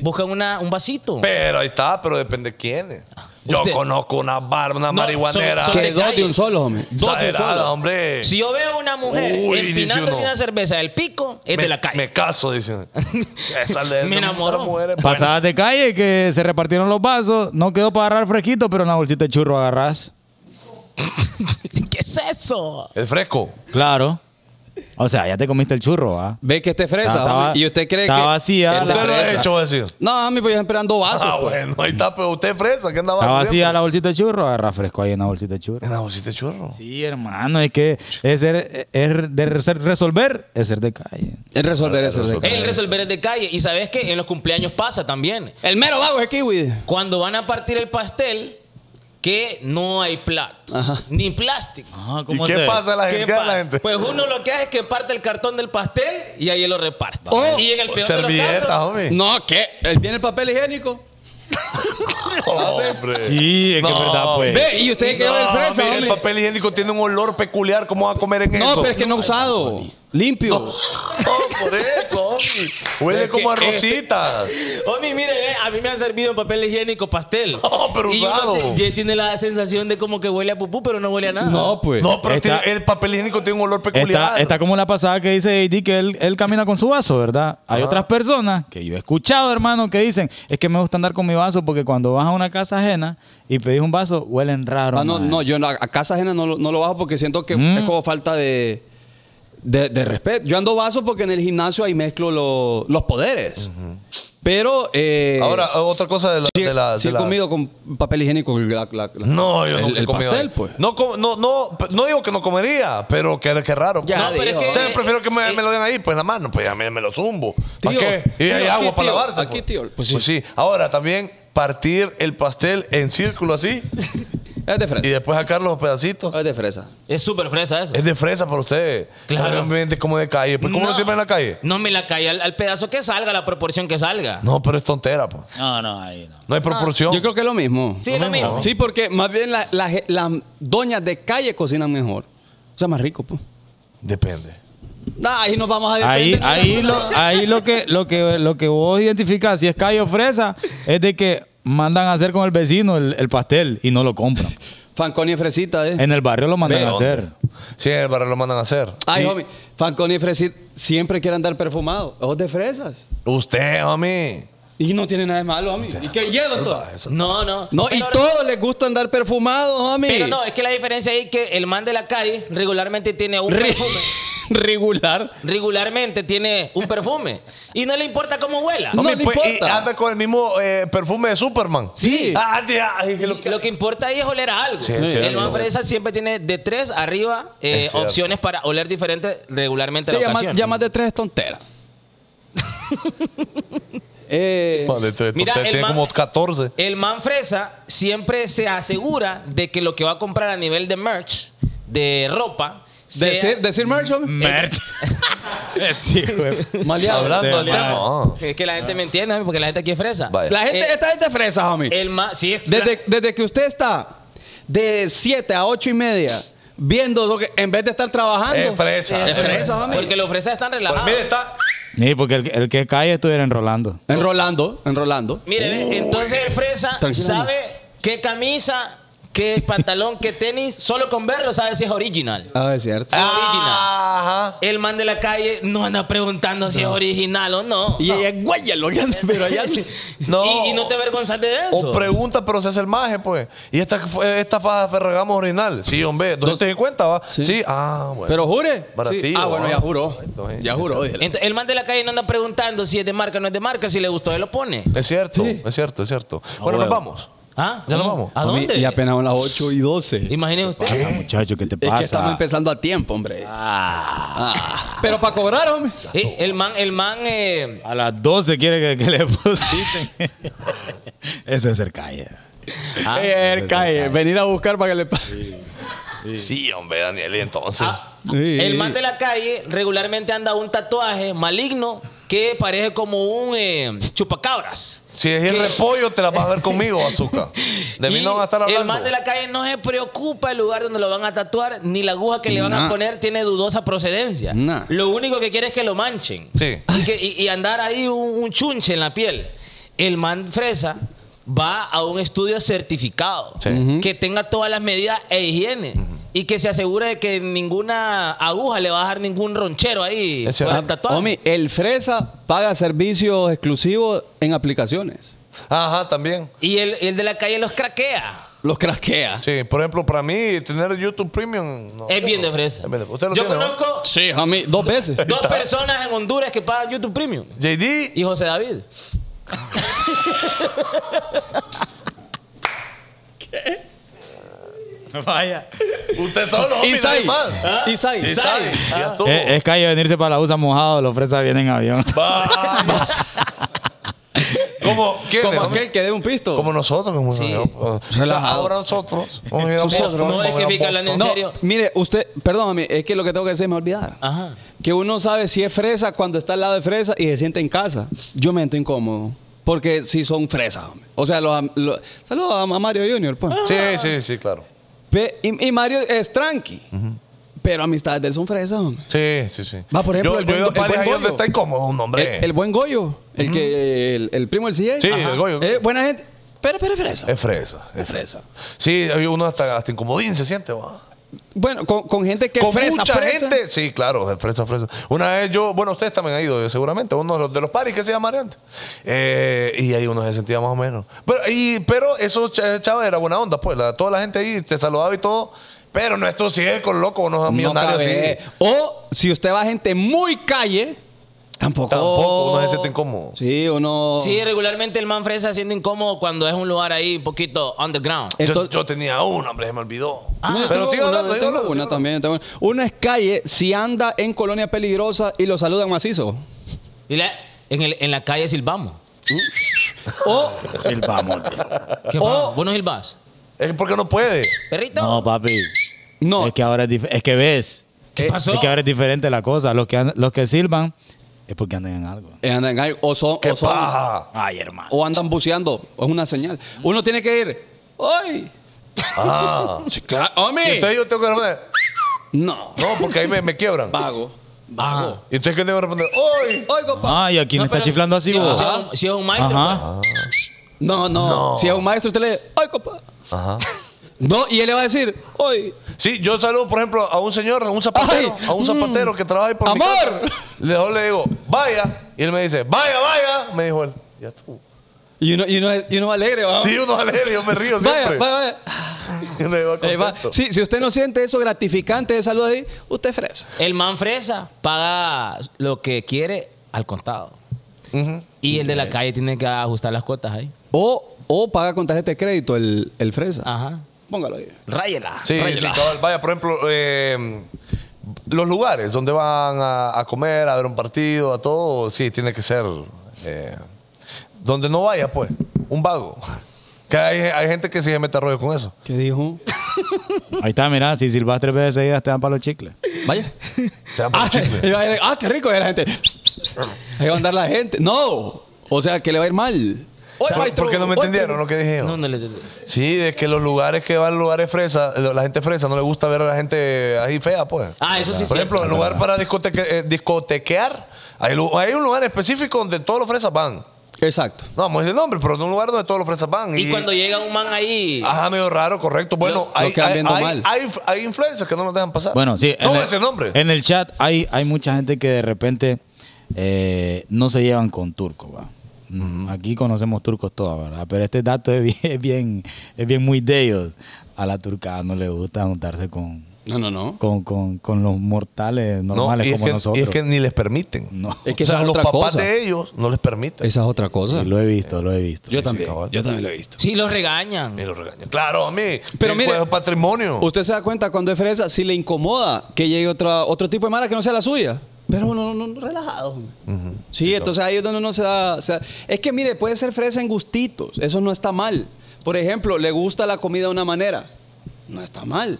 S4: Buscan una, un vasito.
S2: Pero ahí está, pero depende de quiénes. Yo
S4: Usted.
S2: conozco una barba, una marihuanera.
S4: son- son
S1: Que dos de un
S4: detalles.
S1: solo, homie. Dos de un
S2: Exagerada,
S1: solo.
S2: hombre.
S4: Si yo veo a una mujer
S2: Uy, dice
S4: empinándose
S2: uno.
S4: una cerveza del pico, es
S2: me,
S4: de la calle.
S2: Me caso, dicen. Esa le-
S4: Me enamoró.
S2: las mujeres, bueno.
S3: Pasadas de calle que se repartieron los vasos, no quedó para agarrar fresquito, pero una bolsita de churro agarrás.
S4: ¿Qué es eso?
S2: El fresco.
S3: Claro. O sea, ya te comiste el churro, ¿ah?
S1: Ve que esté fresa,
S3: Estaba-
S1: homie, y usted cree
S3: estaba
S1: que.
S3: vacía.
S1: es la
S2: Usted lo ha
S1: fresa.
S2: hecho, decir.
S4: Ah,
S1: No, homie, pues yo siempre ando vasos.
S2: Ah,
S1: pues.
S2: bueno, ahí está, pero usted es fresa, ¿qué andaba
S3: Estaba
S2: haciendo?
S3: vacía la bolsita de churro, agarra fresco ahí una bolsita de churro.
S2: En la bolsita de churro.
S3: Sí, hermano, es que es, ser- es de ser- resolver, es ser de calle.
S1: El resolver eso.
S2: Resolver.
S4: El resolver es de calle. Y sabes que en los cumpleaños pasa también.
S1: El mero vago es kiwi.
S4: Cuando van a partir el pastel, que no hay plato,
S1: Ajá.
S4: ni plástico.
S2: ¿Y qué pasa a la gente?
S4: Ah, ¿Qué
S2: ¿Qué hace
S4: pasa?
S2: la gente?
S4: Pues uno lo que hace es que parte el cartón del pastel y ahí lo reparte.
S1: Oh.
S4: y en el peor de los
S2: Servilletas,
S4: casos,
S2: homie.
S1: No, ¿qué? Él viene el papel higiénico.
S2: Hombre.
S3: Sí, es que es verdad, pues.
S1: Ve, y usted que
S2: No,
S1: va el fresa,
S2: mire, el
S1: hombre.
S2: papel higiénico tiene un olor peculiar. ¿Cómo va a comer en
S1: No,
S2: eso?
S1: pero es que no usado. Limpio.
S2: No, por eso, hombre. Huele
S4: Es que
S2: como a
S4: este-
S2: rositas.
S4: Homie, mire, ve, a mí me han servido en papel higiénico pastel.
S2: No, Oh, pero
S4: y uno
S2: usado.
S4: te- ya tiene la sensación de como que huele a pupú, pero no huele a nada.
S1: No, pues.
S2: No, pero
S3: Está-
S2: tiene- el papel higiénico tiene un olor
S3: Está,
S2: peculiar.
S3: está como la pasada que dice AD que él, él camina con su vaso, ¿verdad? Hay otras personas que yo he escuchado, hermano, que dicen, es que me gusta andar con mi vaso porque cuando vas a una casa ajena y pedís un vaso, huelen raro.
S1: Ah, no,
S3: mae.
S1: no, yo en la- a casa ajena no lo, no lo bajo porque siento que
S2: Mm.
S1: es como falta de, de, de respeto. Yo ando vaso porque en el gimnasio ahí mezclo lo- los poderes. Pero. eh,
S2: Ahora, otra cosa de la.
S1: sí,
S2: de la-
S1: sí
S2: de
S1: he
S2: la-
S1: comido con papel higiénico. la- la- la-
S2: No, yo
S1: el,
S2: no
S1: el pastel, pues.
S2: No, com- no, no, no digo que no comería, pero que, que raro.
S1: Ya,
S2: No,
S1: pero es
S2: digo.
S1: que-
S2: O sea, prefiero que me,
S4: eh,
S2: me lo den ahí, pues en la mano, pues ya me, me lo zumbo. ¿Para
S1: Tío,
S2: qué? Y
S1: tío,
S2: hay
S1: aquí,
S2: agua para
S1: tío,
S2: lavarse.
S1: aquí,
S2: pues.
S1: tío, pues
S2: Pues
S1: sí.
S2: sí. Ahora también partir el pastel en círculo así
S1: Es de
S2: y
S1: fresa.
S2: después sacar los pedacitos.
S1: Es de fresa.
S4: Es súper fresa eso.
S2: Es de fresa para ustedes.
S4: Claro.
S2: Realmente como de calle. Eh, Pues, ¿Cómo
S4: No.
S2: lo sirven en la calle?
S4: No me la calle, al, al pedazo que salga, la proporción que salga.
S2: No, pero es tontera, pues.
S3: No, no, ahí no.
S2: No hay proporción.
S1: Yo creo que es lo mismo.
S4: Sí, lo mismo.
S1: Sí, porque más bien la- la ge- las doñas de calle cocinan mejor. O sea, más rico, pues.
S2: Depende.
S1: Nah, ahí nos vamos a
S3: Ahí,
S1: defender.
S3: ahí, lo, ahí lo, que, lo, que, lo que vos identificás, si es calle o fresa, es de que mandan a hacer con el vecino el, el pastel y no lo compran.
S1: Fanconi y fresita, eh.
S3: En el barrio lo mandan
S1: Ve,
S3: a hacer.
S2: Sí, en el barrio lo mandan a hacer.
S1: Ay,
S3: Y-
S1: homie, Fanconi y fresita siempre quiere andar perfumado. Ojos de fresas.
S2: Usted, homie. Ah,
S1: Y no tiene nada de malo, homie. ¿Y qué llevo todo?
S4: No, no.
S1: No, y
S4: Pero-
S1: todos les gusta andar perfumados, homie.
S4: Pero no, es que la diferencia ahí es que el man de la calle regularmente tiene un
S1: Re-
S4: perfume.
S1: regular.
S4: Regularmente tiene un perfume. Y no le importa cómo huela.
S1: No
S2: Homie,
S1: le
S2: pues, y
S1: importa.
S2: anda con el mismo eh, perfume de Superman.
S1: Sí.
S2: Ah, tía, ay, que lo
S4: Lo que importa ahí es oler a algo.
S2: Sí, es
S4: el
S2: cierto.
S4: man fresa siempre tiene de tres arriba eh,
S2: Es cierto.
S4: opciones para oler diferentes regularmente a
S1: Sí,
S4: la
S1: ya, más,
S4: ocasión.
S1: ya más de tres es tontera. eh,
S2: Vale, te-
S4: Mira,
S2: usted
S4: el
S2: tiene
S4: man-
S2: como 14.
S4: El man fresa siempre se asegura de que lo que va a comprar a nivel de merch, de ropa, sea-
S1: decir, decir merch, homie.
S3: Merch. Sí, güey.
S1: Maleado.
S2: Hablando
S1: Ah.
S2: al
S3: de
S2: tema.
S4: No, Es que la gente me entiende, porque la gente aquí es fresa.
S2: Vaya.
S1: La gente,
S4: Eh,
S1: esta gente es fresa, homie.
S4: El man, sí, es-
S1: Desde, desde que usted está de 7 a 8 y media viendo lo que en vez de estar trabajando.
S2: Es fresa.
S1: Es fresa, mami.
S4: Porque los fresas están
S2: Pues
S4: relajados.
S2: mire, está.
S3: Sí, porque el, el que es calle estuviera enrolando.
S1: Enrolando, enrolando.
S4: Mire, ve, entonces el fresa
S1: Tranquilo,
S4: sabe qué camisa, qué pantalón, qué tenis, solo con verlo sabe si es original.
S1: Ah, es cierto.
S2: Ajá.
S4: El man de la calle no anda preguntando si es original o no.
S1: y ella es guaya lo que anda, pero allá.
S2: No.
S4: Y, y no te avergonzas de
S2: O
S4: eso.
S2: pregunta, pero se hace el maje, pues. ¿Y esta, fue- esta faja Ferragamo original? Sí, hombre, 250, ¿va? Sí. Ah, bueno.
S1: Pero jure.
S2: Baratillo,
S1: Sí. Ah, bueno, ya
S2: ah.
S1: juró.
S2: Entonces,
S1: Ya juró. dile.
S4: Ent- el man de la calle no anda preguntando si es de marca o no es de marca, si le gustó, él lo pone.
S2: Es cierto, es cierto, es cierto. bueno, nos
S3: huevo.
S2: vamos.
S4: ¿Ah?
S2: Ya nos
S4: ¿Cómo?
S2: vamos.
S4: ¿A
S1: Mami,
S4: dónde?
S1: Y apenas son las 8 y 12.
S4: Imagínese usted.
S3: Pasa, muchacho, ¿qué te
S1: Eh. Es
S3: pasa?
S1: que estamos empezando a tiempo, hombre. Ah. Pero para cobrar, hombre.
S4: Eh, el man, el man, eh,
S3: A las 12 quiere que, que le depositen. Eso es ser calle.
S4: ah,
S1: Eh, cae, venir a buscar para que le pague.
S2: Sí, hombre, Daniel, y entonces.
S4: Ah,
S1: Sí.
S4: El man de la calle regularmente anda un tatuaje maligno que parece como un eh, chupacabras.
S2: si es el
S4: ¿qué?
S2: repollo, te la vas a ver conmigo, Azúcar. De mí
S4: Y
S2: no van a estar hablando.
S4: El man de la calle no se preocupa el lugar donde lo van a tatuar, ni la aguja que le van
S1: Nah.
S4: a poner tiene dudosa procedencia.
S1: Nah.
S4: Lo único que quiere es que lo manchen.
S2: Sí.
S4: Y, que- y- y andar ahí un, un chunche en la piel. El man fresa va a un estudio certificado
S2: Sí.
S4: que tenga todas las medidas e higiene. Y que se asegure de que ninguna aguja le va a dejar ningún ronchero ahí.
S2: Es cierto.
S4: con el tatuaje.
S1: Homie, el Fresa paga servicios exclusivos en aplicaciones.
S2: Ajá, también.
S4: Y el, el de la calle los craquea.
S1: Los craquea.
S2: Sí, por ejemplo, para mí, tener YouTube Premium. no.
S4: Es bien de fresa.
S2: Es bien de- Usted lo
S4: Yo
S2: tiene, ¿no?
S4: conozco
S1: Sí, homie, dos veces.
S4: dos personas en Honduras que pagan YouTube Premium.
S2: JD,
S4: Y José David.
S3: Vaya.
S2: usted solo, homie, nadie
S1: Isai.
S2: más.
S1: Isai.
S2: Isai,
S4: Ah.
S2: ya estuvo.
S3: Eh, Es, es calle venirse para la USA mojado, los fresas vienen en avión.
S2: Vamos. ¿Cómo? ¿Quién
S1: Como
S2: es, homie?
S1: aquel que dé un pisto.
S2: Como nosotros, como
S4: Sí.
S2: nosotros. O sea,
S1: Relajado.
S2: ahora nosotros. vamos a ir a
S1: Nosotros.
S2: Boston,
S1: No,
S4: es
S2: vamos a ir
S4: que
S2: a
S4: fica la
S2: Boston.
S1: No,
S4: serio?
S1: mire, usted, perdón, homie, es que lo que tengo que decir me olvidar.
S2: Ah.
S4: Ajá.
S1: que uno sabe si es fresa cuando está al lado de fresa y se siente en casa. Yo me siento incómodo. Porque si son fresas, hombre. O sea, los, am- los- saludos a, a Mario Junior, pues.
S2: Sí, sí, sí, claro.
S1: Pe- y, y Mario es tranqui. Pero amistades de él son fresas, hombre.
S2: Sí, sí, sí.
S1: Va, por ejemplo,
S2: yo,
S1: el
S2: yo he ido a
S1: buen- el
S2: París
S1: buen
S2: ahí donde
S1: Goyo.
S2: está incómodo un hombre.
S1: El, el buen Goyo, el que el, el primo del CJ.
S2: Sí, el Goyo.
S1: Eh, buena gente. Pero, pero es fresa.
S2: es fresa, es fresa.
S1: fresa.
S2: Sí, hay uno hasta, hasta incomodín se siente, va.
S1: Bueno, con, con gente que
S2: Con
S1: es fresa,
S2: mucha
S1: fresa.
S2: gente. Sí, claro, de fresa, fresa. Una vez yo, bueno, ustedes también han ido, eh, seguramente, uno de los, de los paris que se llama antes. Eh, y ahí uno se sentía más o menos. Pero, y, pero eso, ch- chava, era buena onda, pues. la- toda la gente ahí te saludaba y todo. Pero no estos circos, loco, unos
S1: No
S2: millonarios
S1: cabe. eh,
S2: sí.
S1: O si usted va a gente muy calle, tampoco.
S2: Tampoco, uno se siente incómodo.
S1: Sí, uno.
S4: Sí, regularmente el man fresa se siente incómodo cuando es un lugar ahí un poquito underground.
S2: Yo-
S1: Entonces- Ah,
S2: yo, tenía una, hombre, se me olvidó.
S1: No, yo
S2: pero
S1: tengo
S2: sigo
S1: una,
S2: hablando,
S1: yo
S2: sigo
S1: tengo
S2: hablando,
S1: una
S2: sigo
S1: también. yo tengo una. Uno es calle si anda en colonia peligrosa y lo saludan macizo.
S4: Y la- en, el- en la calle silbamos.
S1: O,
S3: Silvamos.
S4: ¿Qué pasa? ¿Vos no silbás?
S2: Es porque no puede.
S4: Perrito.
S3: No, papi.
S1: no,
S3: Es que ahora es, dif- es que ves.
S4: ¿Qué pasó?
S3: Es que ahora es diferente la cosa. Los que, an- los que silban es porque andan en algo. Oh.
S1: eh, andan en calle, o son,
S2: ¡Qué
S1: o, son-
S2: paja!
S3: Ay, hermano.
S1: o andan buceando. Es una señal. Uno tiene que ir. ¡Ay!
S2: Ah.
S1: Sí, claro.
S2: Y
S1: ¡Hombre!
S2: entonces yo tengo que responder.
S1: No.
S2: No, porque ahí me, me quiebran.
S1: Vago. Vago.
S2: Y entonces que tengo que responder. ¡Uy!
S1: Ay, compa.
S3: Ay, aquí me
S4: No,
S3: está
S4: pero
S3: chiflando así,
S4: si,
S3: vos.
S4: si es un- si es un maestro, pues.
S3: Ajá.
S1: No, no,
S2: No.
S1: Si es un maestro, usted le dice, ¡ay, compa!
S2: Ajá.
S1: No, y él le va a decir, ¡ay!
S2: Oh, Sí, yo saludo, por ejemplo, a un señor, a un zapatero,
S1: Ay, Mm.
S2: a un zapatero que trabaja ahí por mi
S1: ¡Amor!
S2: casa. Le, yo le digo, vaya. Y él me dice, vaya, vaya. Me dijo él. Ya estuvo.
S1: Y uno, y uno, y uno alegre, va.
S2: Sí, uno alegre, yo me río
S1: Ah. Vaya,
S2: siempre.
S1: vaya, vaya.
S2: Y me va
S1: Ahí va.
S2: contento.
S1: Sí, si usted no siente eso gratificante de salud ahí, usted es fresa.
S4: pues. el man fresa paga lo que quiere al contado.
S2: Ujú.
S4: Y el de la calle tiene que ajustar las cuotas ahí.
S1: O, o paga con tarjeta de crédito el, el fresa.
S4: Ajá.
S1: Póngalo ahí.
S4: Ráyela.
S2: Sí, sí,
S4: ráyela.
S2: cabal. Vaya, por ejemplo, eh, los lugares donde van a, a comer, a ver un partido, a todo, sí, tiene que ser. eh, donde no vaya, pues, un vago. Que hay, hay gente que sí se mete a rollo con eso.
S1: ¿Qué dijo?
S3: Ahí está, mira, si silbas tres veces seguidas te dan para los chicles.
S1: Vaya.
S2: Te dan por
S1: Ah,
S2: chicle.
S1: y va a decir, "Ah, qué rico de la gente. Ahí va a andar la gente. No. O sea, que le va a ir mal.
S2: ¿Por, por qué no me entendieron lo que dije yo?
S4: No, no le-
S2: Sí, de que los lugares que van, lugares fresa, lo- la gente fresa no le gusta ver a la gente ahí fea, pues.
S4: Ah, eso sí es
S2: Por ejemplo,
S4: cierto.
S2: el lugar para discoteque- eh, discotequear, hay, lu- hay un lugar específico donde todos los fresas van.
S1: Exacto.
S2: No, vamos a decir nombre, pero es un lugar donde todos los fresas van.
S4: Y cuando llega un man ahí.
S2: Ajá, medio raro, correcto. Bueno,
S1: Lo- lo
S2: hay,
S1: quedan
S2: hay,
S1: viendo
S2: hay-
S1: mal.
S2: hay- hay influencers que no nos dejan pasar.
S3: Bueno, sí. en
S2: No voy
S3: el-
S2: a decir nombre.
S3: En el chat hay, hay mucha gente que de repente eh, no se llevan con turcos, va. Mm, Aquí conocemos turcos todos, ¿verdad? Pero este dato es bien, es bien, es bien muy de ellos. A la turcada no le gusta juntarse con,
S1: No, no, no.
S3: con, con- con los mortales
S2: No,
S3: normales
S2: y es
S3: como
S2: que-
S3: nosotros.
S2: Y es que ni les permiten.
S3: No.
S1: Es que
S2: o
S1: esa
S2: sea,
S1: es
S2: los
S1: otra
S2: papás
S1: cosa.
S2: de ellos no les permiten.
S1: Esa es otra cosa.
S3: Sí, lo he visto, lo he visto.
S1: Yo también.
S2: cabal.
S1: Yo también lo he visto.
S4: Sí, los regañan.
S2: Y los regañan. Claro, a mí.
S1: Pero
S2: el
S1: mire-
S2: juego es patrimonio.
S1: Usted se da cuenta cuando es fresa, si le incomoda que llegue otra, otro tipo de mara que no sea la suya. Pero uno no, no, relajado. hombre. Sí, entonces ahí es donde uno se da, se da- Es que mire, puede ser fresa en gustitos. Eso no está mal. Por ejemplo, le gusta la comida de una manera. No está mal.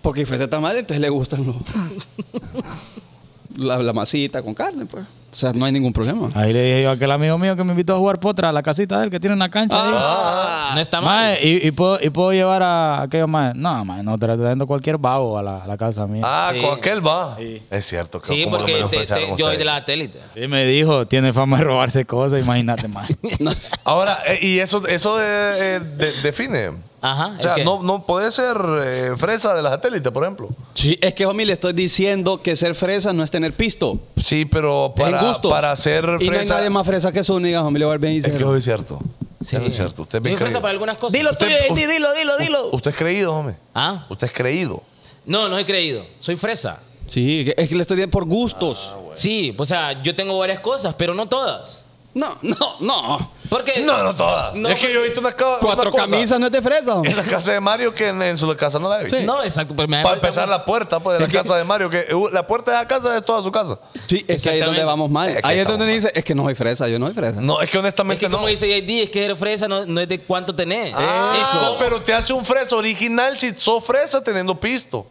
S1: Porque fuese tamal, entonces le gustan los. la, la masita con carne, pues. O sea, no hay ningún problema.
S3: Ahí le dije yo a aquel amigo mío que me invitó a jugar potra a la casita de él, que tiene una cancha ahí.
S2: Ah.
S4: No está mal.
S3: Mae, y, y puedo, y puedo llevar a aquellos más. No, mae, no, te trayendo cualquier babo a la, a la casa mía.
S2: Ah,
S4: Sí.
S2: con aquel va. Es cierto. que
S4: Sí,
S2: como lo
S4: porque te- te-
S2: menospreciaron
S4: yo
S2: ustedes.
S4: de la satélite.
S3: Y me dijo, tiene fama de robarse cosas, imagínate, mae.
S2: Ahora, eh, y eso, eso eh, eh, de- define.
S4: Ajá,
S2: O sea,
S4: ¿el qué?
S2: no, no puede ser eh, fresa de la satélite, por ejemplo.
S1: Sí, es que, homie, le estoy diciendo que ser fresa no es tener pisto.
S2: Sí, pero para,
S1: gusto.
S2: para ser fresa.
S1: Y no hay nadie más fresa que Zúñiga, homie, le va a ir bien y
S2: Es que
S1: se-
S2: eso es cierto. Eso es cierto. Usted es bien
S4: Yo fresa
S2: creído.
S4: para algunas cosas.
S2: Dilo tuyo, Usted- Eddie,
S4: dilo, dilo,
S2: Usted es creído, hombre.
S4: Ah,
S2: Usted es creído.
S4: no, no he creído. Soy fresa.
S1: Sí, que- es que le estoy diciendo por gustos.
S4: Sí, o sea, yo tengo varias cosas, pero no todas.
S1: No, no, no.
S4: Porque
S2: No, no todas.
S4: No,
S2: es que yo he visto una, ca- una
S1: Cuatro
S2: cosa
S1: camisas no es de fresa, homie.
S2: En la casa de Mario que en, en su casa no la he visto.
S4: No, exacto, pero me da
S2: Para
S4: vuelta
S2: empezar, la puerta pues, de la casa de Mario, que uh, la puerta de la casa es toda su casa.
S1: Sí, es que ahí es donde
S4: Exactamente.
S1: vamos mal.
S2: Es que
S1: ahí es
S2: estamos
S1: donde
S2: mal.
S1: dice, es que no soy fresa, yo no soy fresa.
S2: No, es que
S4: Es
S2: honestamente
S4: que
S2: no.
S4: como dice JD, es que eres fresa, no, no es de cuánto tenés.
S2: Ah,
S4: Es como-
S2: pero te hace un fresa original si sos fresa teniendo pisto.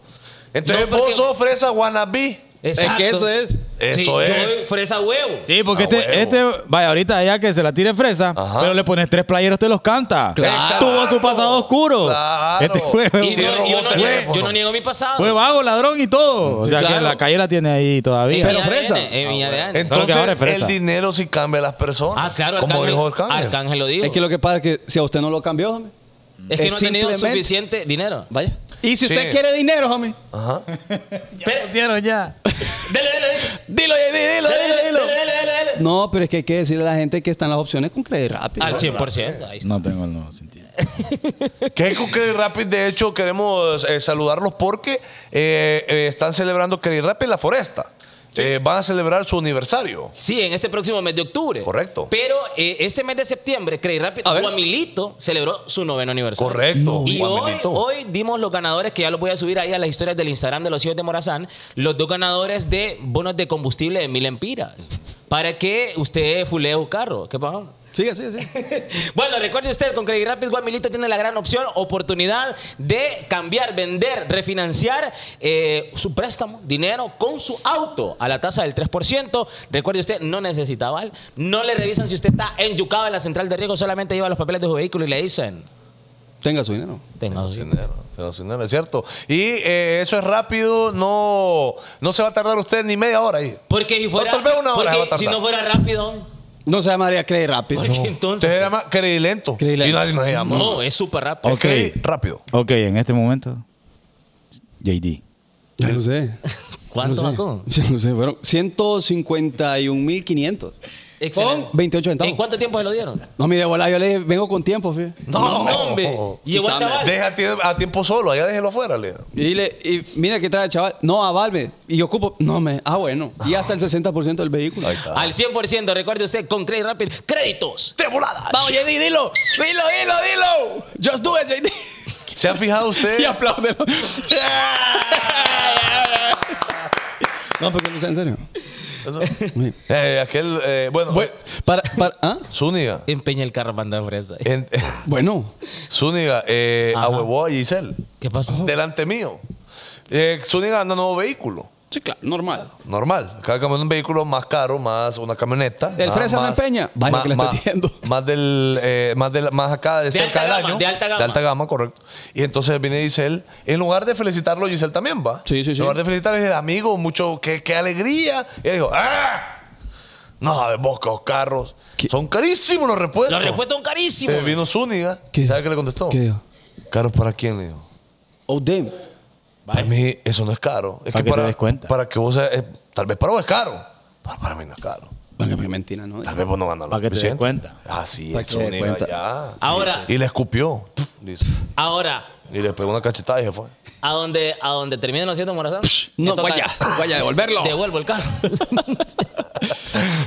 S2: Entonces
S4: No, porque-
S2: vos sos fresa wannabe.
S1: Es
S4: Exacto.
S1: que eso es.
S2: Eso
S4: Sí, yo
S2: es.
S4: soy fresa huevo.
S3: Sí, porque
S2: Ah,
S3: este,
S2: huevo.
S3: este, vaya, ahorita ya que se la tire fresa,
S2: Ajá.
S3: pero le pones tres playeros, te los canta.
S2: Claro.
S3: Tuvo su pasado oscuro.
S2: Claro.
S3: Este fue,
S4: Y
S2: Sí,
S4: no-
S2: robó
S4: yo, no, niego-
S2: teléfono.
S4: yo no niego mi pasado.
S3: fue vago, ladrón y todo. O sea,
S1: claro.
S3: que la calle la tiene ahí
S4: En mi
S3: todavía.
S1: Pero
S4: ADN,
S1: fresa.
S4: en mi
S3: Ah,
S4: ADN.
S3: Solo que
S2: Entonces,
S3: ahora es fresa.
S2: el dinero sí cambia a las personas.
S4: ah, claro,
S2: Como
S4: Arcángel,
S2: dijo Arcángel.
S4: Arcángel lo dijo.
S1: Es que lo que pasa es que si a usted no lo cambió, homie,
S4: Es que
S1: es
S4: no ha tenido
S1: simplemente-
S4: suficiente dinero.
S1: vaya. Y si
S2: Sí.
S1: usted quiere dinero, homie,
S2: Ajá.
S4: Pero-
S3: Hicieron ya.
S4: dele, dele,
S1: dilo, dilo,
S4: dele, dele, dele, dele, dele, dele.
S1: No, pero es que hay que decirle a la gente que están las opciones con Credit Rápido.
S4: Al 100%. Ahí está.
S3: No tengo el nuevo sentido.
S2: Que con Credit Rapid, de hecho, queremos eh, saludarlos porque eh, eh, están celebrando Credit Rapid La Foresta. Eh, van a celebrar su aniversario.
S4: Sí, en este próximo mes de octubre.
S2: Correcto.
S4: Pero eh, este mes de septiembre, Credit Rápido,
S1: A ver.
S4: Guamilito celebró su noveno aniversario.
S2: Correcto.
S4: Y hoy,
S2: Juanmelito.
S4: hoy dimos los ganadores, que ya los voy a subir ahí a las historias del Instagram de los hijos de Morazán, los dos ganadores de bonos de combustible de mil empiras. Para que usted fulee un carro. ¿Qué pasó?
S1: Sigue, sigue, sigue.
S4: Bueno, recuerde usted, con Credit Rapid Guamilito tiene la gran opción, oportunidad de cambiar, vender, refinanciar eh, su préstamo, dinero con su auto a la tasa del 3%. Recuerde usted, no necesita aval, no le revisan si usted está enyucado en la central de riesgo, solamente lleva los papeles de su vehículo y le dicen,
S1: Tenga su dinero.
S4: tenga su-
S2: Dinero, dinero, dinero, es cierto. Y eh, eso es rápido, no, no se va a tardar usted ni media hora ahí.
S4: Porque si fuera,
S2: tal vez una hora
S4: porque
S2: va a tardar.
S4: si no fuera rápido,
S1: No se llamaría Credit Rápido.
S4: porque
S2: Usted se
S4: entonces...
S2: llama Credit Lento.
S1: Credit Lento.
S2: Y nadie nos llama.
S4: No, es súper rápido.
S2: Es Credit Rápido.
S3: Ok, en este momento, JD.
S1: Yo no sé.
S4: ¿Cuánto
S1: no sé.
S4: sacó?
S1: Yo no sé, fueron 151.500.
S4: Excelente.
S1: Con 28 centavos.
S4: ¿En cuánto tiempo se lo dieron?
S1: No, mi de volar, yo le dije, vengo con tiempo, fíjate.
S2: No,
S4: hombre. Y llegó el
S1: Quítame.
S4: chaval.
S2: Deja a tie- a tiempo solo, allá déjelo afuera, le.
S1: Y, le, y mira que trae, chaval. No, avalme. Y yo ocupo. No, me. Ah, bueno. Y hasta el 60% del vehículo.
S2: Ahí está.
S4: Al 100%, recuerde usted, con Credit Rapid, créditos.
S2: ¡De volada!
S1: Vamos, JD, dilo. Dilo, dilo, dilo. Just do it, JD.
S2: ¿Se ha fijado usted?
S1: Y apláudelo. no, porque no sé, en serio.
S2: Eso.
S1: Sí.
S2: Eh, aquel, eh, bueno,
S1: Bueno, Pues, para, para, ¿ah?
S2: Zúñiga.
S4: Empeña el carro para andar fresa.
S2: en-
S1: Bueno.
S2: Zúñiga, eh,
S4: Ajá.
S2: ahuevó a Giselle.
S4: ¿Qué pasó?
S2: Delante mío. Eh, Zúñiga anda en nuevo vehículo.
S1: Sí, claro, normal.
S2: Normal. Cada camioneta es un vehículo más caro, más una camioneta.
S1: El
S2: Ah,
S1: fresa no
S2: más-
S1: empeña. Vaya que le está
S2: más,
S1: diciendo.
S2: más del, eh, más del, más acá, de, cerca
S4: alta
S2: del
S4: gama,
S2: año.
S4: de alta gama.
S2: correcto. Y entonces viene Giselle. En lugar de felicitarlo, Giselle también va.
S1: Sí, sí, sí.
S2: En lugar de felicitarlo, es el amigo, mucho, qué, qué alegría. Y él dijo, ¡ah! No, a ver, vos, que los carros.
S1: ¿Qué?
S2: Son carísimos los repuestos.
S4: Los repuestos son carísimos.
S2: Eh, vino Zúñiga.
S1: ¿Qué?
S2: ¿Sabe qué le contestó?
S1: ¿Qué dijo?
S2: ¿Caros para quién? Le dijo.
S1: Oh, damn.
S2: Para mí eso no es caro. Es
S3: Para que te des cuenta.
S2: Para que vos... seas- eh, tal vez para vos es caro. Para, para mí no es caro.
S1: Vaya, qué mentira, ¿no?
S2: Tal vez vos no ganas lo
S3: Para que te des
S2: suficiente. Ah,
S3: cuenta.
S2: Así
S1: Para
S2: es,
S1: que te des
S2: Zúñiga,
S1: cuenta.
S2: ya.
S4: Ahora.
S2: Y le escupió. Dice.
S4: Ahora,
S2: Y le pegó una cachetada y se fue.
S4: a donde, a donde terminen los 100 morazón.
S1: No,
S4: me toca-
S1: vaya, vaya a devolverlo.
S4: Devuelvo el carro.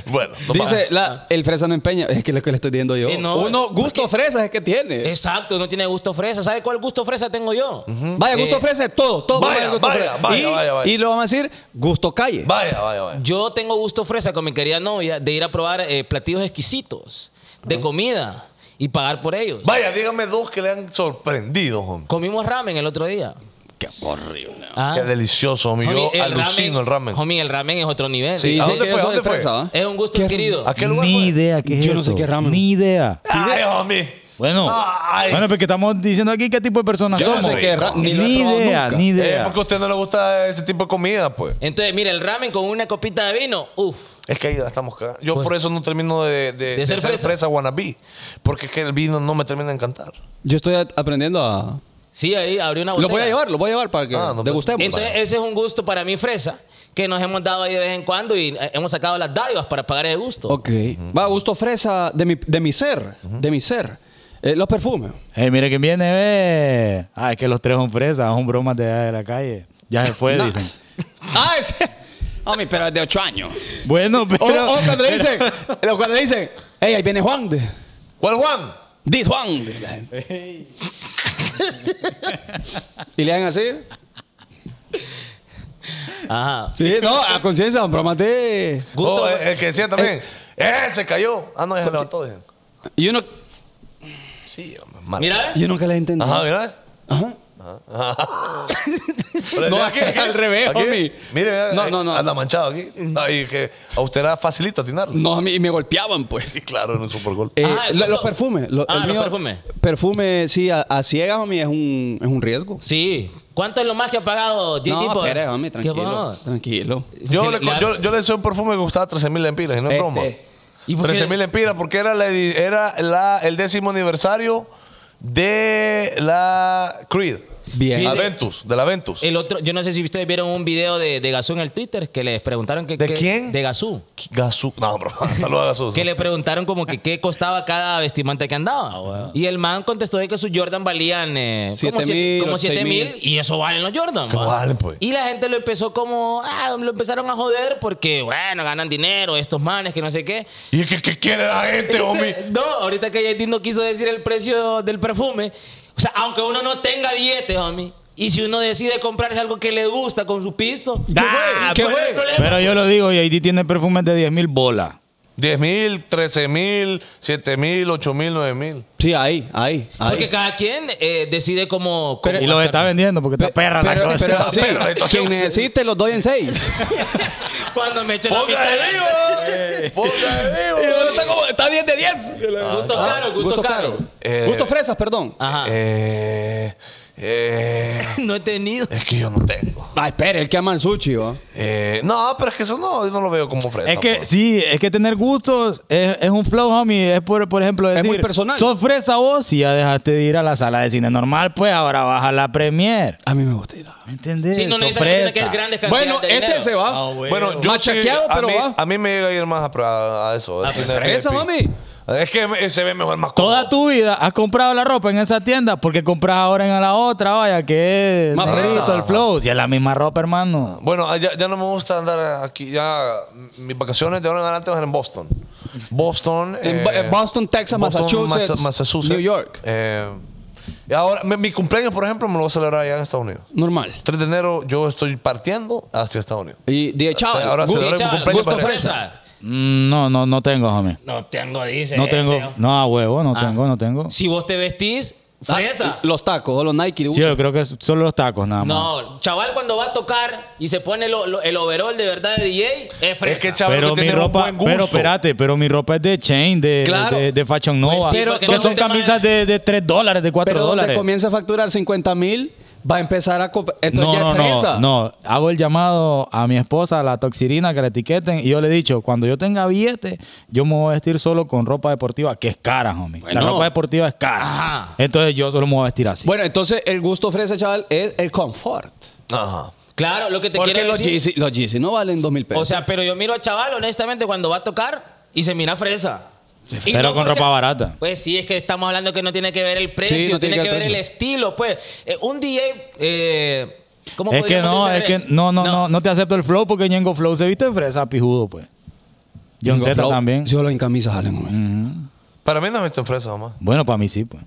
S2: Bueno, no Ah.
S1: Dice,
S2: más.
S1: la, el fresa no empeña. Es que es lo que le estoy diciendo yo.
S4: Eh, no,
S1: Uno, gusto fresa es que
S2: Eh.
S1: tiene.
S4: Exacto, no tiene gusto fresa. ¿Sabe cuál gusto fresa tengo yo?
S1: Vaya, gusto
S4: Eh,
S1: fresa es todo. todo
S2: vaya,
S1: gusto
S2: vaya,
S1: fresa.
S2: vaya,
S1: y,
S2: vaya, vaya.
S1: y lo vamos a decir, gusto calle.
S2: Vaya, vaya, vaya.
S4: Yo tengo gusto fresa con mi querida novia de ir a probar eh, platillos exquisitos de comida y pagar por ellos.
S2: Vaya, dígame dos que le han sorprendido, hombre.
S4: Comimos ramen el otro día.
S3: Qué horrible.
S4: Ah.
S2: Qué delicioso, homie. Yo
S4: Homie, el
S2: alucino el ramen.
S4: Homie, el ramen es otro nivel.
S2: Sí, ¿a
S1: sí,
S2: dónde
S1: que
S2: fue? ¿A
S1: eso
S2: dónde
S1: de fresa, ¿ah?
S2: fue?
S1: ¿va?
S4: Es un gusto adquirido.
S2: ¿A qué lugar
S3: Ni
S2: fue?
S3: idea qué es
S1: Yo no sé
S3: eso.
S1: qué ramen.
S3: Ni idea.
S2: Ay, homie.
S3: Bueno,
S2: Ay. Eh,
S3: bueno, porque estamos diciendo aquí qué tipo de personas
S1: Yo no
S3: somos.
S1: sé qué ra-
S3: ni,
S1: ni lo he probado
S3: idea,
S1: nunca.
S3: ni
S2: Eh,
S3: idea.
S2: porque a usted no le gusta ese tipo de comida, pues.
S4: Entonces, mira, el ramen con una copita de vino, uff.
S2: Es que ahí la estamos cagando. Yo
S4: Pues-
S2: por eso no termino de, de- de
S4: ser
S2: ser
S4: fresa.
S2: fresa. wannabe. Porque es que el vino no me termina de encantar.
S1: Yo estoy a- aprendiendo a.
S4: Sí, ahí abrió una botella.
S1: Lo voy a llevar, lo voy a llevar para que
S2: Ah, no,
S1: degustemos.
S4: Entonces, ese es un gusto para mí, fresa, que nos hemos dado ahí de vez en cuando y eh, hemos sacado las dádivas para pagar ese gusto.
S1: ok. Va, gusto fresa de mi, de mi ser. De mi ser. Eh, los perfumes.
S3: Eh, mire quién viene, ve. Ah, es que los tres son fresas, son bromas de, de la calle. Ya se fue, dicen.
S1: Ah, ese. Homie, pero es de 8 años.
S3: Bueno, pero.
S1: O, o cuando le dicen, o cuando le dicen, hey, ahí viene Juan. De,
S2: ¿Cuál, Juan?
S1: Di Juan. de la gente. y le dan así.
S4: Ajá.
S1: Sí, no, a conciencia, son bromas de.
S4: Gusto-
S2: Oh, el, el que decía también. ¡Eh, se cayó! Ah, no, ya se levantó. dije.
S1: Y uno,
S2: Sí, hombre, mal.
S4: Mira,
S1: yo nunca la he entendido.
S2: Ajá, mira. eh.
S1: Ajá. No, al revés, homie.
S2: Mire, vea, eh,
S1: No,
S2: ahí,
S1: no, no.
S2: Anda manchado aquí. Ahí que a usted era facilito atinarlo.
S1: No, a mí y me golpeaban, pues.
S2: Sí, claro, en un supergol.
S1: Eh,
S4: Ah, el
S1: lo-
S4: costo-
S1: los perfumes. lo-
S4: Ah,
S1: el
S4: los
S1: mío-
S4: perfumes.
S1: Perfume, sí, a, a ciegas, homie, es un, es un riesgo.
S4: sí. ¿Cuánto es lo más que ha pagado JD
S1: No,
S4: por-
S1: espere, homie,
S4: ¿Qué
S1: tranquilo.
S4: pagó?
S1: Tranquilo.
S2: Yo
S4: que
S2: le,
S4: le- le-
S2: yo, yo le hice un perfume que costaba 13 mil empiras, y no es
S1: Este.
S2: broma.
S4: ¿Y por qué?
S2: 13 mil empiras porque era, la, edi- era la- el décimo aniversario de la Creed.
S1: Bien.
S2: La
S4: Fíjese-
S2: Ventus, de la Ventus.
S4: El otro, yo no sé si ustedes vieron un video de, de Gazú en el Twitter que les preguntaron que
S2: ¿De
S4: que-
S2: quién?
S4: De Gazú.
S2: Gasú. No, bro. Saludos a Gasú.
S4: Que le preguntaron como que qué costaba cada vestimenta que andaba.
S2: Ah,
S4: Y el man contestó de que sus Jordan valían eh,
S1: Siete
S4: como
S1: mil,
S4: 7 como
S1: ocho,
S4: siete
S1: seis
S4: mil
S1: mil.
S4: y eso valen los Jordan.
S2: Que
S4: va.
S2: valen, pues.
S4: Y la gente lo empezó como, ah, lo empezaron a joder porque, bueno, ganan dinero estos manes que no sé qué.
S2: ¿Y qué, qué quiere la
S4: Este,
S2: gente, homie?
S4: No, ahorita que JD no quiso decir el precio del perfume, o sea, aunque uno no tenga billetes, homie, y si uno decide comprarse algo que le gusta con su pisto, ¿qué
S1: Ah,
S4: fue? ¿Qué
S1: pues.
S4: fue el problema?
S3: Pero yo lo digo, JD tiene perfumes de 10 mil bolas.
S2: 10 mil, 13 mil, 7 mil, 8 mil, 9 mil.
S1: Sí, ahí, ahí, ahí.
S4: Porque cada quien eh, decide cómo... cómo
S3: y los está vendiendo porque está
S1: Pe-
S3: perra la
S1: pero,
S3: cosa.
S1: pero,
S2: está
S1: sí,
S2: perra la situación.
S1: quien necesite los doy en seis.
S4: Cuando me echen la mitad
S2: ¡Ponga de
S4: de
S2: vivo! ¡Ponga de vivo!
S1: está, como, está 10 de 10.
S4: Gusto caro, gusto, caro.
S2: Eh,
S1: Gusto fresas, perdón.
S4: Ajá.
S2: Eh, eh,
S4: no he tenido.
S2: es que yo no tengo.
S1: Ah, espere, el que ama el sushi, ¿va?
S2: Eh, no, pero es que eso no, yo no lo veo como fresa.
S3: Es que
S2: pues.
S3: sí, es que tener gustos es, es un flow, homie. Es por, por ejemplo decir,
S1: muy personal.
S3: Sos fresa vos si ya dejaste de ir a la sala de cine normal, pues ahora vas a la premier.
S1: A mí me gusta ir a-
S3: ¿Me entendés?
S4: Sí, no
S3: Sos
S4: necesariamente tiene que
S3: fresa.
S4: ser grandes cantidades
S1: Bueno,
S4: de
S1: este
S4: dinero.
S1: se va.
S3: Ah, bueno.
S2: Bueno, yo sí,
S1: Machaqueado,
S2: a
S1: pero
S2: mí,
S1: va.
S2: a mí me llega a ir más a, pra- a eso. A tener
S1: fresa,
S2: pi-
S1: mami.
S2: Es que me- se ve mejor más cómodo.
S3: Toda tu vida has comprado la ropa en esa tienda porque compras ahora en la otra, vaya, que es
S1: Más
S3: negrito,
S2: fresa.
S3: el flow. Si es la misma ropa, hermano.
S2: Bueno, ah, ya, ya no me gusta andar aquí. Ya mm, mis vacaciones de ahora en adelante van a ser en Boston. Boston. eh,
S1: En Bo- en Boston, Texas, Massachusetts,
S2: Massa- Massachusetts,
S1: New York.
S2: Eh, y ahora, mi, mi cumpleaños, por ejemplo, me lo voy a celebrar allá en Estados Unidos.
S1: Normal.
S2: 3 de enero yo estoy partiendo hacia Estados Unidos.
S1: Y de chaval.
S2: Ahora se
S1: gusto-
S2: celebra mi
S4: Chaval,
S2: cumpleaños
S4: gusto
S2: para-
S4: fresa.
S3: Mm, No, no, no tengo, homie.
S4: No tengo, dice.
S3: No tengo.
S4: Eh, Leo.
S3: No, a huevo, no
S4: Ah.
S3: tengo, no tengo.
S4: Si vos te vestís,
S1: Ah,
S4: fresa.
S1: Los tacos o los Nike.
S3: Sí, yo creo que solo los tacos, nada más.
S4: No, chaval cuando va a tocar y se pone lo- lo- el overall de verdad de DJ, es fresa.
S2: Es que chaval,
S3: pero mi
S2: tiene un
S3: ropa,
S2: buen gusto.
S3: pero espérate, pero mi ropa es de Chain, de,
S1: Claro.
S3: de, de Fashion Nova.
S4: Pues sí, porque
S3: que
S4: no
S3: son
S4: te van a-
S3: camisas de, de 3 dólares, de 4
S1: Pero donde
S3: dólares.
S1: comienza a facturar 50 mil, va a empezar a... comp- Entonces
S3: No,
S1: ya
S3: no,
S1: es
S3: no,
S1: fresa.
S3: no. Hago el llamado a mi esposa, a la toxirina, que la etiqueten. Y yo le he dicho, cuando yo tenga billete, yo me voy a vestir solo con ropa deportiva, que es cara, homie.
S1: Bueno.
S3: La ropa deportiva es cara.
S4: Ajá.
S3: Entonces yo solo me voy a vestir así.
S1: Bueno, entonces el gusto fresa, chaval, es el confort.
S2: Ajá.
S4: Claro, lo que te
S1: Porque
S4: quiero
S1: los
S4: decir.
S1: Yeezy, los Yeezy no valen 2 mil pesos.
S4: O sea, pero yo miro a chaval, honestamente, cuando va a tocar y se mira fresa. Y
S3: pero
S4: no
S3: con
S4: porque-
S3: ropa barata.
S4: Pues sí, es que estamos hablando que no tiene que ver el precio,
S1: Sí, no
S4: tiene, que,
S1: el
S4: ver el
S1: precio.
S4: estilo, pues. Eh, un DJ, eh, ¿cómo
S3: Es que
S4: podríamos
S3: no, es
S4: decirle?
S3: que no, no, no, no, te acepto el flow porque Ñengo Flow se viste fresa pijudo, pues. John
S1: Tengo
S3: Z
S1: flow,
S3: también.
S1: Solo en camisa salen. güey.
S2: Para mí no me está en fresa, mamá.
S3: Bueno, para mí sí, pues.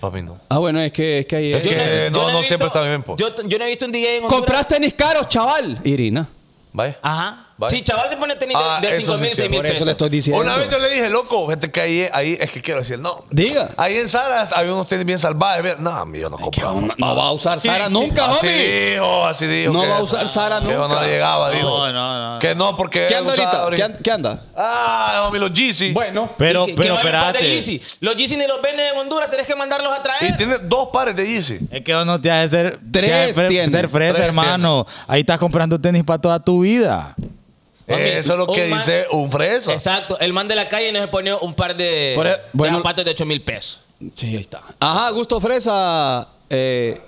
S2: Para mí no.
S1: Ah, bueno, es que, es que ahí
S2: Es
S1: es.
S2: que-
S4: he-
S2: no,
S4: he
S2: no siempre está bien, pues. po.
S4: Yo, yo no he visto un DJ en Honduras.
S1: Comprás tenis caros, chaval. Irina.
S2: Vaya.
S4: Ajá.
S2: Bye.
S4: Si chaval se pone tenis de-
S2: Ah,
S4: de
S2: eso
S4: 5 mil,
S2: sí,
S4: 6 mil
S1: Por eso le
S4: pesos.
S1: estoy diciendo.
S2: Una vez yo le dije, loco, gente que ahí, ahí es que quiero decir no.
S1: Diga.
S2: Ahí en Sara había unos tenis bien salvajes. bien- No, mi, yo no
S1: ¿Qué
S2: compro.
S1: onda? No va a usar Sara nunca,
S2: Así
S1: homie.
S2: dijo, así dijo.
S1: No
S2: que-
S1: va a usar Sara
S2: Que no
S1: nunca.
S2: le llegaba, dijo.
S3: No, no, no.
S2: Que no, porque.
S1: ¿Qué
S2: él
S1: anda
S2: usaba
S1: ahorita? ¿Qué,
S2: ahorita.
S1: an- qué anda?
S2: Ah, homie, los Yeezy.
S1: Bueno.
S3: Pero,
S4: ¿Y qué-
S3: pero,
S4: qué vale el par de
S3: espérate.
S4: Yeezy? Los Yeezy ni los venden en Honduras, tenés que mandarlos a
S2: Y
S4: traer.
S2: tiene dos pares de Yeezy.
S3: Es que no te hace ser, te
S1: Tres
S3: hace fre-
S1: tiene.
S3: ser fresa,
S2: Tres
S3: hermano. Ahí estás comprando tenis para toda tu vida.
S4: Mami,
S2: Eso es lo que
S4: un ma-
S2: dice un fresa.
S4: Exacto, el man de la calle nos pone un par de,
S1: Por e-
S4: de
S1: bueno-
S4: zapatos de 8 mil pesos.
S1: Sí, ahí está. Ajá, Gusto Fresa. eh,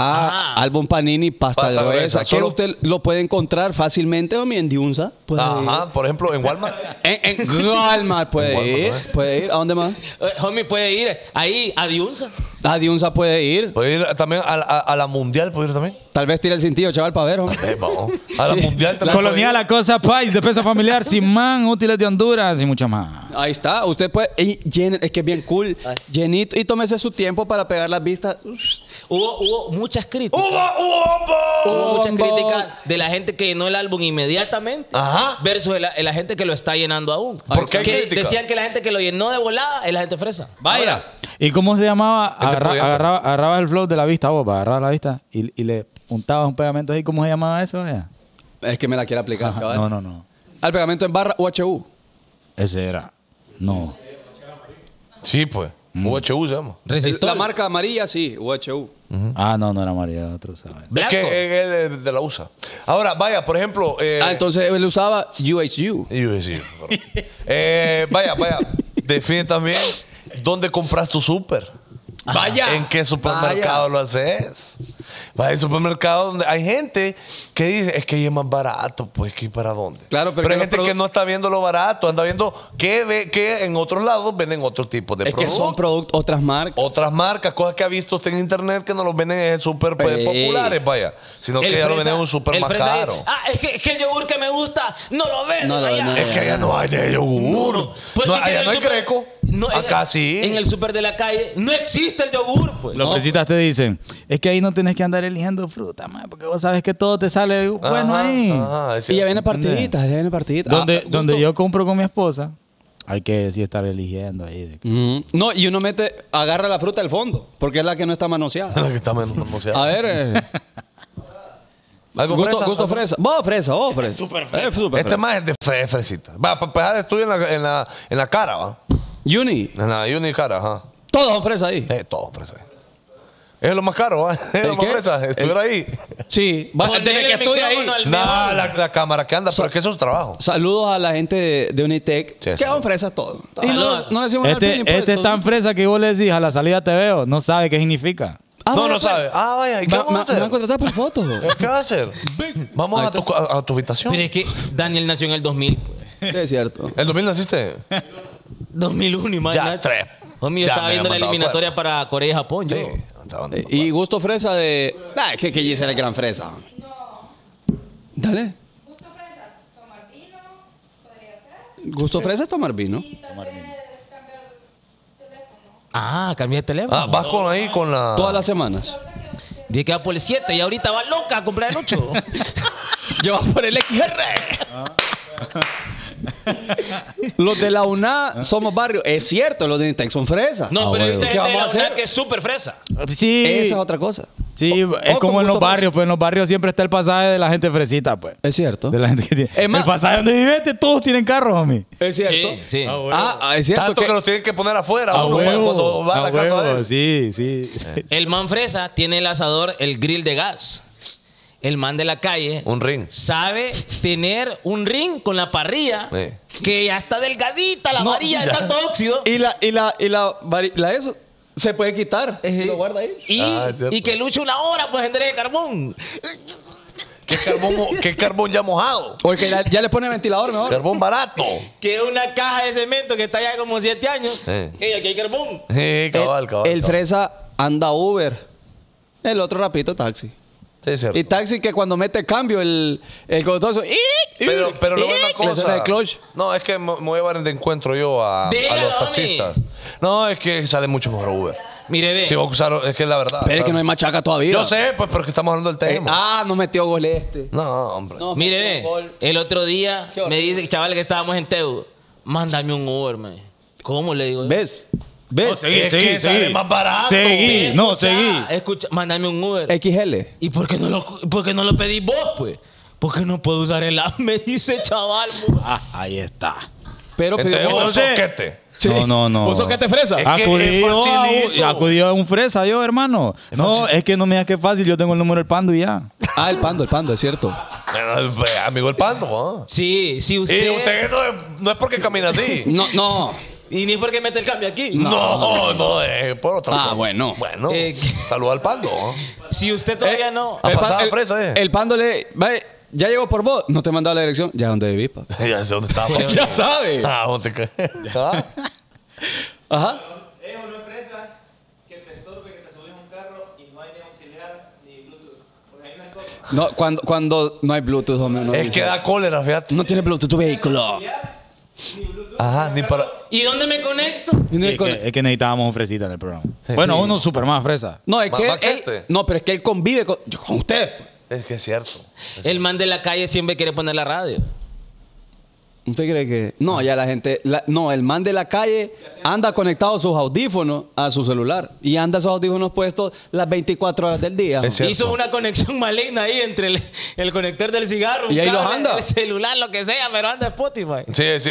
S1: Ah,
S4: Ajá.
S1: álbum Panini, pasta,
S2: Pasta
S1: gruesa.
S2: gruesa,
S1: Que
S2: solo-
S1: usted lo puede encontrar fácilmente o en Diunza. Puede
S2: Ajá, por ejemplo, en Walmart.
S1: ir. En, en Walmart puede
S2: En Walmart,
S1: ir.
S2: ¿eh?
S1: Puede ir. ¿A dónde más?
S4: Eh, homie puede ir ahí a Diunza.
S1: A Diunza puede ir.
S2: Puedo ir también a, la- a- a la mundial, puedo ir también.
S1: Tal vez tira el cintillo, chaval, para ver. hombre.
S2: Eh, vamos. A la
S1: Sí.
S2: mundial también.
S3: Colonial, la cosa, país, defensa familiar, sin man, útiles de Honduras y mucho más.
S1: Ahí está. Usted puede. y llene- es que es bien cool. Llenito. Y tómese su tiempo para pegar las vistas.
S4: Hubo, hubo muchas críticas.
S2: puedo ir. ¡Uba, uba, uba!
S4: Hubo muchas
S1: Bombo.
S4: críticas de la gente que llenó el álbum inmediatamente
S2: Ajá.
S4: versus la, la gente que lo está llenando aún.
S2: ¿Por qué hay
S4: Que
S2: crítica?
S4: Decían que la gente que lo llenó de volada es la gente fresa.
S3: Vaya. ¿Y cómo se llamaba?
S2: Este
S3: Agarra-
S2: proyecto.
S3: agarraba, agarrabas el flow de la vista, vos, agarrabas la vista y, y le untabas un pegamento ahí. ¿Cómo se llamaba eso? vaya?
S1: Es que me la quiere aplicar, chaval.
S3: No, no, no.
S1: Al pegamento en barra UHU.
S3: Ese era. No.
S2: Sí, pues.
S1: Mm.
S2: UHU se llama.
S1: La
S4: Resistol.
S1: marca amarilla, sí, UHU.
S3: Ah, no, no era María, otro sabe.
S4: Blanco.
S2: Es que él es de la USA. Ahora, vaya, por ejemplo. eh,
S1: Ah, entonces él usaba UHU.
S2: Y yo decía, pero- Eh, vaya, vaya. Define también dónde compras tu súper.
S1: Ah. Vaya.
S2: ¿En qué supermercado
S1: Vaya.
S2: lo haces? Vaya, hay supermercados donde hay gente que dice, es que ahí es más barato, pues, ¿que para dónde?
S1: Claro, pero que
S2: hay
S1: los
S2: gente
S1: produ-
S2: que no está viendo lo barato, anda viendo que, ve, que en otros lados venden otro tipo de
S1: Es que
S2: productos.
S1: son productos, otras marcas.
S2: otras marcas, cosas que ha visto usted en internet que no los venden en súper pues,
S1: Ey.
S2: populares, vaya. Sino que ya lo venden en un súper
S4: el
S2: más
S4: fresa dice,
S2: caro.
S4: ah, es que, es que el yogur que me gusta no lo venden
S1: No lo
S4: allá".
S1: venden.
S2: Es que allá no hay de yogur.
S4: Pues
S2: No,
S4: es que en
S2: allá
S4: el
S2: no hay
S4: súper-
S2: creco.
S4: no, en-
S2: Acá sí.
S4: En el súper de la calle no existe el yogur, pues.
S3: Los fresitas te dicen, es que ahí no tienes que andar eligiendo fruta, man, porque vos sabes que todo te sale
S2: Ajá,
S3: bueno ahí.
S2: ajá, es
S1: Y ya
S2: cierto.
S1: viene partiditas, ya viene partiditas.
S3: Donde,
S1: Ah,
S3: donde
S1: gusto.
S3: yo compro con mi esposa, hay que sí estar eligiendo ahí. de-
S1: Ujú. Mm-hmm. No, y uno mete, agarra la fruta del fondo, porque es la que no está manoseada.
S2: La que está menos manoseada.
S1: A ver, eh,
S2: ¿Algo
S1: gusto,
S2: fresa?
S1: gusto fresa. Vos fresa, vos fresa. Super fresa.
S2: Este más es de fre- fresita. Va, para pegar estudio en la, en, la, en la cara, va.
S1: Uni,
S2: En la uni cara, ajá.
S1: todos son fresa ahí.
S2: Eh, todo fresa. Es lo más caro, ¿va? Es
S1: ¿El
S2: lo más
S1: qué?
S2: fresa. Estuviera ahí.
S1: Sí, va,
S4: Ponele
S1: desde que
S4: el
S1: estudia ahí.
S4: micrófono al
S2: Nah,
S4: viejón.
S2: la, la cámara que anda, pero es que eso es trabajo.
S1: Saludos a la gente de, de Unitec,
S2: Sí,
S1: que
S2: saludos.
S1: son fresas todos. Y
S4: Saludos.
S1: no, no le decimos nada al
S3: Este,
S1: feeling, pues,
S3: este es
S1: todo.
S3: tan fresa que vos le decís, a la salida te veo, no sabe qué significa.
S1: Ah,
S2: no,
S1: vaya,
S2: no
S1: pues.
S2: sabe. Ah, vaya, ¿y qué
S1: Va- ma-
S2: vamos a
S1: Me van a
S2: hacer?
S1: contratar por fotos.
S2: Eh, ¿Qué va a hacer? Vamos
S1: Ahí
S2: a tu, a, a tu habitación.
S4: Pero es que Daniel nació en el 2000, pues.
S1: Sí, es cierto.
S2: ¿El 2000 naciste?
S4: 2001, imagínate.
S2: tres.
S4: Homie, yo
S2: Ya
S4: estaba
S2: me
S4: viendo la
S2: había matado
S4: eliminatoria para Corea y Japón, yo.
S2: Sí. Anda, anda,
S1: Eh, Y gusto fresa de. Ah, es que, que Gis era el gran fresa. Dale.
S5: Gusto fresa, tomar vino, podría ser.
S1: Gusto fresa es tomar vino.
S2: Ah.
S5: Y tal vez cambiar teléfono.
S4: Ah, cambié de teléfono.
S2: Ah, vas con ahí con la.
S1: Todas las semanas.
S4: Dije que va por el 7 y ahorita va loca a comprar el 8.
S1: Llevas por el XR. los de la UNA somos barrio. Es cierto, los de Nintec son fresas.
S4: No, pero
S1: Ah, ¿Qué
S4: viste gente
S1: vamos
S4: de
S1: a
S4: la
S1: hacer?
S4: UNAC que es súper fresa.
S2: Ah,
S3: Sí,
S1: Esa es otra cosa.
S3: sí
S1: O-
S3: es
S1: o
S3: como
S1: con
S3: en los
S1: gusto
S3: barrios, pues en los barrios siempre está el pasaje de la gente fresita, pues.
S1: Es cierto.
S3: De la gente que tiene.
S1: Es más-
S3: el pasaje donde vivete, todos tienen carros, homie.
S1: Es cierto.
S4: Sí, sí.
S1: Ah, ah, es cierto.
S2: Tanto que,
S1: que-
S2: los tienen que poner afuera.
S3: A
S2: uno,
S3: huevo,
S2: Cuando va a
S3: a
S2: la casa de
S3: huevo,
S2: él. Eh,
S3: sí, sí.
S4: El man fresa tiene el asador, el grill de gas. El man de la calle
S2: Un ring.
S4: sabe tener un ring con la parrilla
S2: Sí.
S4: que ya está delgadita, la
S1: No,
S4: varilla de
S1: ya.
S4: tanto óxido.
S1: Y la, y la, y la, vari- la eso se puede quitar.
S4: Eh,
S1: Lo guarda ahí.
S4: Y,
S2: Ah, es cierto.
S4: y que luche una hora, pues entre de carbón.
S2: ¿Qué carbón, mo- qué carbón ya mojado?
S1: O el que ya, ya le pone ventilador mejor.
S2: Carbón barato.
S4: Que es una caja de cemento que está ya como 7 años.
S2: Sí.
S4: Ey, aquí hay carbón.
S2: Sí, cabal, cabal.
S1: el
S2: cabal.
S1: fresa anda Uber. El otro rapito taxi.
S2: Sí, es
S1: Y
S2: cierto.
S1: taxi que cuando mete cambio el, el conductor hace, "Ic, ic",
S2: Pero, pero luego
S1: ic,
S2: una
S1: le suena
S2: cosa.
S1: el clutch.
S2: No, es que me me voy a llevar de encuentro yo a, a
S4: Dígalo,
S2: los
S4: homie.
S2: taxistas. No, es que sale mucho mejor Uber.
S4: Mire, ve.
S2: Si vos usaron, es que es la verdad.
S1: Pero es que no hay machaca todavía.
S2: Ah, Yo sé, pues, pero es que estamos hablando del
S1: Eh,
S2: tema.
S1: ah, no metió gol este.
S2: No, hombre.
S1: No,
S4: Mire,
S1: metió
S4: ve,
S1: gol.
S4: el otro día
S1: Qué horrible.
S4: me dice, chaval, que estábamos en Teu, mándame un Uber, man. ¿Cómo le digo? yo? Ah,
S1: ¿Ves? ¿Ves?
S3: No, seguí,
S2: Es
S3: seguí,
S2: que sale
S3: seguí.
S2: más barato. pues.
S3: Seguí,
S4: Ve,
S3: no,
S4: escucha,
S3: seguí.
S4: Escucha, mándame un Uber.
S1: XL.
S4: ¿Y por qué no lo, por qué no lo pedís vos, pues? Porque no puedo usar el app, me dice, chaval. mu-
S3: Ah, ahí está.
S1: Pero
S2: Entonces,
S1: pidió-
S2: vos sos
S3: Entonces-
S2: soquete.
S1: Sí.
S3: No, no, no.
S1: ¿Vos sos que te fresa?
S2: Es que
S3: Acudió
S2: es facilito.
S3: a, acudió a un fresa yo, hermano. No, es que no me digas que es fácil, yo tengo el número del pando y ya.
S1: Ah, el pando, el pando, es cierto.
S2: Bueno, pues, Amigo el pando, ¿no?
S4: Sí, sí, usted.
S2: Y usted no es, no es porque camina así.
S1: No, no.
S4: Y ni por qué mete el cambio aquí.
S2: No, no, es por otra
S1: Ah,
S2: cosa.
S1: bueno.
S2: Bueno,
S4: Eh,
S2: saluda al pando. ¿ah? ¿no?
S4: Si usted todavía
S1: Eh,
S4: no.
S2: Ah,
S1: el,
S2: pasaba
S1: pan- el-
S2: fresa, eh.
S1: el pando le. "Ve, ya llegó por vos. No te mandaba la dirección. Ya donde vivís, pa.
S2: Ya sé dónde estaba.
S4: Pero-
S1: Ya sabe.
S2: Ah, ¿dónde te caes? Ah,
S1: Ajá. No, cuando, cuando no hay Bluetooth, hombre. No,
S2: es que da cólera, fíjate.
S1: no tiene Bluetooth tu vehículo.
S2: Ajá, ni para.
S4: ¿Y dónde me conecto?
S1: Y no hay
S3: Es
S1: con-
S3: que, es que necesitábamos un fresita en el programa.
S2: Sí.
S3: bueno, uno super más fresa.
S1: No, es
S2: Más-
S1: que él,
S2: más que este.
S1: él- no, pero es que él convive con, yo- con usted.
S2: Es que es cierto.
S4: El man de la calle siempre quiere poner la radio.
S1: ¿Usted cree que.? No, ya la gente. la- no, el man de la calle anda conectado sus audífonos a su celular. Y anda sus audífonos puestos las 24 horas del día.
S2: Es cierto.
S4: Hizo una conexión maligna ahí entre el, el conector del cigarro, un
S1: Y ahí los
S4: cable,
S1: anda.
S4: el celular, lo que sea, pero anda Spotify.
S2: Sí, sí.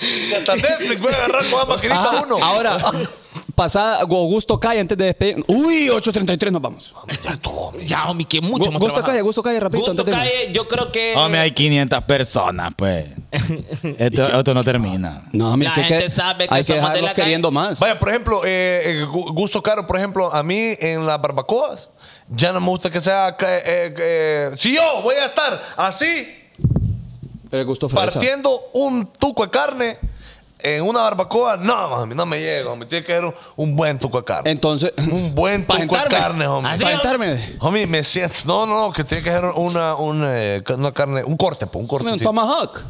S2: Y Hasta Netflix puede agarrar con ambas
S1: Ajá,
S2: uno.
S1: Ah, Ahora, pasada Augusto Calle antes de despedir. Uy, 8.33 nos vamos.
S2: Ya todo, mi-
S4: Ya, homie, que
S1: Gu-
S4: mucho más Ah,
S1: Gusto
S4: trabajado.
S1: Calle, Gusto Calle, rapidito,
S4: Gusto
S1: antes de-
S4: Calle, yo creo que...
S3: Hombre, hay 500 personas, pues. Esto, esto no termina.
S1: No, mira,
S4: La
S1: que,
S4: gente
S1: que
S4: sabe que
S1: hay que
S4: somos de la
S1: dejarlos
S4: calle.
S1: queriendo más.
S2: Vaya, por ejemplo, eh, eh, gu- gusto caro, por ejemplo, a mí en las barbacoas, ya no me gusta que sea. ca- eh, eh, si yo voy a estar así,
S1: Pero el gusto fresa.
S2: partiendo un tuco de carne en una barbacoa, no, mami, no me llega, homie. Tiene que ser un, un buen tuco de carne.
S1: Entonces,
S2: un buen
S1: ¿pa'
S2: tuco de
S1: sentarme?
S2: carne, homie.
S4: Así,
S1: para
S4: homie.
S1: sentarme.
S2: Homie, me siento. No, no, no, que tiene que ser una, una, eh, ca- una carne, un corte, pues, un corte.
S1: Un
S2: sí.
S1: tomahawk.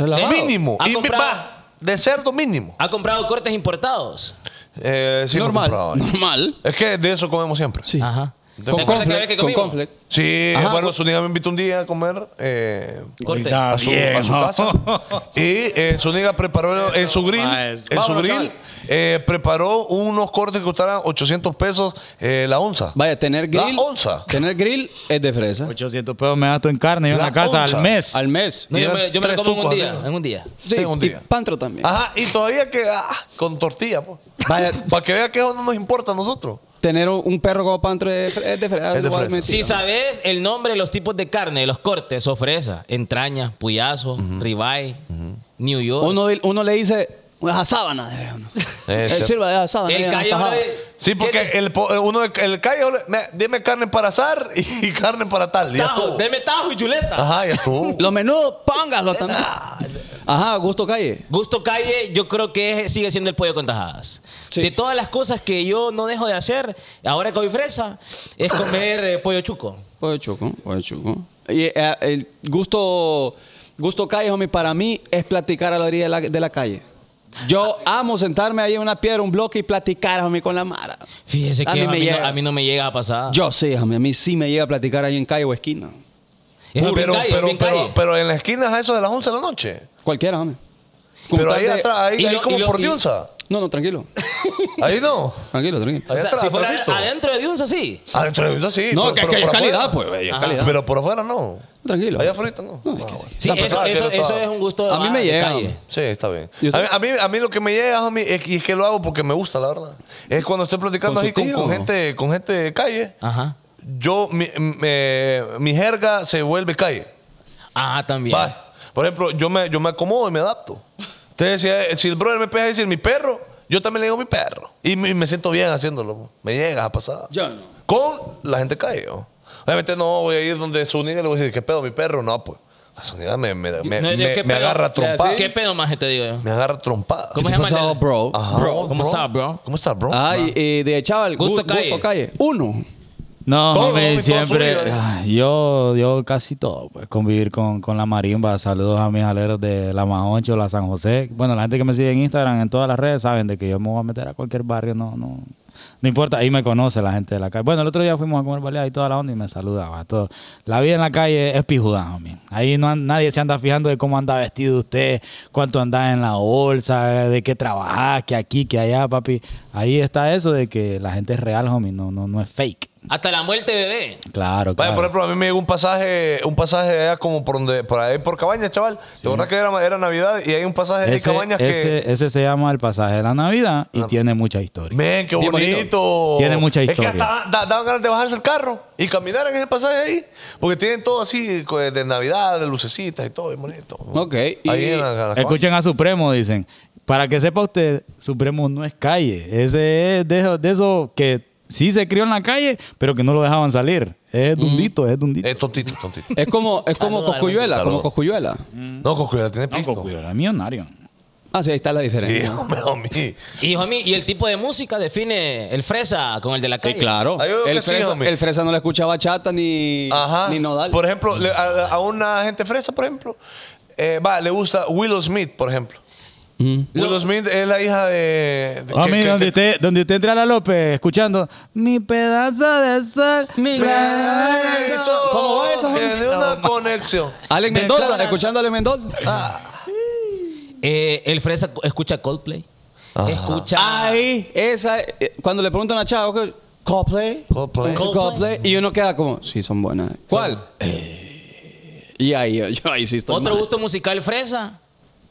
S1: Relajado.
S2: Mínimo.
S4: ¿Ha
S2: Y mi-
S4: comprado?
S2: va, de cerdo mínimo.
S4: ¿Ha comprado cortes importados?
S2: Eh, sí, lo he
S1: normal.
S2: comprado ahí.
S1: Normal.
S2: Es que de eso comemos siempre.
S1: Sí.
S4: Ajá.
S2: ¿Se
S1: Con
S2: acuerda
S4: que la vez
S1: conflict.
S4: que
S1: Con
S4: comimos?
S1: conflict.
S2: Sí,
S1: Ajá.
S2: bueno,
S4: pues,
S2: su niña me invitó un día a comer eh,
S4: Corte.
S3: Oiga,
S2: a, su, a su
S3: viejo.
S2: casa. Y eh, su niña preparó en su grill,
S3: maes.
S2: en su
S1: Vámonos,
S2: grill,
S1: chaval.
S2: eh, preparó unos cortes que costaran 800 pesos eh, la onza.
S1: Vaya, tener
S2: La
S1: grill.
S2: onza.
S1: Tener grill es de fresa.
S3: 800 pesos me gasto en carne yo en
S2: La
S3: la casa
S2: onza.
S3: al mes.
S1: Al mes.
S4: No, yo me, yo me lo
S2: Tres
S4: como en un
S2: tucos,
S4: día,
S2: así.
S4: en un día.
S1: Sí,
S2: sí, un
S1: y
S2: día.
S1: pantro también.
S2: Ajá, y todavía que ah, con tortilla, pues.
S1: Vaya,
S2: Para que vea que eso no nos importa a nosotros.
S1: tener un un perro como pantro es es de fresa.
S2: Es de fresa.
S1: igualmente.
S4: Si sabes el nombre, los tipos de carne, los cortes, o fresa, entraña, puyazo, ribeye, New York.
S1: Uno, uno le dice, una sábana. eh, uno.
S2: Eh,
S1: Él
S2: cierto.
S1: sirva de sábana.
S4: el
S1: ya,
S4: callo
S1: tajada.
S4: de-
S2: Sí, porque el, po- eh, uno, de- el calle, ole, me- dime carne para asar y carne para tal. y ya
S4: Tajo,
S2: estuvo.
S4: deme tajo y chuleta.
S2: Ajá, ya estuvo.
S1: Los menudos, pónganlos también.
S4: Ah,
S1: Ajá, Gusto Calle.
S4: Gusto Calle, yo creo que es- sigue siendo el pollo con tajadas.
S1: Sí.
S4: De todas las cosas que yo no dejo de hacer, ahora que hoy fresa, es comer eh, pollo chuco.
S1: Pues chuco, pues chuco. Y eh, el gusto, gusto Calle, homie, para mí es platicar a la orilla de la, de la calle. Yo amo sentarme ahí en una piedra, un bloque y platicar, homie, con la mara.
S4: Fíjese que
S1: A
S4: a mí,
S1: mí me
S4: no,
S1: llega.
S4: a mí no me llega a pasar.
S1: Yo sí, homie, a mí sí me llega a platicar ahí en calle o esquina.
S4: Es
S2: pero,
S4: bien calle, es
S2: pero,
S4: bien
S2: pero,
S4: calle.
S2: pero en la esquina a eso de las 11 de la noche.
S1: Cualquiera, homie. Con
S2: Pero
S1: tal
S2: ahí
S1: de-
S2: atrás, ahí,
S4: y
S2: ahí
S4: lo-
S2: como
S4: y lo-
S2: por
S4: y-
S2: Dionza.
S1: No, no, tranquilo.
S2: Ahí no.
S1: Tranquilo, tranquilo.
S4: O
S2: Ahí
S4: sea,
S2: atrás,
S4: si fuera
S2: atrásito.
S4: adentro de Dionza, sí.
S2: Adentro de Dionza sí.
S1: No,
S2: pero-
S1: que,
S2: pero
S1: que es
S2: por
S1: calidad,
S2: afuera.
S1: pues, es
S4: Ajá.
S1: calidad.
S2: Pero por afuera no.
S1: tranquilo.
S2: Allá afuera no.
S1: No, es
S2: Ah,
S1: que-
S2: bueno.
S4: Sí,
S2: Ah,
S4: eso,
S2: pensaba que
S4: eso-
S2: era
S4: eso
S2: todo.
S4: es un gusto.
S1: A mí
S4: ah,
S1: me
S4: de
S1: llega,
S4: calle.
S1: hombre.
S2: Sí, está bien.
S1: ¿Y
S2: A
S1: usted?
S2: mí, a, mí, a mí lo que me llega, homie, es, que- y es que lo hago porque me gusta, la verdad. Es cuando estoy platicando
S1: ¿Con su
S2: así con,
S1: tío?
S2: con gente, con gente de calle,
S4: Ajá.
S2: yo, mi, me- mi jerga se vuelve calle.
S4: Ah, también.
S2: Bye. Por ejemplo, yo me, yo me acomodo y me adapto. Entonces, si, eh, si el brother me empieza a decir mi perro, yo también le digo mi perro. Y me, y me siento bien haciéndolo. po. Me llega a pasar.
S1: Yo no.
S2: Con la gente calle. po. Obviamente no voy a ir donde su niña y le voy a decir, ¿qué pedo mi perro? No, pues. Su niña me, me, me,
S4: No, yo,
S2: eh, me-
S4: ¿qué
S2: me
S4: pedo?
S2: agarra trompada.
S4: ¿Qué pedo más te digo yo?
S2: Me agarra trompada.
S1: ¿Qué
S4: ¿Cómo se llama? el
S1: pasó,
S4: de-
S1: bro? Ah,
S2: Ajá,
S4: Bro, ¿cómo estás, bro?
S2: ¿Cómo estás, bro?
S1: Ay, eh, de chaval,
S4: Gusto
S1: gusto,
S4: Calle.
S1: gusto calle. Uno.
S3: No,
S2: Todo,
S3: homie,
S2: homie, todo
S3: siempre.
S2: su vida.
S3: ay, Yo, yo casi todo, pues, convivir con, con la marimba. Saludos a mis aleros de la Mahoncho, la San José. Bueno, la gente que me sigue en Instagram, en todas las redes, saben de que yo me voy a meter a cualquier barrio, no, no. No importa, ahí me conoce la gente de la calle. Bueno, el otro día fuimos a comer baleada y toda la onda y me saludaba. Todo. La vida en la calle es pijuda, homie. Ahí no an- nadie se anda fijando de cómo anda vestido usted, cuánto anda en la bolsa, eh, de qué trabajás, que aquí, que allá, papi. Ahí está eso de que la gente es real, homie, no, no, no es fake.
S4: Hasta la muerte, bebé.
S2: Vaya,
S3: Claro, claro.
S2: por ejemplo, a mí me llegó un pasaje, un pasaje allá como por donde, por ahí por Cabañas, chaval. De verdad que era, era Navidad y hay un pasaje de
S3: ese,
S2: Cabañas que. Ah.
S3: ese- ese se llama El pasaje de la Navidad y tiene mucha historia.
S2: Men, qué
S1: Bien
S2: bonito.
S1: bonito.
S3: Tiene mucha historia.
S2: Es que hasta da- daban ganas de bajarse el carro y caminar en ese pasaje ahí. Porque tienen todo así co- de Navidad, de lucecitas y todo, bien bonito.
S1: Ok,
S2: Ahí
S1: y-
S2: en la- en la
S3: Escuchen a Supremo, dicen. Para que sepa usted, Supremo no es calle. Ese es de esos de esos que sí se crió en la calle, pero que no lo dejaban salir. Es dundito, es
S2: Cabañas.
S3: dundito.
S2: Mm. Es Eh, tontito, tontito.
S1: Es como, es como
S4: Saluda,
S1: Coscuyuela,
S2: Saluda.
S1: como Coscuyuela.
S2: no, con cuidado, tiene
S3: No,
S2: pisto.
S3: con cuidado, es millonario.
S1: Ah, sí, ahí está la
S2: Sí,
S1: diferencia.
S2: hombre, homie.
S4: Y, homie, y el tipo de música define el fresa con el de la
S1: Sí,
S4: calle.
S1: claro.
S2: Ahí veo que
S1: El
S2: sí,
S1: fresa,
S2: homie.
S1: el Fresa no le escuchaba chata ni,
S2: Ajá.
S1: ni nodal.
S2: Por ejemplo, le- a, a una gente fresa, por ejemplo, eh, va, le gusta Willow Smith, por ejemplo.
S1: Mm.
S2: Willow Smith es la hija de. de-
S1: Ah,
S3: Mami,
S2: que- que-
S3: Oh, donde,
S2: que-
S3: usted, donde usted entra a la López escuchando Mi pedazo de sol, mi gran-
S2: Eso
S1: ¿Cómo va esa, homie?
S2: Tiene una conexión.
S1: Alex
S2: De- Ah.
S1: Mendoza,
S2: claro,
S1: escuchando a Alex Mendoza.
S4: Eh, el fresa cu- escucha Coldplay.
S2: Ah.
S4: Escucha.
S1: Ahí, esa, eh, cuando le preguntan a Chavo, ¿qué? Coldplay.
S2: Coldplay.
S1: Coldplay. Y uno queda como, sí, son buenas. ¿Cuál? Eh, Y ahí, yo, yo ahí sí estoy.
S4: Otro
S1: mal.
S4: gusto musical fresa.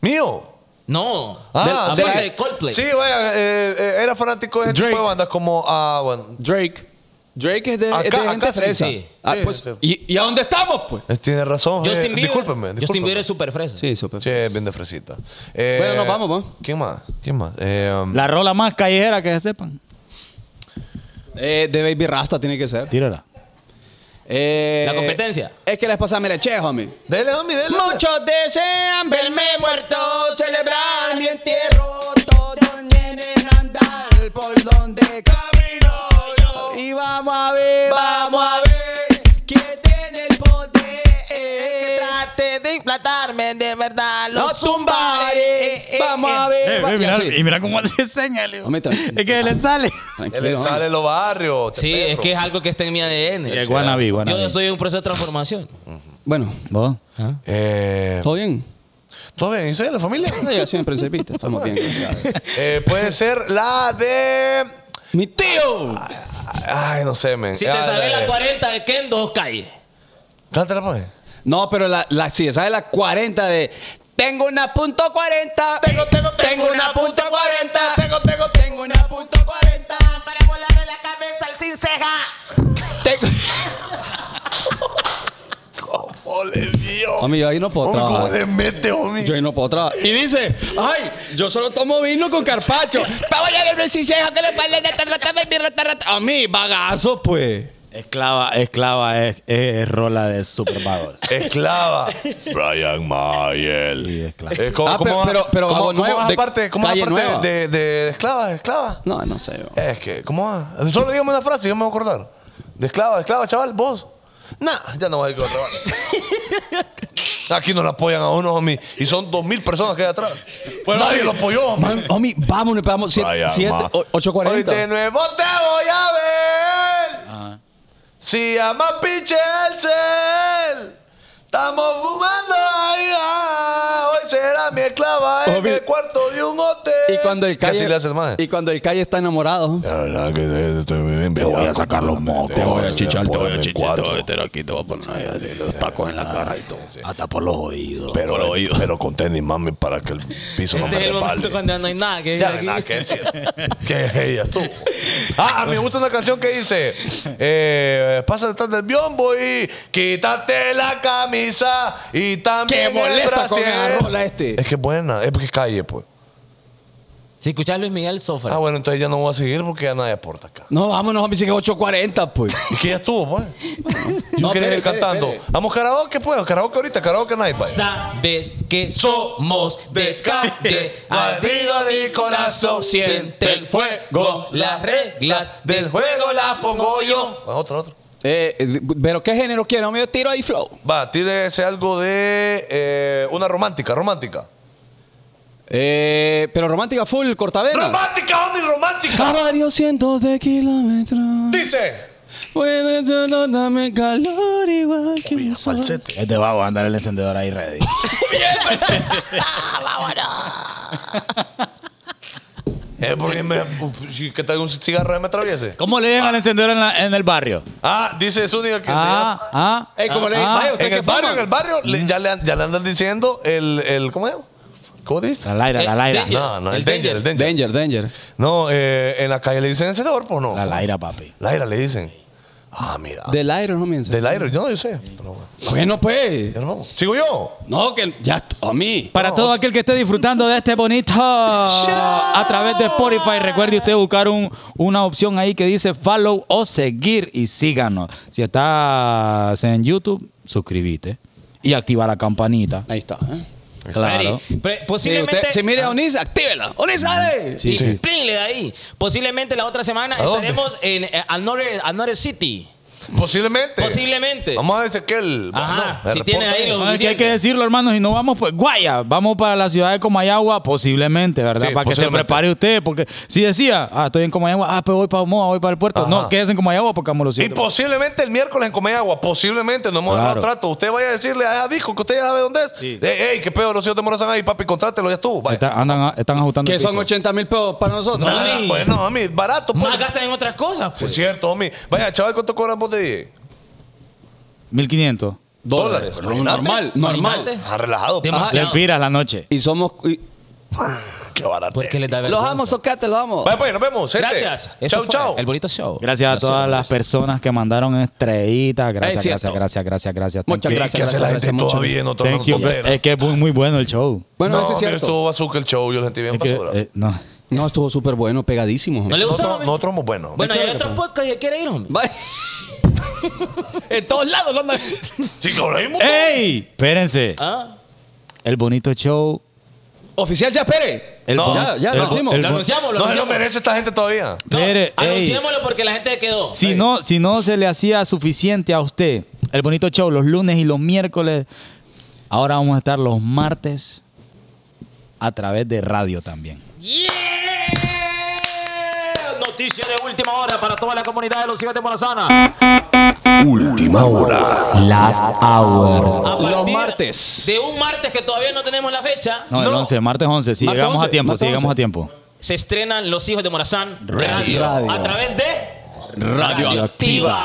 S2: Mío.
S4: No.
S2: Ah,
S4: Del-
S2: sí.
S4: aparte de Coldplay.
S2: Sí, vaya, eh, eh, era fanático de ese
S1: Drake.
S2: tipo de bandas como. Ah, bueno.
S1: Drake. Drake es de,
S2: Acá-
S1: es de gente
S2: acá sí,
S1: fresa.
S4: sí.
S1: Ah,
S2: Sí,
S1: pues,
S2: sí.
S1: ¿y, y a dónde estamos, pues?
S2: es- Tiene razón. eh,
S4: Justin Bieber.
S2: Discúlpeme.
S4: Justin
S2: discúlpeme.
S4: Bieber es súper fresa.
S1: Sí, súper.
S2: Sí, pues. es bien de fresita. Eh,
S1: Bueno, nos vamos, ¿no?
S2: ¿Quién más? ¿Quién más? Eh, um,
S3: La rola más callejera que se sepan.
S1: Eh, de Baby Rasta tiene que ser.
S3: Tírala.
S1: Eh,
S4: La competencia.
S1: Es que la esposa me le eché, homie.
S2: Dele, homie, dele.
S1: Muchos desean verme muerto, celebrar mi entierro. Todos vienen a andar por donde camino yo. Y vamos a ver, vamos a ver. Que tiene el poder. Que
S6: trate de implantarme de verdad
S1: los
S6: los
S1: tumbaré.
S6: zumbaré.
S1: eh, Vamos a ver.
S3: Eh,
S1: va-
S3: eh,
S1: y
S3: mira-
S1: así.
S3: y mira cómo hace señas. Leo.
S1: Homie, tranquilo.
S3: Es que le sale.
S1: Tranquilo,
S2: Él
S1: homie.
S2: sale de los barrios. te
S4: Sí,
S2: perro.
S4: es que es algo que está en mi ADN.
S3: Eh, Guanabí, Guanabí.
S4: Yo soy un proceso de transformación.
S1: Bueno,
S3: ¿Vos?
S2: Eh,
S1: ¿todo bien?
S2: ¿Todo bien? ¿Y soy de la familia?
S1: No, ya siempre se viste, estamos bien.
S2: Eh, puede ser la de.
S1: ¡Mi tío!
S2: Ay, no sé, men.
S4: Si te
S2: Ah,
S4: sabes
S2: de-
S4: la 40 de Kendo, calle.
S2: Cántala, pues.
S1: No, pero la, la si esa es la 40 de tengo una punto 40. Tengo, tengo, tengo una punto 40. Tengo, tengo, tengo una punto 40.
S6: Para volarle la cabeza al sin ceja.
S1: Tengo.
S2: ¡Ole, Dios!
S1: Homie, yo ahí no puedo
S2: Homie, ¿Cómo
S1: trabajar.
S2: le mete, homie?
S1: Yo ahí no puedo trabajar. Y dice, ay, yo solo tomo vino con carpacho. Vamos a ver si se deja que le parle de tarrata, baby, rata, rata. A mí, bagazo, pues.
S3: Esclava, esclava es, es- es rola de Super Bowl.
S2: Esclava. Brian Mayer.
S3: Sí, esclava.
S2: Eh, ¿cómo,
S1: Ah, pero-
S2: cómo va-
S1: pero- pero
S2: ¿cómo,
S1: Vago
S2: cómo
S1: Nuevo,
S2: va
S1: de
S2: aparte, cómo va
S1: Calle
S2: aparte
S1: Nueva.
S2: de, de esclava, de esclava?
S1: No, no sé yo.
S2: Es que, ¿cómo va? Solo dígame una frase y yo me voy a acordar. De esclava, de esclava, chaval, vos. Nah, ya no vas a ir con otra, vale. Aquí no la apoyan a uno, homie. Y son dos mil personas que hay atrás. Nadie lo apoyó, homie.
S1: Man, homie, vámonos, pegamos 7,
S2: Vaya, ma. Hoy de
S1: 8.40.
S2: nuevo te voy a ver. Si ama Pichelcel. Estamos fumando ahí. ah, Hoy será mi esclava en
S1: Homie.
S2: el cuarto de un hotel.
S1: Y cuando el
S2: Que así
S1: calle.
S2: le hace el maje.
S1: Y cuando el calle está enamorado.
S7: La verdad que estoy bien. Te voy a sacar los mocos. Te voy a chichar, te voy a chichar. Te voy a meter aquí, te voy a poner ahí los tacos en la cara y todo. Hasta por los oídos. Pero, Pero, pero con tenis, mami, para que el piso no me
S4: Este es el momento
S7: resbale.
S4: cuando no hay nada que
S2: Ya
S4: decir
S2: no hay
S4: aquí.
S2: nada que decir. que ella estuvo. Ah, a mí me gusta una canción que dice: eh, Pasa detrás del biombo y quítate la camisa
S1: Que
S2: y también. el
S1: molesta con
S2: brasier.
S1: la rola este.
S2: Es que es buena, es porque es calle, pues.
S4: Si escuchas Luis Miguel, sofra.
S2: Ah, bueno, entonces ya no voy a seguir porque ya nadie aporta acá.
S1: No, vámonos, homie, si que 8.40, pues.
S2: Y que ya estuvo, pues. Yo
S1: No, espere,
S2: quería ir
S1: espere,
S2: cantando.
S1: espere.
S2: Vamos karaoke, pues. Karaoke ahorita, karaoke night, pues. vaya.
S4: Sabes que somos de calle,
S2: Ardido de corazón,
S4: siente el fuego, las reglas del
S2: juego las pongo yo. Otra, otra.
S1: Eh, eh, ¿Pero qué género quiere? Hombre, yo tiro ahí flow.
S2: Va, tírese algo de eh, una romántica, romántica.
S1: Eh, pero romántica full, cortavena.
S2: ¡Romántica, homie, romántica!
S1: A varios cientos de kilómetros.
S2: Dice.
S1: Puedes solo darme calor igual que un sol.
S3: Este vago va a andar el encendedor ahí ready.
S2: Eh, porque me, si- que traigo un cigarro me atraviese.
S3: ¿Cómo le dejan al encendedor en, la- en el barrio?
S2: Ah, dice Zúñiga que
S3: Ah, ah.
S1: Ey, ¿cómo le-
S3: ah,
S1: vaya,
S2: se
S1: usted
S2: llama- En
S1: qué
S2: el barrio,
S1: fuma?
S2: en el barrio, le- ya, le, an- ya le andan diciendo el, el ¿cómo es? ¿Cómo dice?
S3: La Laira, la
S4: Eh,
S3: Laira.
S4: danger.
S2: No, no, el,
S4: El
S2: danger,
S4: danger.
S2: el danger.
S1: Danger, danger.
S2: No, eh, en la calle le dicen encendedor, pues no.
S3: La Laira, papi.
S2: Laira le dicen. Ah, mira.
S1: Del aire, no mientas.
S2: Del aire, yo no, yo sé. Pero bueno,
S1: Bueno, pues.
S2: ya nos vamos. Sigo yo.
S1: No, que ya, a mí.
S3: Para todo aquel que esté disfrutando de este bonito a través de Spotify, recuerde usted buscar un- una opción ahí que dice follow o seguir y síganos. Si estás en YouTube, suscríbete y activa la campanita.
S1: Ahí está. ¿eh?
S3: Claro.
S4: Eri, pre-
S1: Si
S4: posiblemente.
S1: usted, si mire a Onis, actívela. Onis, sale.
S4: y plin, le da ahí. Posiblemente la otra semana
S2: ¿A dónde?
S4: estaremos en eh, Another, Another City.
S2: Posiblemente.
S4: Posiblemente.
S2: Vamos a decir que el.
S4: Ajá,
S2: bueno,
S4: si
S2: el
S4: tienes
S2: reporte-
S4: ahí los-
S3: No, es que hay que decirlo, hermanos, y no vamos, pues, guaya, vamos para la ciudad de Comayagua, posiblemente, ¿verdad?
S2: Sí,
S3: para que se
S2: posiblemente.
S3: prepare usted, porque si decía, ah, estoy en Comayagua, ah, pues voy para Moa, voy para el puerto.
S2: Ajá.
S3: No, quédese en Comayagua porque vamos a los
S2: Y
S3: sitios.
S2: posiblemente el miércoles en Comeyagua, posiblemente, no hemos
S3: Claro.
S2: dado trato. Usted vaya a decirle a esa disco que usted ya sabe dónde es. Ey, ey, qué pedo, los hijos de Morazán ahí, papi, contrátelo, ya estuvo. Vaya.
S3: Está- andan- están ajustando.
S1: Que
S3: el
S1: son
S3: pisto.
S1: 80 mil pesos para nosotros.
S2: Ah,
S4: Mami.
S2: bueno, mami, barato, pues.
S4: Más gastan en otras cosas.
S2: Sí, es
S4: Pues.
S2: cierto, homie. Vaya, chaval, ¿cuánto cobras vos de 10?
S3: 1500.
S2: Dólares.
S1: Pero Normal, normal.
S4: Imagínate.
S2: Ah, relajado. pa.
S4: Demasiado.
S3: Le piras la noche.
S1: Y somos. y-
S2: Qué barato.
S4: Porque le da
S1: los
S4: vergüenza.
S1: amo, Socate, los amo.
S2: Vaya, pues, nos vemos. gente.
S4: Gracias. Esto
S2: Chau,
S4: fue
S2: chau.
S4: El bonito show.
S3: Gracias a todas las personas que mandaron estrellitas.
S1: Es
S3: Gracias,
S1: cierto.
S3: gracias, gracias, gracias, gracias. Thank
S1: Muchas
S3: you.
S2: ¿Qué
S1: gracias.
S2: hace
S1: gracias,
S2: la gente
S1: gracias, mucho.
S2: todavía? No
S3: Thank
S2: tomamos
S3: you.
S2: tontera.
S3: Es que es muy, muy bueno el show.
S1: Bueno,
S2: no,
S1: eso es
S2: mira,
S1: cierto.
S2: estuvo bazooka el show, yo lo sentí bien
S3: Es que,
S2: basura.
S3: eh, no.
S1: No, estuvo súper bueno, pegadísimo.
S4: ¿No le gustó?
S2: Nosotros,
S4: homie?
S2: nosotros somos buenos.
S4: bueno, hay otros podcasts que quiere ir, hombre.
S1: Bye. en todos lados, ¿no?
S2: Sí, cabrón, hay un
S3: Eh,
S2: montón.
S3: ¡Ey! Espérense.
S4: Ah,
S3: El bonito show.
S1: Oficial ya Pérez.
S3: El
S2: No,
S3: bon-
S1: ya, ya,
S3: el
S1: lo
S3: bo-
S1: hicimos.
S3: el
S4: lo
S3: bon-
S4: anunciamos,
S2: No se
S4: lo
S2: lo
S4: anunciamos.
S2: merece esta gente todavía.
S4: No,
S3: Espere, ey.
S4: anunciémoslo porque la gente quedó.
S3: Si no, si no se le hacía suficiente a usted el bonito show los lunes y los miércoles, ahora vamos a estar los martes a través de radio también.
S4: ¡Yeah! Noticia de última hora para toda la comunidad de los hijos de Morazana.
S7: Última hora.
S8: Last Hour.
S4: A
S1: Los
S4: partir
S1: martes.
S4: De un martes que todavía no tenemos la fecha,
S3: No, el 11, martes 11, si
S1: Martes
S3: llegamos
S1: 11,
S3: a tiempo,
S1: martes
S3: si llegamos
S1: 11.
S3: a tiempo.
S4: se estrenan Los Hijos de Morazán
S3: Radio.
S4: Radio.
S1: Radio.
S4: A través de
S3: Radioactiva.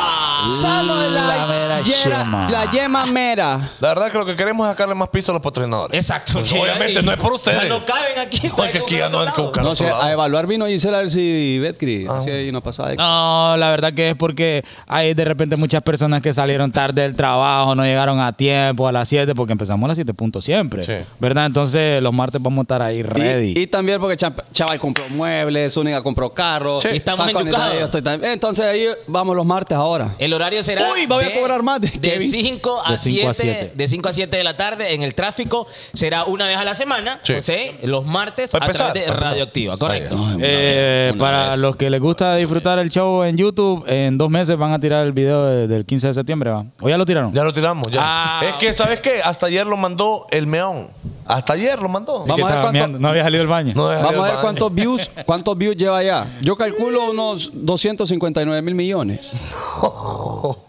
S1: Solo
S3: La mera yema.
S1: yema mera.
S2: La verdad que lo que queremos es sacarle más piso a los patrocinadores.
S4: Exacto.
S2: Pues,
S4: que
S2: obviamente,
S4: hay-
S2: no es por ustedes.
S4: O sea, no caben aquí. pues,
S2: No, es que aquí ya no hay que buscar
S1: No
S2: otro
S1: sé,
S2: lado.
S1: a evaluar vino Gisela a ver si Betcri. Si hay una pasada.
S3: No, la verdad que es porque hay de repente muchas personas que salieron tarde del trabajo, no llegaron a tiempo, a las 7, porque empezamos a las 7 puntos siempre.
S2: Sí.
S3: ¿Verdad? Entonces los martes vamos a estar ahí ready.
S1: Y, y también porque Champ- Chaval compró muebles, Zúñiga compró carro.
S2: Sí.
S1: Está
S4: Estamos
S1: conectado,
S4: enyucados.
S1: yo estoy también. Entonces ahí vamos los martes ahora.
S4: El horario será.
S1: Uy, voy a cobrar más de
S4: De
S1: Kevin.
S4: 5 a
S3: De cinco a
S4: 7.
S3: siete.
S4: De 5 a 7 de la tarde en el tráfico. Será una vez a la semana.
S2: Sí.
S4: o sea, los martes a
S2: Para empezar,
S4: través de
S2: para empezar.
S4: Radioactiva. Correcto.
S2: Ahí
S3: Eh, para los que les gusta disfrutar el show en YouTube, en dos meses van a tirar el video de- del 15 de septiembre, ¿va? ¿O ya lo tiraron?
S2: Ya lo tiramos, ya.
S3: Ah.
S2: es que, ¿sabes qué? Hasta ayer lo mandó el meón. Hasta ayer lo mandó.
S3: Es que
S1: Vamos a ver
S3: estaba
S1: cuánto-
S3: meando, No había salido del baño.
S2: No deja ir
S1: Vamos
S2: al
S1: a ver
S2: baño.
S1: cuántos views, cuántos views lleva ya. Yo calculo unos 259 mil millones.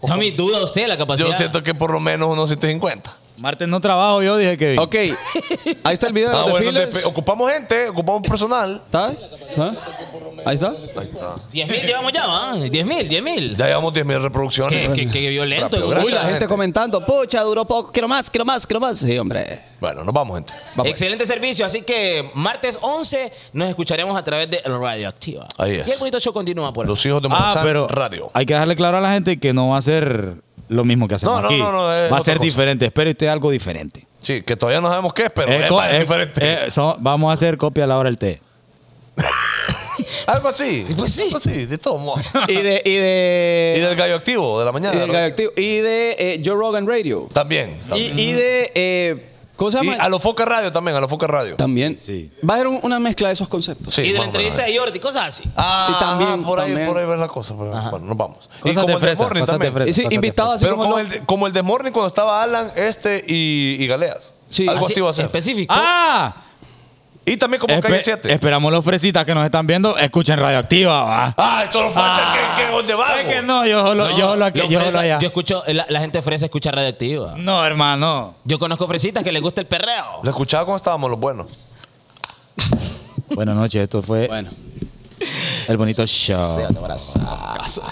S4: No me duda usted la
S2: Yo
S4: capacidad.
S2: siento que por lo menos unos 150.
S3: Martes no trabajo, yo dije que.
S1: Ok, ahí está el video de
S2: Ah,
S1: los
S2: bueno,
S1: desfiles.
S2: despe- ocupamos gente, ocupamos personal.
S1: ¿Está? ¿Ah? Ahí está.
S2: Ahí está.
S4: 10.000 llevamos ya, ¿va? 10.000, 10.000.
S2: Ya llevamos 10.000 reproducciones.
S4: Qué, qué- qué violento.
S2: Rápido,
S4: Uy,
S1: Uy, la
S2: Gracias,
S1: gente,
S2: gente.
S1: comentando, pucha, duró poco, quiero más, quiero más, quiero más. Sí, hombre.
S2: Bueno, nos vamos, gente.
S1: Vamos.
S4: Excelente servicio, así que martes 11 nos escucharemos a través de Radioactiva.
S2: Ahí es.
S4: Y el bonito show continúa por
S2: Los hijos de
S3: Ah,
S2: Morazán
S3: pero
S2: Radio.
S3: hay que dejarle claro a la gente que no va a ser lo mismo que hacemos
S2: No, no,
S3: aquí.
S2: no, no, es
S3: va
S2: otra
S3: a ser
S2: cosa.
S3: diferente. Espere usted algo diferente.
S2: Sí, que todavía no sabemos qué es, pero
S3: Eh,
S2: es,
S3: co-
S2: más, es
S3: eh,
S2: diferente.
S3: eh, so- vamos a hacer copia a la hora del té.
S2: algo así.
S4: Pues sí.
S2: Algo así, de todo modo.
S1: Y de. Y
S2: y
S1: de.
S2: del gallo activo de la
S1: Y
S2: mañana.
S1: del
S2: ¿no?
S1: Radioactivo, y de eh, Joe Rogan Radio.
S2: También.
S1: Y,
S2: también.
S1: y de. eh, ¿Cómo se
S2: Y
S1: llama?
S2: a los Foca Radio también, a los Foca Radio.
S1: También.
S3: Sí.
S1: Va a haber un- una mezcla de esos conceptos.
S2: Sí,
S4: y de la
S2: más o menos.
S4: entrevista de Jordi, cosas así.
S2: Ah,
S1: Y también,
S2: por ahí,
S1: también.
S2: por ahí ver la cosa. pero bueno, nos vamos.
S3: Cosas de
S2: el de
S3: fresa,
S2: Morning
S3: cosas de
S2: también.
S3: fresa.
S1: Y sí,
S3: Pásate,
S1: invitado así
S2: Pero
S1: como,
S2: como,
S1: lo-
S2: el de, como el de Morning cuando estaba Alan, este y, y Galeas.
S1: Sí.
S2: Algo así,
S1: Así,
S2: va a ser.
S4: Específico.
S3: ¡Ah!
S2: Y también como Calle
S3: Espe-
S2: 7.
S3: Esperamos los fresitas que nos están viendo. Escuchen Radioactiva, va.
S2: ah, esto no falta
S3: Ah.
S2: que, que donde vamos.
S3: Es que no, yo solo, yo solo aquí,
S4: los
S3: yo solo
S4: fresas-
S3: allá.
S4: yo escucho, la, la gente fresa escucha radioactiva.
S3: No, hermano.
S4: Yo conozco fresitas que les gusta el perreo.
S2: Lo escuchaba cuando estábamos los buenos.
S3: Buenas noches, esto fue
S1: Bueno.
S3: el bonito show.
S4: Sea de abrazar.